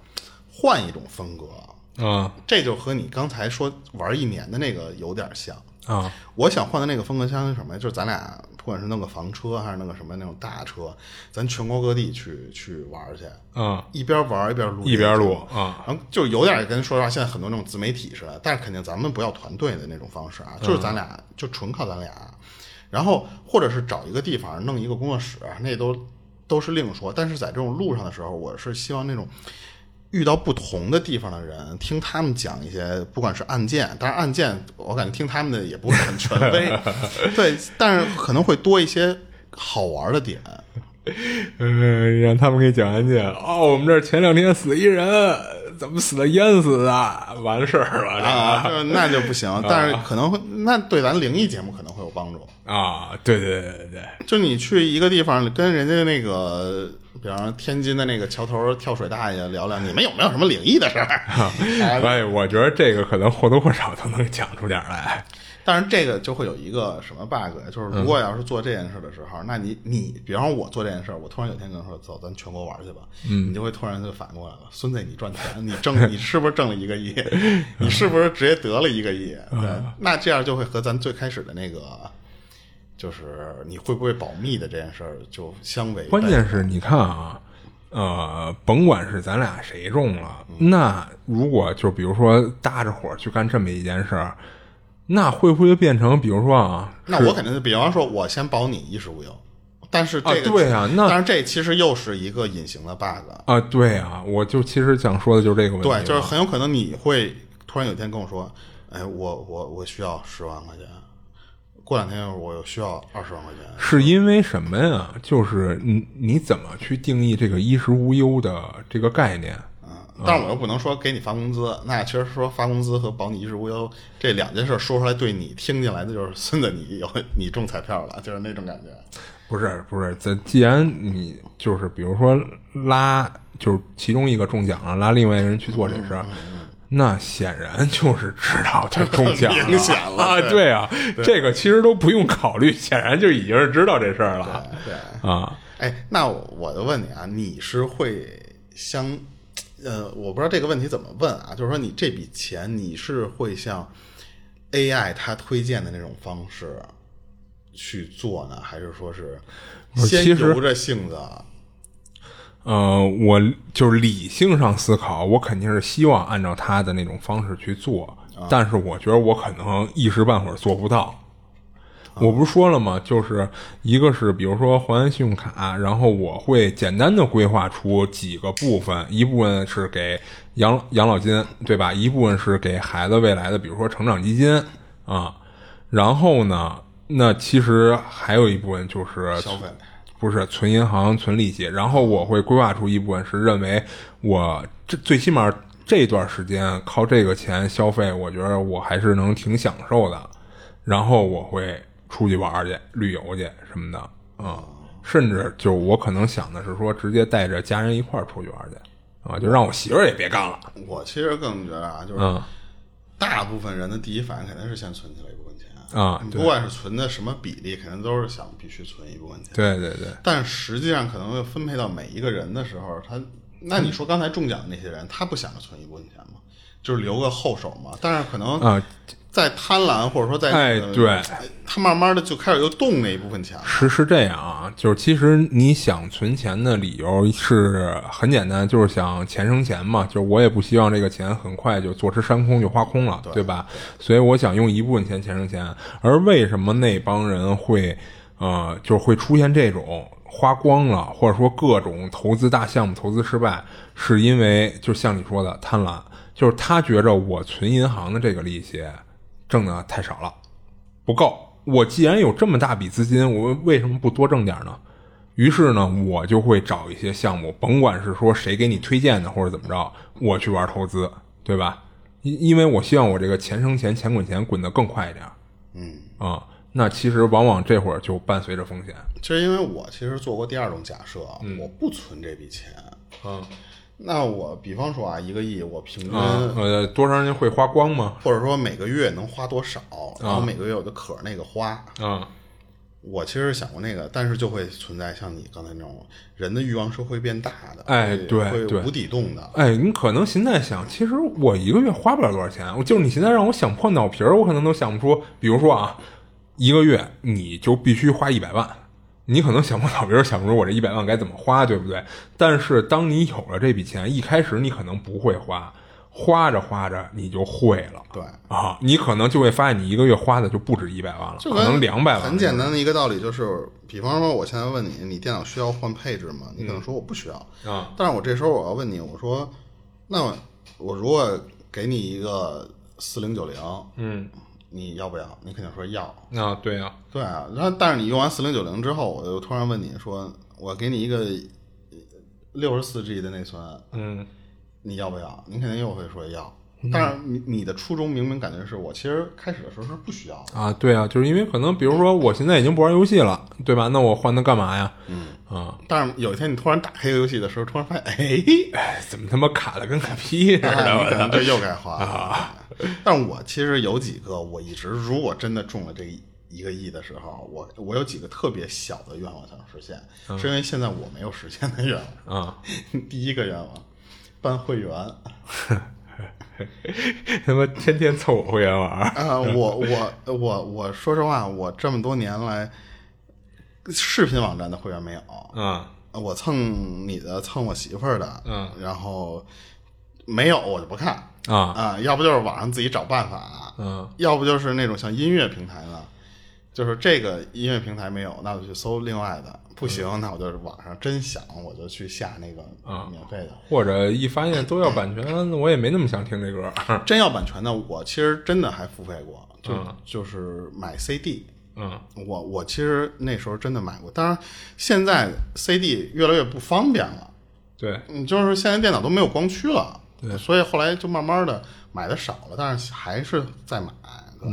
[SPEAKER 1] 换一种风格，
[SPEAKER 2] 啊
[SPEAKER 1] 这就和你刚才说玩一年的那个有点像。
[SPEAKER 2] 啊、啊，
[SPEAKER 1] 我想换的那个风格相当于什么呀？就是咱俩不管是弄个房车还是弄个什么那种大车，咱全国各地去去玩去，
[SPEAKER 2] 啊，
[SPEAKER 1] 一边玩一边录，
[SPEAKER 2] 一边录啊，
[SPEAKER 1] 然后就有点跟说实话，现在很多那种自媒体似的，但是肯定咱们不要团队的那种方式啊，就是咱俩就纯靠咱俩，然后或者是找一个地方弄一个工作室，啊那都都是另说。但是在这种路上的时候，我是希望那种遇到不同的地方的人，听他们讲一些，不管是案件，当然案件我感觉听他们的也不是很权威，对，但是可能会多一些好玩的点。
[SPEAKER 2] 嗯，让他们给讲案件。哦，我们这儿前两天死一人，怎么死的？淹死的，完事儿了
[SPEAKER 1] 啊，这那就不行，但是可能会，那对咱灵异节目可能会有帮助。
[SPEAKER 2] 啊！对对对对对，
[SPEAKER 1] 就你去一个地方，跟人家那个，比方说天津的那个桥头跳水大爷聊聊，你们有没有什么灵异的事儿？ 哎
[SPEAKER 2] 哎，我觉得这个可能或多或少都能讲出点儿来。
[SPEAKER 1] 但是这个就会有一个什么 bug，就是如果要是做这件事的时候，那你你，比方说我做这件事，我突然有一天跟他说走，咱全国玩去吧，
[SPEAKER 2] 嗯
[SPEAKER 1] 你就会突然就反过来了，孙子，你赚钱，你挣， 你是不是挣了一个亿？你是不是直接得了一个亿？
[SPEAKER 2] 嗯
[SPEAKER 1] 对，那这样就会和咱最开始的那个，就是你会不会保密的这件事儿就相违背。
[SPEAKER 2] 关键是，你看啊，呃，甭管是咱俩谁中了，
[SPEAKER 1] 嗯
[SPEAKER 2] 那如果就比如说搭着伙儿去干这么一件事儿，那会不会变成比如说啊，
[SPEAKER 1] 那我肯定是，比方说，我先保你衣食无忧，但是这个、
[SPEAKER 2] 啊对啊那
[SPEAKER 1] 但是这其实又是一个隐形的 bug，
[SPEAKER 2] 啊，对啊，我就其实想说的就是这个问题嘛。
[SPEAKER 1] 对，就是很有可能你会突然有一天跟我说，哎，我我我需要十万块钱，过两天我又需要二十万块钱，嗯
[SPEAKER 2] 是因为什么呀？就是你你怎么去定义这个衣食无忧的这个概念？
[SPEAKER 1] 嗯，但是我又不能说给你发工资，那其实说发工资和保你衣食无忧这两件事说出来，对你听进来的就是孙子你有你中彩票了，就是那种感觉。
[SPEAKER 2] 不是不是，咱既然你就是比如说拉，就是其中一个中奖了，拉另外一个人去做这事
[SPEAKER 1] 嗯
[SPEAKER 2] 儿。那显然就是知道他中奖 了，
[SPEAKER 1] 明显了
[SPEAKER 2] 啊！
[SPEAKER 1] 对
[SPEAKER 2] 对啊，这个其实都不用考虑，显然就已经是知道这事儿了
[SPEAKER 1] 对，
[SPEAKER 2] 啊。
[SPEAKER 1] 哎，那我就问你啊，你是会相，呃，我不知道这个问题怎么问啊，就是说你这笔钱你是会像 AI 它推荐的那种方式去做呢，还是说是
[SPEAKER 2] 是
[SPEAKER 1] 先
[SPEAKER 2] 其实
[SPEAKER 1] 由着性子？
[SPEAKER 2] 呃，我就是理性上思考，我肯定是希望按照他的那种方式去做，但是我觉得我可能一时半会儿做不到。我不是说了吗？就是一个是比如说还信用卡，然后我会简单的规划出几个部分，一部分是给养养老金，对吧？一部分是给孩子未来的，比如说成长基金啊。然后呢，那其实还有一部分就是
[SPEAKER 1] 消费
[SPEAKER 2] 不是存银行存利息，然后我会规划出一部分是认为我这最起码这段时间靠这个钱消费，我觉得我还是能挺享受的，然后我会出去玩儿去、旅游去什么的啊、嗯甚至就我可能想的是说直接带着家人一块儿出去玩儿去啊、就让我媳妇儿也别干了，
[SPEAKER 1] 我其实更觉得啊，就是
[SPEAKER 2] 嗯
[SPEAKER 1] 大部分人的第一反应肯定是先存起来一部分钱
[SPEAKER 2] 啊
[SPEAKER 1] 你
[SPEAKER 2] 对
[SPEAKER 1] 不管是存的什么比例，肯定都是想必须存一部分钱。
[SPEAKER 2] 对对对，
[SPEAKER 1] 但实际上可能会分配到每一个人的时候，他那你说刚才中奖的那些人，他不想着存一部分钱吗？就是留个后手嘛。但是可能
[SPEAKER 2] 啊
[SPEAKER 1] 在贪婪或者说在
[SPEAKER 2] 哎
[SPEAKER 1] 呃
[SPEAKER 2] 对
[SPEAKER 1] 他慢慢的就开始又动那一部分钱了。
[SPEAKER 2] 是是这样啊，就是其实你想存钱的理由是很简单，就是想钱生钱嘛，就是我也不希望这个钱很快就坐吃山空就花空了，对吧？所以我想用一部分钱钱生钱。而为什么那帮人会，呃，就会出现这种花光了，或者说各种投资大项目投资失败，是因为就像你说的贪婪，就是他觉着我存银行的这个利息挣的太少了。不够。我既然有这么大笔资金，我为什么不多挣点呢？于是呢，我就会找一些项目，甭管是说谁给你推荐的或者怎么着，我去玩投资，对吧？因因为我希望我这个钱生钱，钱滚钱，滚得更快一点。嗯啊，那其实往往这会儿就伴随着风险。
[SPEAKER 1] 其实因为我其实做过第二种假设，啊我不存这笔钱。
[SPEAKER 2] 嗯
[SPEAKER 1] 那我比方说啊，一个亿，我平均、
[SPEAKER 2] 啊呃，多长时间会花光吗？嗯
[SPEAKER 1] 或者说每个月能花多少，然后每个月我就可着那个花。
[SPEAKER 2] 啊
[SPEAKER 1] 我其实想过那个，但是就会存在像你刚才那种人的欲望是会变大的，
[SPEAKER 2] 哎
[SPEAKER 1] 会
[SPEAKER 2] 对
[SPEAKER 1] 会
[SPEAKER 2] 对
[SPEAKER 1] 无底洞的，
[SPEAKER 2] 哎，你可能现在想，其实我一个月花不了多少钱，我就是你现在让我想破脑皮儿，我可能都想不出。比如说啊，一个月你就必须花一百万，你可能想破脑皮儿想不出我这一百万该怎么花，对不对？但是当你有了这笔钱，一开始你可能不会花，花着花着你就会了。
[SPEAKER 1] 对。
[SPEAKER 2] 啊，你可能就会发现你一个月花的就不止一百万了，
[SPEAKER 1] 就
[SPEAKER 2] 可能两百万。
[SPEAKER 1] 很简单的一个道理就是，比方说我现在问你，你电脑需要换配置吗？你可
[SPEAKER 2] 嗯
[SPEAKER 1] 能说我不需要，
[SPEAKER 2] 啊，
[SPEAKER 1] 但是我这时候我要问你，我说，那么我如果给你一个四零九零，
[SPEAKER 2] 嗯，
[SPEAKER 1] 你要不要？你肯定说要，
[SPEAKER 2] 啊，对啊，
[SPEAKER 1] 对啊。然后但是你用完四零九零之后，我又突然问你说，我给你一个六十四 G 的内存，
[SPEAKER 2] 嗯，
[SPEAKER 1] 你要不要？你肯定又会说要。但是你你的初衷明明感觉是我其实开始的时候是不需要的，
[SPEAKER 2] 啊，对啊，就是因为可能，比如说我现在已经不玩游戏了，对吧？那我换它干嘛呀？嗯啊，
[SPEAKER 1] 但是有一天你突然打开游戏的时候，突然发现，哎，
[SPEAKER 2] 哎，怎么他妈卡的跟个屁似的？
[SPEAKER 1] 啊
[SPEAKER 2] 我
[SPEAKER 1] 你可能
[SPEAKER 2] 操！
[SPEAKER 1] 就又该花
[SPEAKER 2] 啊
[SPEAKER 1] 了。但我其实有几个，我一直如果真的中了这一个亿的时候，我我有几个特别小的愿望想实现，
[SPEAKER 2] 嗯
[SPEAKER 1] 是因为现在我没有实现的愿望。
[SPEAKER 2] 啊，
[SPEAKER 1] 第一个愿望，办会员啊、
[SPEAKER 2] 他妈天天凑我会员玩儿
[SPEAKER 1] 啊我我我我说实话，我这么多年来，视频网站的会员没有，
[SPEAKER 2] 啊
[SPEAKER 1] 我蹭你的，蹭我媳妇儿的，
[SPEAKER 2] 嗯，
[SPEAKER 1] 然后没有我就不看
[SPEAKER 2] 啊
[SPEAKER 1] 啊、要不就是网上自己找办法，啊
[SPEAKER 2] 嗯
[SPEAKER 1] 要不就是那种像音乐平台的，就是这个音乐平台没有，那我就去搜另外的，
[SPEAKER 2] 嗯
[SPEAKER 1] 不行，那我就是网上真想，我就去下那个
[SPEAKER 2] 啊
[SPEAKER 1] 免费的。
[SPEAKER 2] 或者一发现都要版权，我也没那么想听这歌儿。
[SPEAKER 1] 真要版权的，我其实真的还付费过，就、
[SPEAKER 2] 嗯
[SPEAKER 1] 就是买 CD。
[SPEAKER 2] 嗯
[SPEAKER 1] 我我其实那时候真的买过，当然现在 CD 越来越不方便了。
[SPEAKER 2] 对，
[SPEAKER 1] 嗯，就是现在电脑都没有光驱了，
[SPEAKER 2] 对
[SPEAKER 1] 所以后来就慢慢的买的少了，但是还是在买。对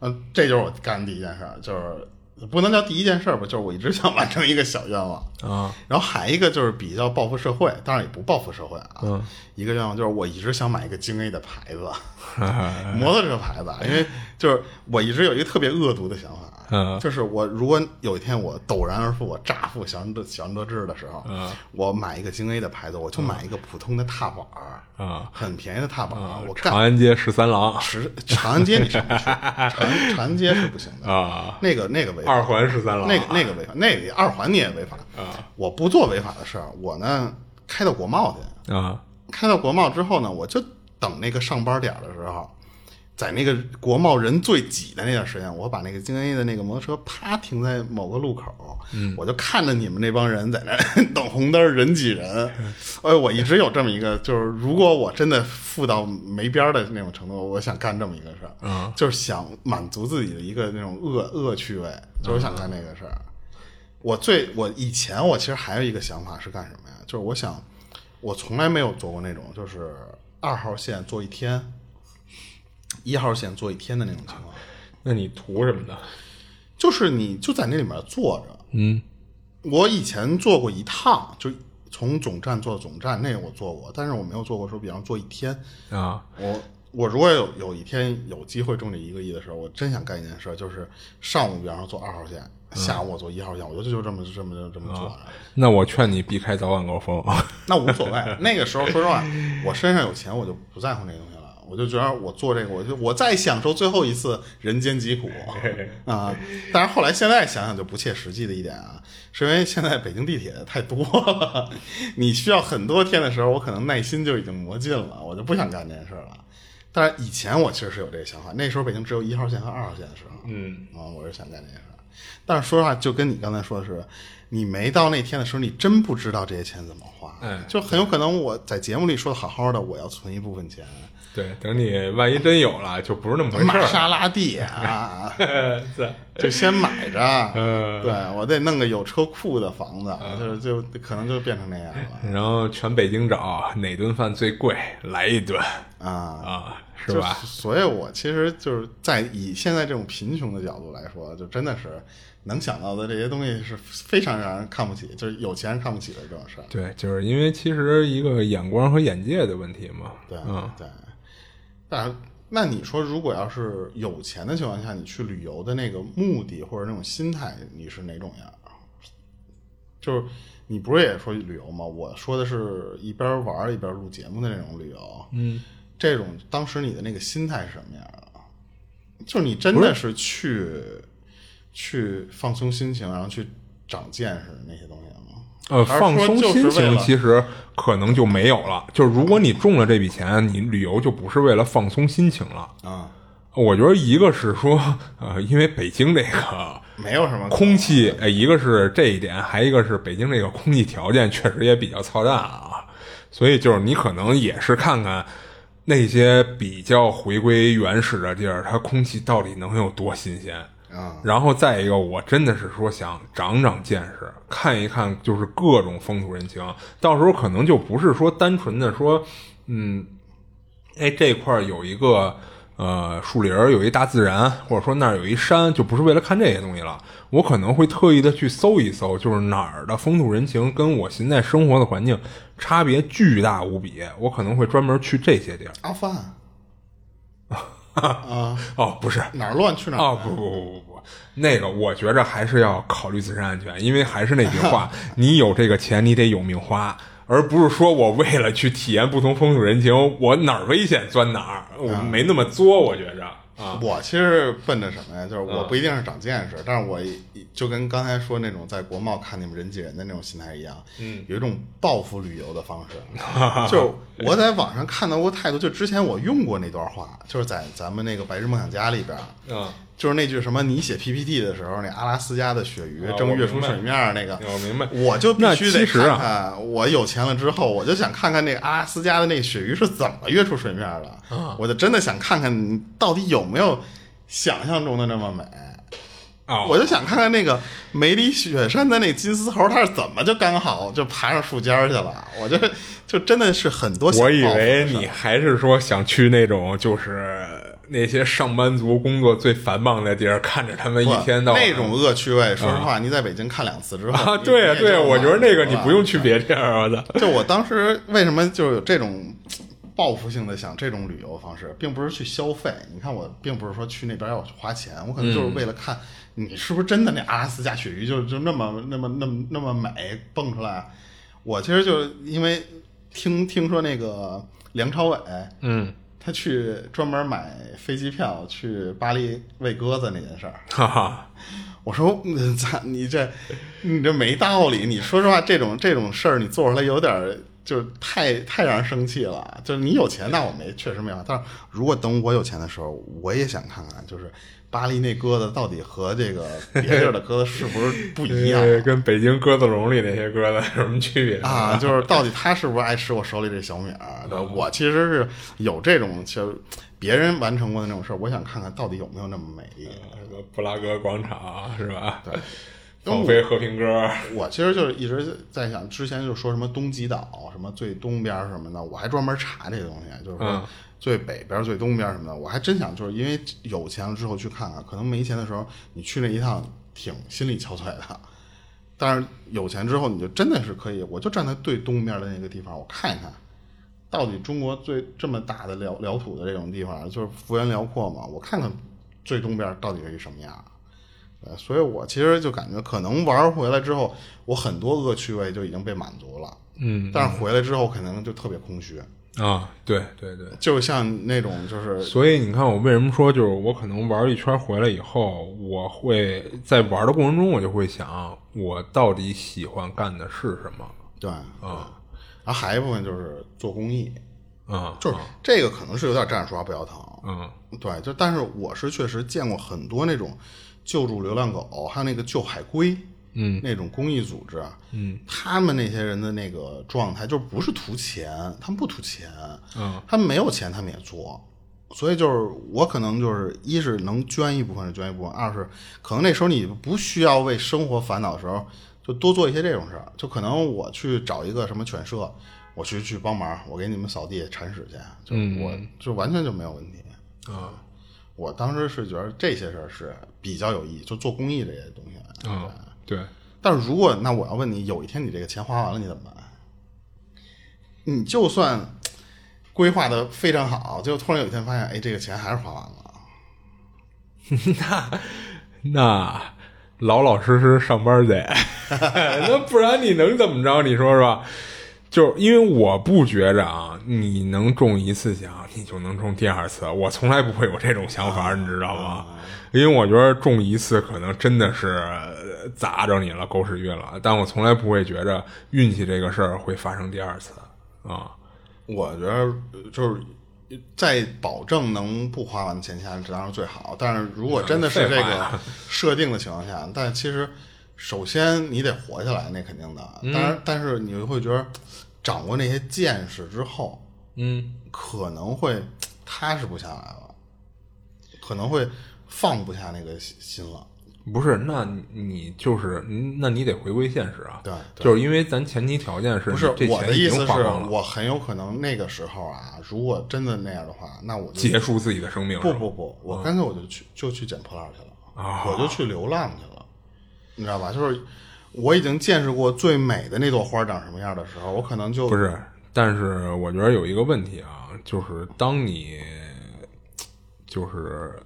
[SPEAKER 1] 嗯，这就是我干的第一件事儿，就是不能叫第一件事儿吧，就是我一直想完成一个小愿望。
[SPEAKER 2] 啊
[SPEAKER 1] 然后还一个就是比较报复社会，当然也不报复社会啊。
[SPEAKER 2] 嗯
[SPEAKER 1] 一个愿望就是我一直想买一个京 A 的牌 子，
[SPEAKER 2] 哈哈
[SPEAKER 1] 摩托车牌子啊，因为就是我一直有一个特别恶毒的想法，啊
[SPEAKER 2] 嗯
[SPEAKER 1] 就是我如果有一天我陡然而富，我乍富小人得小人得志的时候，
[SPEAKER 2] 嗯
[SPEAKER 1] 我买一个京 A 的牌子，我就买一个普通的踏板儿，
[SPEAKER 2] 啊！
[SPEAKER 1] 很便宜的踏板儿，啊我
[SPEAKER 2] 嗯长
[SPEAKER 1] 干。
[SPEAKER 2] 安街十三郎
[SPEAKER 1] 十长安街你上不去，长长安街是不行 的，
[SPEAKER 2] 啊，
[SPEAKER 1] 那个那个违法，
[SPEAKER 2] 二环十三郎
[SPEAKER 1] 那个那个违法，那个二环你也违法
[SPEAKER 2] 啊。
[SPEAKER 1] 我不做违法的事儿，我呢开到国贸去，
[SPEAKER 2] 啊
[SPEAKER 1] 开到国贸之后呢，我就等那个上班点儿的时候，在那个国贸人最挤的那段时间，我把那个京 A 的那个摩托车啪停在某个路口，我就看着你们那帮人在那儿等红灯儿，人挤人。哎，我一直有这么一个，就是如果我真的富到没边儿的那种程度，我想干这么一个事儿，
[SPEAKER 2] 嗯
[SPEAKER 1] 就是想满足自己的一个那种恶恶趣味，就是我想干那个事儿。我最我以前我其实还有一个想法是干什么呀？就是我想，我从来没有做过那种就是二号线坐一天，一号线坐一天的那种情况，
[SPEAKER 2] 那你图什么呢？
[SPEAKER 1] 就是你就在那里面坐着。
[SPEAKER 2] 嗯
[SPEAKER 1] 我以前坐过一趟，就从总站坐到总站，那个我坐过，但是我没有做过说，比方坐一天。
[SPEAKER 2] 啊
[SPEAKER 1] 我我如果有有一天有机会中这一个亿的时候，我真想干一件事，就是上午比方说坐二号线，下午我坐一号线，我就就这么就这么就这么坐着。
[SPEAKER 2] 那我劝你避开早晚高峰。
[SPEAKER 1] 那无所谓。那个时候，说实话，我身上有钱，我就不在乎那东西了。我就觉得我做这个，我就我再享受最后一次人间疾苦啊！但是后来现在想想就不切实际的一点啊，是因为现在北京地铁太多了，你需要很多天的时候，我可能耐心就已经磨尽了，我就不想干这件事了。但是以前我其实是有这个想法，那时候北京只有一号线和二号线的时候，
[SPEAKER 2] 嗯
[SPEAKER 1] 啊、我是想干这件事儿。但是说实话，就跟你刚才说的是，你没到那天的时候，你真不知道这些钱怎么花，
[SPEAKER 2] 哎
[SPEAKER 1] 就很有可能我在节目里说的好好的，我要存一部分钱，
[SPEAKER 2] 对，等你万一真有了，就不是那么回
[SPEAKER 1] 玛
[SPEAKER 2] 事
[SPEAKER 1] 莎拉蒂 啊，
[SPEAKER 2] 儿。对，
[SPEAKER 1] 就先买着。
[SPEAKER 2] 嗯
[SPEAKER 1] 对我得弄个有车库的房子，就是就可能就变成那样 了
[SPEAKER 2] 然后全北京找哪顿饭最贵，来一顿
[SPEAKER 1] 啊。
[SPEAKER 2] 啊，是吧
[SPEAKER 1] 就？所以，我其实就是在以现在这种贫穷的角度来说，就真的是能想到的这些东西是非常让人看不起，就是有钱人看不起的这种事儿。
[SPEAKER 2] 对，就是因为其实一个眼光和眼界的问题嘛。
[SPEAKER 1] 对、
[SPEAKER 2] 嗯
[SPEAKER 1] 对，但是那你说，如果要是有钱的情况下，你去旅游的那个目的或者那种心态，你是哪种样？就是你不是也说旅游吗？我说的是一边玩儿一边录节目的那种旅游。
[SPEAKER 2] 嗯，
[SPEAKER 1] 这种当时你的那个心态是什么样的？就是你真的是去去放松心情，然后去长见识那些东西吗？
[SPEAKER 2] 呃，
[SPEAKER 1] 还是
[SPEAKER 2] 放
[SPEAKER 1] 说
[SPEAKER 2] 松
[SPEAKER 1] 就是
[SPEAKER 2] 心
[SPEAKER 1] 为
[SPEAKER 2] 情
[SPEAKER 1] 了
[SPEAKER 2] 其实可能就没有了。就是如果你中了这笔钱，你旅游就不是为了放松心情了。
[SPEAKER 1] 啊、
[SPEAKER 2] 我觉得一个是说，呃，因为北京这个
[SPEAKER 1] 没有什么
[SPEAKER 2] 空气，呃，一个是这一点，还一个是北京这个空气条件确实也比较操蛋啊，所以就是你可能也是看看那些比较回归原始的地儿，它空气到底能有多新鲜。
[SPEAKER 1] 啊
[SPEAKER 2] 然后再一个，我真的是说想长长见识，看一看就是各种风土人情，到时候可能就不是说单纯的说，嗯，哎，这块儿有一个呃树林儿，有一大自然，或者说那儿有一山，就不是为了看这些东西了。我可能会特意的去搜一搜，就是哪儿的风土人情跟我现在生活的环境差别巨大无比。我可能会专门去这些地儿。
[SPEAKER 1] 阿 范啊，
[SPEAKER 2] 哦，不是，
[SPEAKER 1] 哪儿乱去哪儿
[SPEAKER 2] 哦，不不不不不，那个我觉着还是要考虑自身安全，因为还是那句 话，你有这个钱，你得有命花，而不是说我为了去体验不同风土人情，我哪儿危险钻哪儿，我
[SPEAKER 1] 啊
[SPEAKER 2] 没那么作，我觉着啊，
[SPEAKER 1] 我其实奔着什么呀？就是我
[SPEAKER 2] 嗯
[SPEAKER 1] 不一定是长见识，但是我一就跟刚才说那种在国贸看你们人挤人的那种心态一样，嗯，有一种报复旅游的方 式。就是我在网上看到过太多，就之前我用过那段话，就是在咱们那个《白日梦想家》里边，
[SPEAKER 2] 嗯，
[SPEAKER 1] 就是那句什么你写 PPT 的时候，那阿拉斯加的鳕鱼
[SPEAKER 2] 啊我
[SPEAKER 1] 正跃出
[SPEAKER 2] 明白
[SPEAKER 1] 水面儿那个，
[SPEAKER 2] 我明白。
[SPEAKER 1] 我就必须
[SPEAKER 2] 那
[SPEAKER 1] 得
[SPEAKER 2] 其实啊
[SPEAKER 1] 看看，我有钱了之后，我就想看看那个阿拉斯加的那鳕鱼是怎么跃出水面的。
[SPEAKER 2] 嗯
[SPEAKER 1] 我就真的想看看到底有没有想象中的那么美。
[SPEAKER 2] 哦，
[SPEAKER 1] 我就想看看那个梅里雪山的那金丝猴，它是怎么就刚好就爬上树尖儿去了。我就 就真的是很多想
[SPEAKER 2] 我以
[SPEAKER 1] 报复
[SPEAKER 2] 为
[SPEAKER 1] 的事儿
[SPEAKER 2] 你还是说想去那种就是那些上班族工作最繁忙的地儿，看着他们一
[SPEAKER 1] 不
[SPEAKER 2] 天到晚嗯
[SPEAKER 1] 那种恶趣味，说实话，你在北京看两次之后
[SPEAKER 2] 啊，对
[SPEAKER 1] 呀
[SPEAKER 2] 啊对啊，我觉得那个你不用
[SPEAKER 1] 去。
[SPEAKER 2] 去别地儿，我操。
[SPEAKER 1] 就我当时为什么就有这种报复性的想这种旅游方式，并不是去消费。你看我并不是说去那边要花钱，我可能就是为了看你是不是真的那阿拉斯加鳕鱼就就那么那么那么那么美蹦出来。我其实就是因为听听说那个梁朝伟，
[SPEAKER 2] 嗯，
[SPEAKER 1] 他去专门买飞机票去巴黎喂鸽子那件事儿，
[SPEAKER 2] 哈哈，
[SPEAKER 1] 我说，嗯咱你这你这没道理。你说实话，这种这种事儿你做出来有点儿就是太太让人生气了。就是你有钱，那我没确实没有。但是如果等我有钱的时候，我也想看看，就是巴黎那鸽子到底和这个别地儿的鸽子是不是不一 样
[SPEAKER 2] 呃跟北京鸽子笼里那些鸽子有什么区别？
[SPEAKER 1] 啊？就是到底它是不是爱吃我手里这小米儿？啊对我其实是有这种就是别人完成过的那种事儿，我想看看到底有没有那么美丽。
[SPEAKER 2] 什么布拉格广场啊是吧？
[SPEAKER 1] 对，
[SPEAKER 2] 放飞和平鸽。
[SPEAKER 1] 我其实就是一直在想，之前就说什么东极岛什么最东边儿什么的，我还专门查这个东西，就是
[SPEAKER 2] 嗯
[SPEAKER 1] 说最北边儿、最东边儿什么的，我还真想就是因为有钱了之后去看看，可能没钱的时候你去那一趟挺心力憔悴的，但是有钱之后你就真的是可以，我就站在最东边儿的那个地方，我看一看。到底中国最这么大的辽辽土的这种地方，就是幅员辽阔嘛，我看看最东边儿到底是一什么样儿。呃，所以我其实就感觉，可能玩回来之后，我很多恶趣味就已经被满足了，
[SPEAKER 2] 嗯
[SPEAKER 1] 但是回来之后可能就特别空虚，
[SPEAKER 2] 啊，对对对。
[SPEAKER 1] 就像那种就是
[SPEAKER 2] 所以你看，我为什么说就是我可能玩一圈回来以后，我会在玩的过程中，我就会想，我到底喜欢干的是什么
[SPEAKER 1] 对啊，然后还有一部分就是做公益，
[SPEAKER 2] 啊？
[SPEAKER 1] 就是这个可能是有点站着说话不腰疼，
[SPEAKER 2] 嗯
[SPEAKER 1] 对，就但是我是确实见过很多那种救助流浪狗，还有那个救海龟，
[SPEAKER 2] 嗯
[SPEAKER 1] 那种公益组织，啊
[SPEAKER 2] 嗯，
[SPEAKER 1] 他们那些人的那个状态就不是图钱，他们不图钱，
[SPEAKER 2] 嗯，
[SPEAKER 1] 他们没有钱他们也做，所以就是我可能就是一是能捐一部分是捐一部分，二是可能那时候你不需要为生活烦恼的时候，就多做一些这种事儿，就可能我去找一个什么犬舍，我去去帮忙，我给你们扫地铲屎去，就我、就完全就没有问题。
[SPEAKER 2] 啊
[SPEAKER 1] 我当时是觉得这些事儿是比较有意义，就做公益这些东西。
[SPEAKER 2] 啊，对，
[SPEAKER 1] 但是如果那我要问你，有一天你这个钱花完了，你怎么办？你就算规划的非常好，结果突然有一天发现，哎，这个钱还是花完了。
[SPEAKER 2] 那 那老老实实上班去，那不然你能怎么着？你说是吧？就是因为我不觉着啊，你能中一次奖，你就能中第二次。我从来不会有这种想法，你知道吗？因为我觉得中一次可能真的是呃砸着你了，狗屎运了。但我从来不会觉着运气这个事儿会发生第二次啊。
[SPEAKER 1] 我觉得呃就是在保证能不花完的前提下，这当然是最好。但是如果真的是这
[SPEAKER 2] 废话
[SPEAKER 1] 个
[SPEAKER 2] 呀
[SPEAKER 1] 设定的情况下，但其实首先你得活下来，那肯定的。当然，但是你会觉得掌握那些见识之后，
[SPEAKER 2] 嗯，
[SPEAKER 1] 可能会踏实不下来了，可能会放不下那个心心了。
[SPEAKER 2] 不是，那你你就是，那你得回归现实啊。
[SPEAKER 1] 对对
[SPEAKER 2] 就是因为咱前提条件是
[SPEAKER 1] 不
[SPEAKER 2] 不
[SPEAKER 1] 是
[SPEAKER 2] 这
[SPEAKER 1] 我的
[SPEAKER 2] 钱
[SPEAKER 1] 意
[SPEAKER 2] 已
[SPEAKER 1] 思
[SPEAKER 2] 经
[SPEAKER 1] 是
[SPEAKER 2] 花光，了，
[SPEAKER 1] 我很有可能那个时候啊，如果真的那样的话，那我就
[SPEAKER 2] 结束自己的生命。
[SPEAKER 1] 不
[SPEAKER 2] 是吧
[SPEAKER 1] 不不，我干脆我就去、就去捡破烂去了，
[SPEAKER 2] 啊
[SPEAKER 1] 我就去流浪去了，你知道吧？就是我已经见识过最美的那朵花长什么样的时候，我可能就
[SPEAKER 2] 不是，但是我觉得有一个问题啊，就是当你就是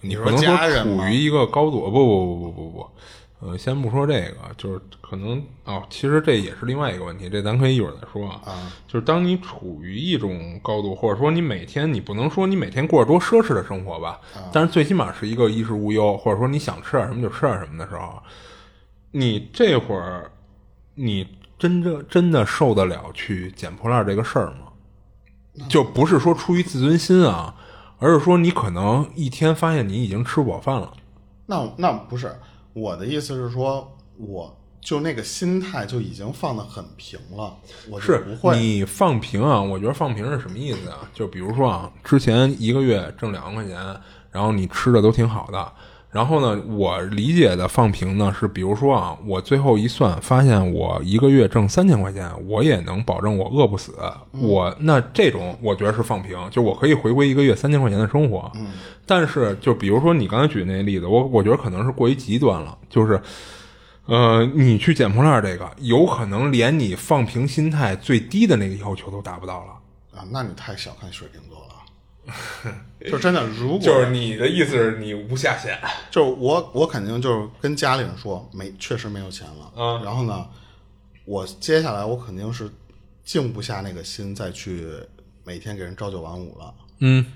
[SPEAKER 2] 你
[SPEAKER 1] 说
[SPEAKER 2] 可能
[SPEAKER 1] 家人
[SPEAKER 2] 处
[SPEAKER 1] 吗
[SPEAKER 2] 于一个高度，不不不不不不，呃，先不说这个，就是可能哦，其实这也是另外一个问题，这咱可以一会儿再说啊。就是当你处于一种高度，或者说你每天你不能说你每天过着多奢侈的生活吧，
[SPEAKER 1] 啊
[SPEAKER 2] 但是最起码是一个衣食无忧，或者说你想吃点什么就吃点什么的时候，你这会儿你真正真的受得了去捡破烂这个事儿吗？就不是说出于自尊心啊，而是说你可能一天发现你已经吃不饱饭了。
[SPEAKER 1] 那那不是我的意思是说，我就那个心态就已经放得很平了，我就是不会
[SPEAKER 2] 你放平啊？我觉得放平是什么意思啊？就比如说啊，之前一个月挣两万块钱，然后你吃的都挺好的。然后呢，我理解的放平呢是，比如说啊，我最后一算，发现我一个月挣三千块钱，我也能保证我饿不死。
[SPEAKER 1] 嗯
[SPEAKER 2] 我那这种我觉得是放平，就我可以回归一个月三千块钱的生活。
[SPEAKER 1] 嗯
[SPEAKER 2] 但是就比如说你刚才举那例子，我我觉得可能是过于极端了，就是呃，你去捡破烂儿这个，有可能连你放平心态最低的那个要求都达不到了。
[SPEAKER 1] 啊。那你太小看水瓶座了， 就真的如果
[SPEAKER 2] 你的意思是你无下限，
[SPEAKER 1] 就是我，我肯定就是跟家里人说没，确实没有钱了。
[SPEAKER 2] 嗯
[SPEAKER 1] 然后呢，我接下来我肯定是静不下那个心再去每天给人朝九晚五了。
[SPEAKER 2] 嗯，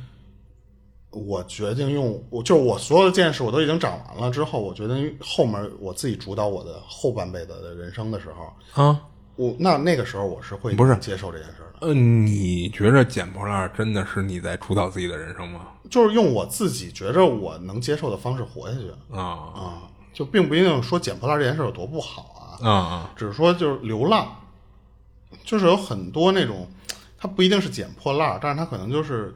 [SPEAKER 1] 我决定用，我就是我所有的见识我都已经长完了之后，我决定后面我自己主导我的后半辈子的人生的时候，
[SPEAKER 2] 啊，
[SPEAKER 1] 我那那个时候我是会
[SPEAKER 2] 不是
[SPEAKER 1] 接受这件事儿的，
[SPEAKER 2] 呃，你觉着捡破烂儿真的是你在主导自己的人生吗？
[SPEAKER 1] 就是用我自己觉着我能接受的方式活下去
[SPEAKER 2] 啊
[SPEAKER 1] 啊，就并不一定说捡破烂这件事儿有多不好啊，
[SPEAKER 2] 啊啊！
[SPEAKER 1] 只是说就是流浪，就是有很多那种，它不一定是捡破烂儿，但是它可能就是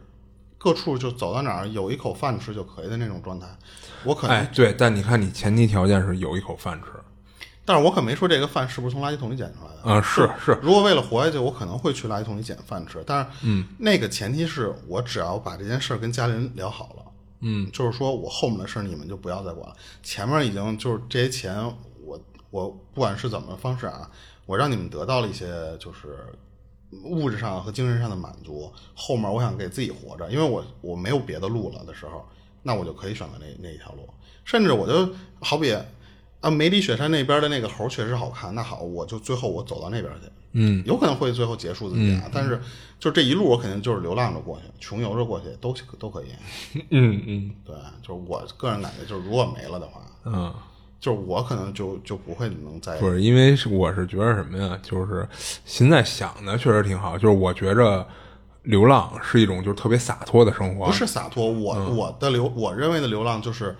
[SPEAKER 1] 各处就走到哪儿有一口饭吃就可以的那种状态。我可能，
[SPEAKER 2] 哎，对，但你看你前提条件是有一口饭吃
[SPEAKER 1] 但是我可没说这个饭是不是从垃圾桶里捡出来的。
[SPEAKER 2] 啊，是是，
[SPEAKER 1] 如果为了活下去，我可能会去垃圾桶里捡饭吃，但是，嗯，那个前提是我只要把这件事儿跟家里人聊好了，
[SPEAKER 2] 嗯，
[SPEAKER 1] 就是说我后面的事儿你们就不要再管了，前面已经就是这些钱我我不管是怎么方式啊，我让你们得到了一些就是物质上和精神上的满足，后面我想给自己活着，因为我我没有别的路了的时候，那我就可以选择那那一条路，甚至我就好比啊梅里雪山那边的那个猴确实好看，那好，我就最后我走到那边去，
[SPEAKER 2] 嗯，
[SPEAKER 1] 有可能会最后结束自己啊，但是就这一路我肯定就是流浪着过去，穷游着过去都都可以。
[SPEAKER 2] 嗯嗯
[SPEAKER 1] 对，就是我个人感觉，就是如果没了的话，
[SPEAKER 2] 嗯。
[SPEAKER 1] 就是我可能就就不会能再
[SPEAKER 2] 不是，因为是我是觉得什么呀？就是现在想的确实挺好，就是我觉着流浪是一种就是特别洒脱的生活，
[SPEAKER 1] 不是洒脱，我、
[SPEAKER 2] 嗯
[SPEAKER 1] 我的流我认为的流浪就是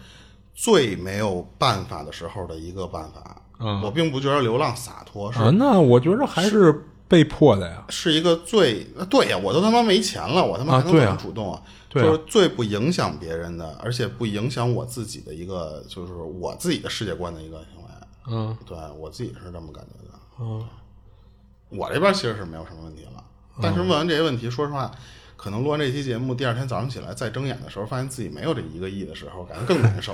[SPEAKER 1] 最没有办法的时候的一个办法。
[SPEAKER 2] 嗯
[SPEAKER 1] 我并不觉得流浪洒脱，是、
[SPEAKER 2] 啊？那我觉着还是被迫的呀。
[SPEAKER 1] 是一个最呃对呀，我都他妈没钱了，我他妈
[SPEAKER 2] 啊
[SPEAKER 1] 还能
[SPEAKER 2] 对
[SPEAKER 1] 怎
[SPEAKER 2] 啊
[SPEAKER 1] 么主动啊？
[SPEAKER 2] 对啊
[SPEAKER 1] 就是最不影响别人的，而且不影响我自己的一个，就是我自己的世界观的一个行为。
[SPEAKER 2] 嗯
[SPEAKER 1] 对我自己是这么感觉的。
[SPEAKER 2] 嗯
[SPEAKER 1] 我这边其实是没有什么问题了，但是问完这些问题，说实话，可能录完这期节目，第二天早上起来再睁眼的时候，发现自己没有这一个亿的时候，感觉更难受，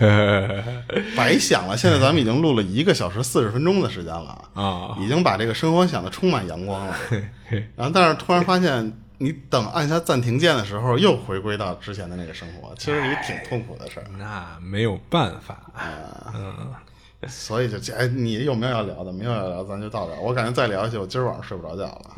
[SPEAKER 1] 白想了。现在咱们已经录了一个小时四十分钟的时间了，
[SPEAKER 2] 啊，
[SPEAKER 1] 已经把这个生活想的充满阳光了。然后，但是突然发现你等按下暂停键的时候，又回归到之前的那个生活，其实也挺痛苦的事儿。
[SPEAKER 2] 那没有办法，
[SPEAKER 1] 所以就这，哎，你有没有要聊的？没有要聊，咱就到这儿。我感觉再聊下去，我今儿晚上睡不着觉了。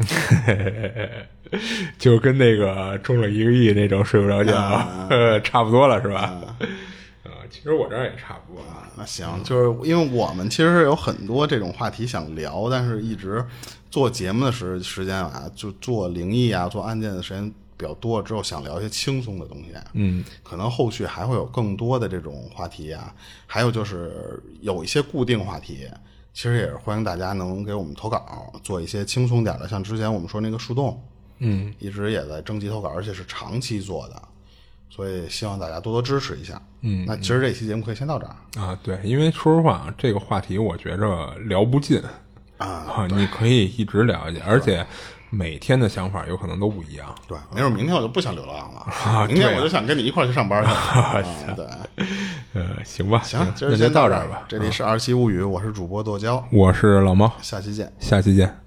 [SPEAKER 2] 就跟那个中了一个亿那种睡不着觉，
[SPEAKER 1] 啊
[SPEAKER 2] 呃， 差不多了是吧？ 啊，其实我这儿也差不多啊。
[SPEAKER 1] 那行，就是因为我们其实是有很多这种话题想聊，但是一直做节目的时时间啊，就做灵异啊、做案件的时间比较多，之后想聊一些轻松的东西。啊
[SPEAKER 2] 嗯，
[SPEAKER 1] 可能后续还会有更多的这种话题啊，还有就是有一些固定话题，其实也是欢迎大家能给我们投稿，做一些轻松点的，像之前我们说那个树洞，
[SPEAKER 2] 嗯，
[SPEAKER 1] 一直也在征集投稿，而且是长期做的，所以希望大家多多支持一下。嗯，那其实这期节目可以先到这儿。
[SPEAKER 2] 啊，对，因为说实话啊，这个话题我觉着聊不尽啊，你可以一直聊下去，而
[SPEAKER 1] 嗯
[SPEAKER 2] 且每天的想法有可能都不一样。
[SPEAKER 1] 对，没准明天我就不想流浪了，明
[SPEAKER 2] 对
[SPEAKER 1] 天
[SPEAKER 2] 啊
[SPEAKER 1] 我就想跟你一块儿去上 班去了。啊对，
[SPEAKER 2] 呃，行吧，
[SPEAKER 1] 行，今儿
[SPEAKER 2] 那就
[SPEAKER 1] 先
[SPEAKER 2] 到
[SPEAKER 1] 这
[SPEAKER 2] 这儿吧。
[SPEAKER 1] 这里是《二七物语》，我是主播剁椒，
[SPEAKER 2] 我是老猫，
[SPEAKER 1] 下期见。
[SPEAKER 2] 下期见。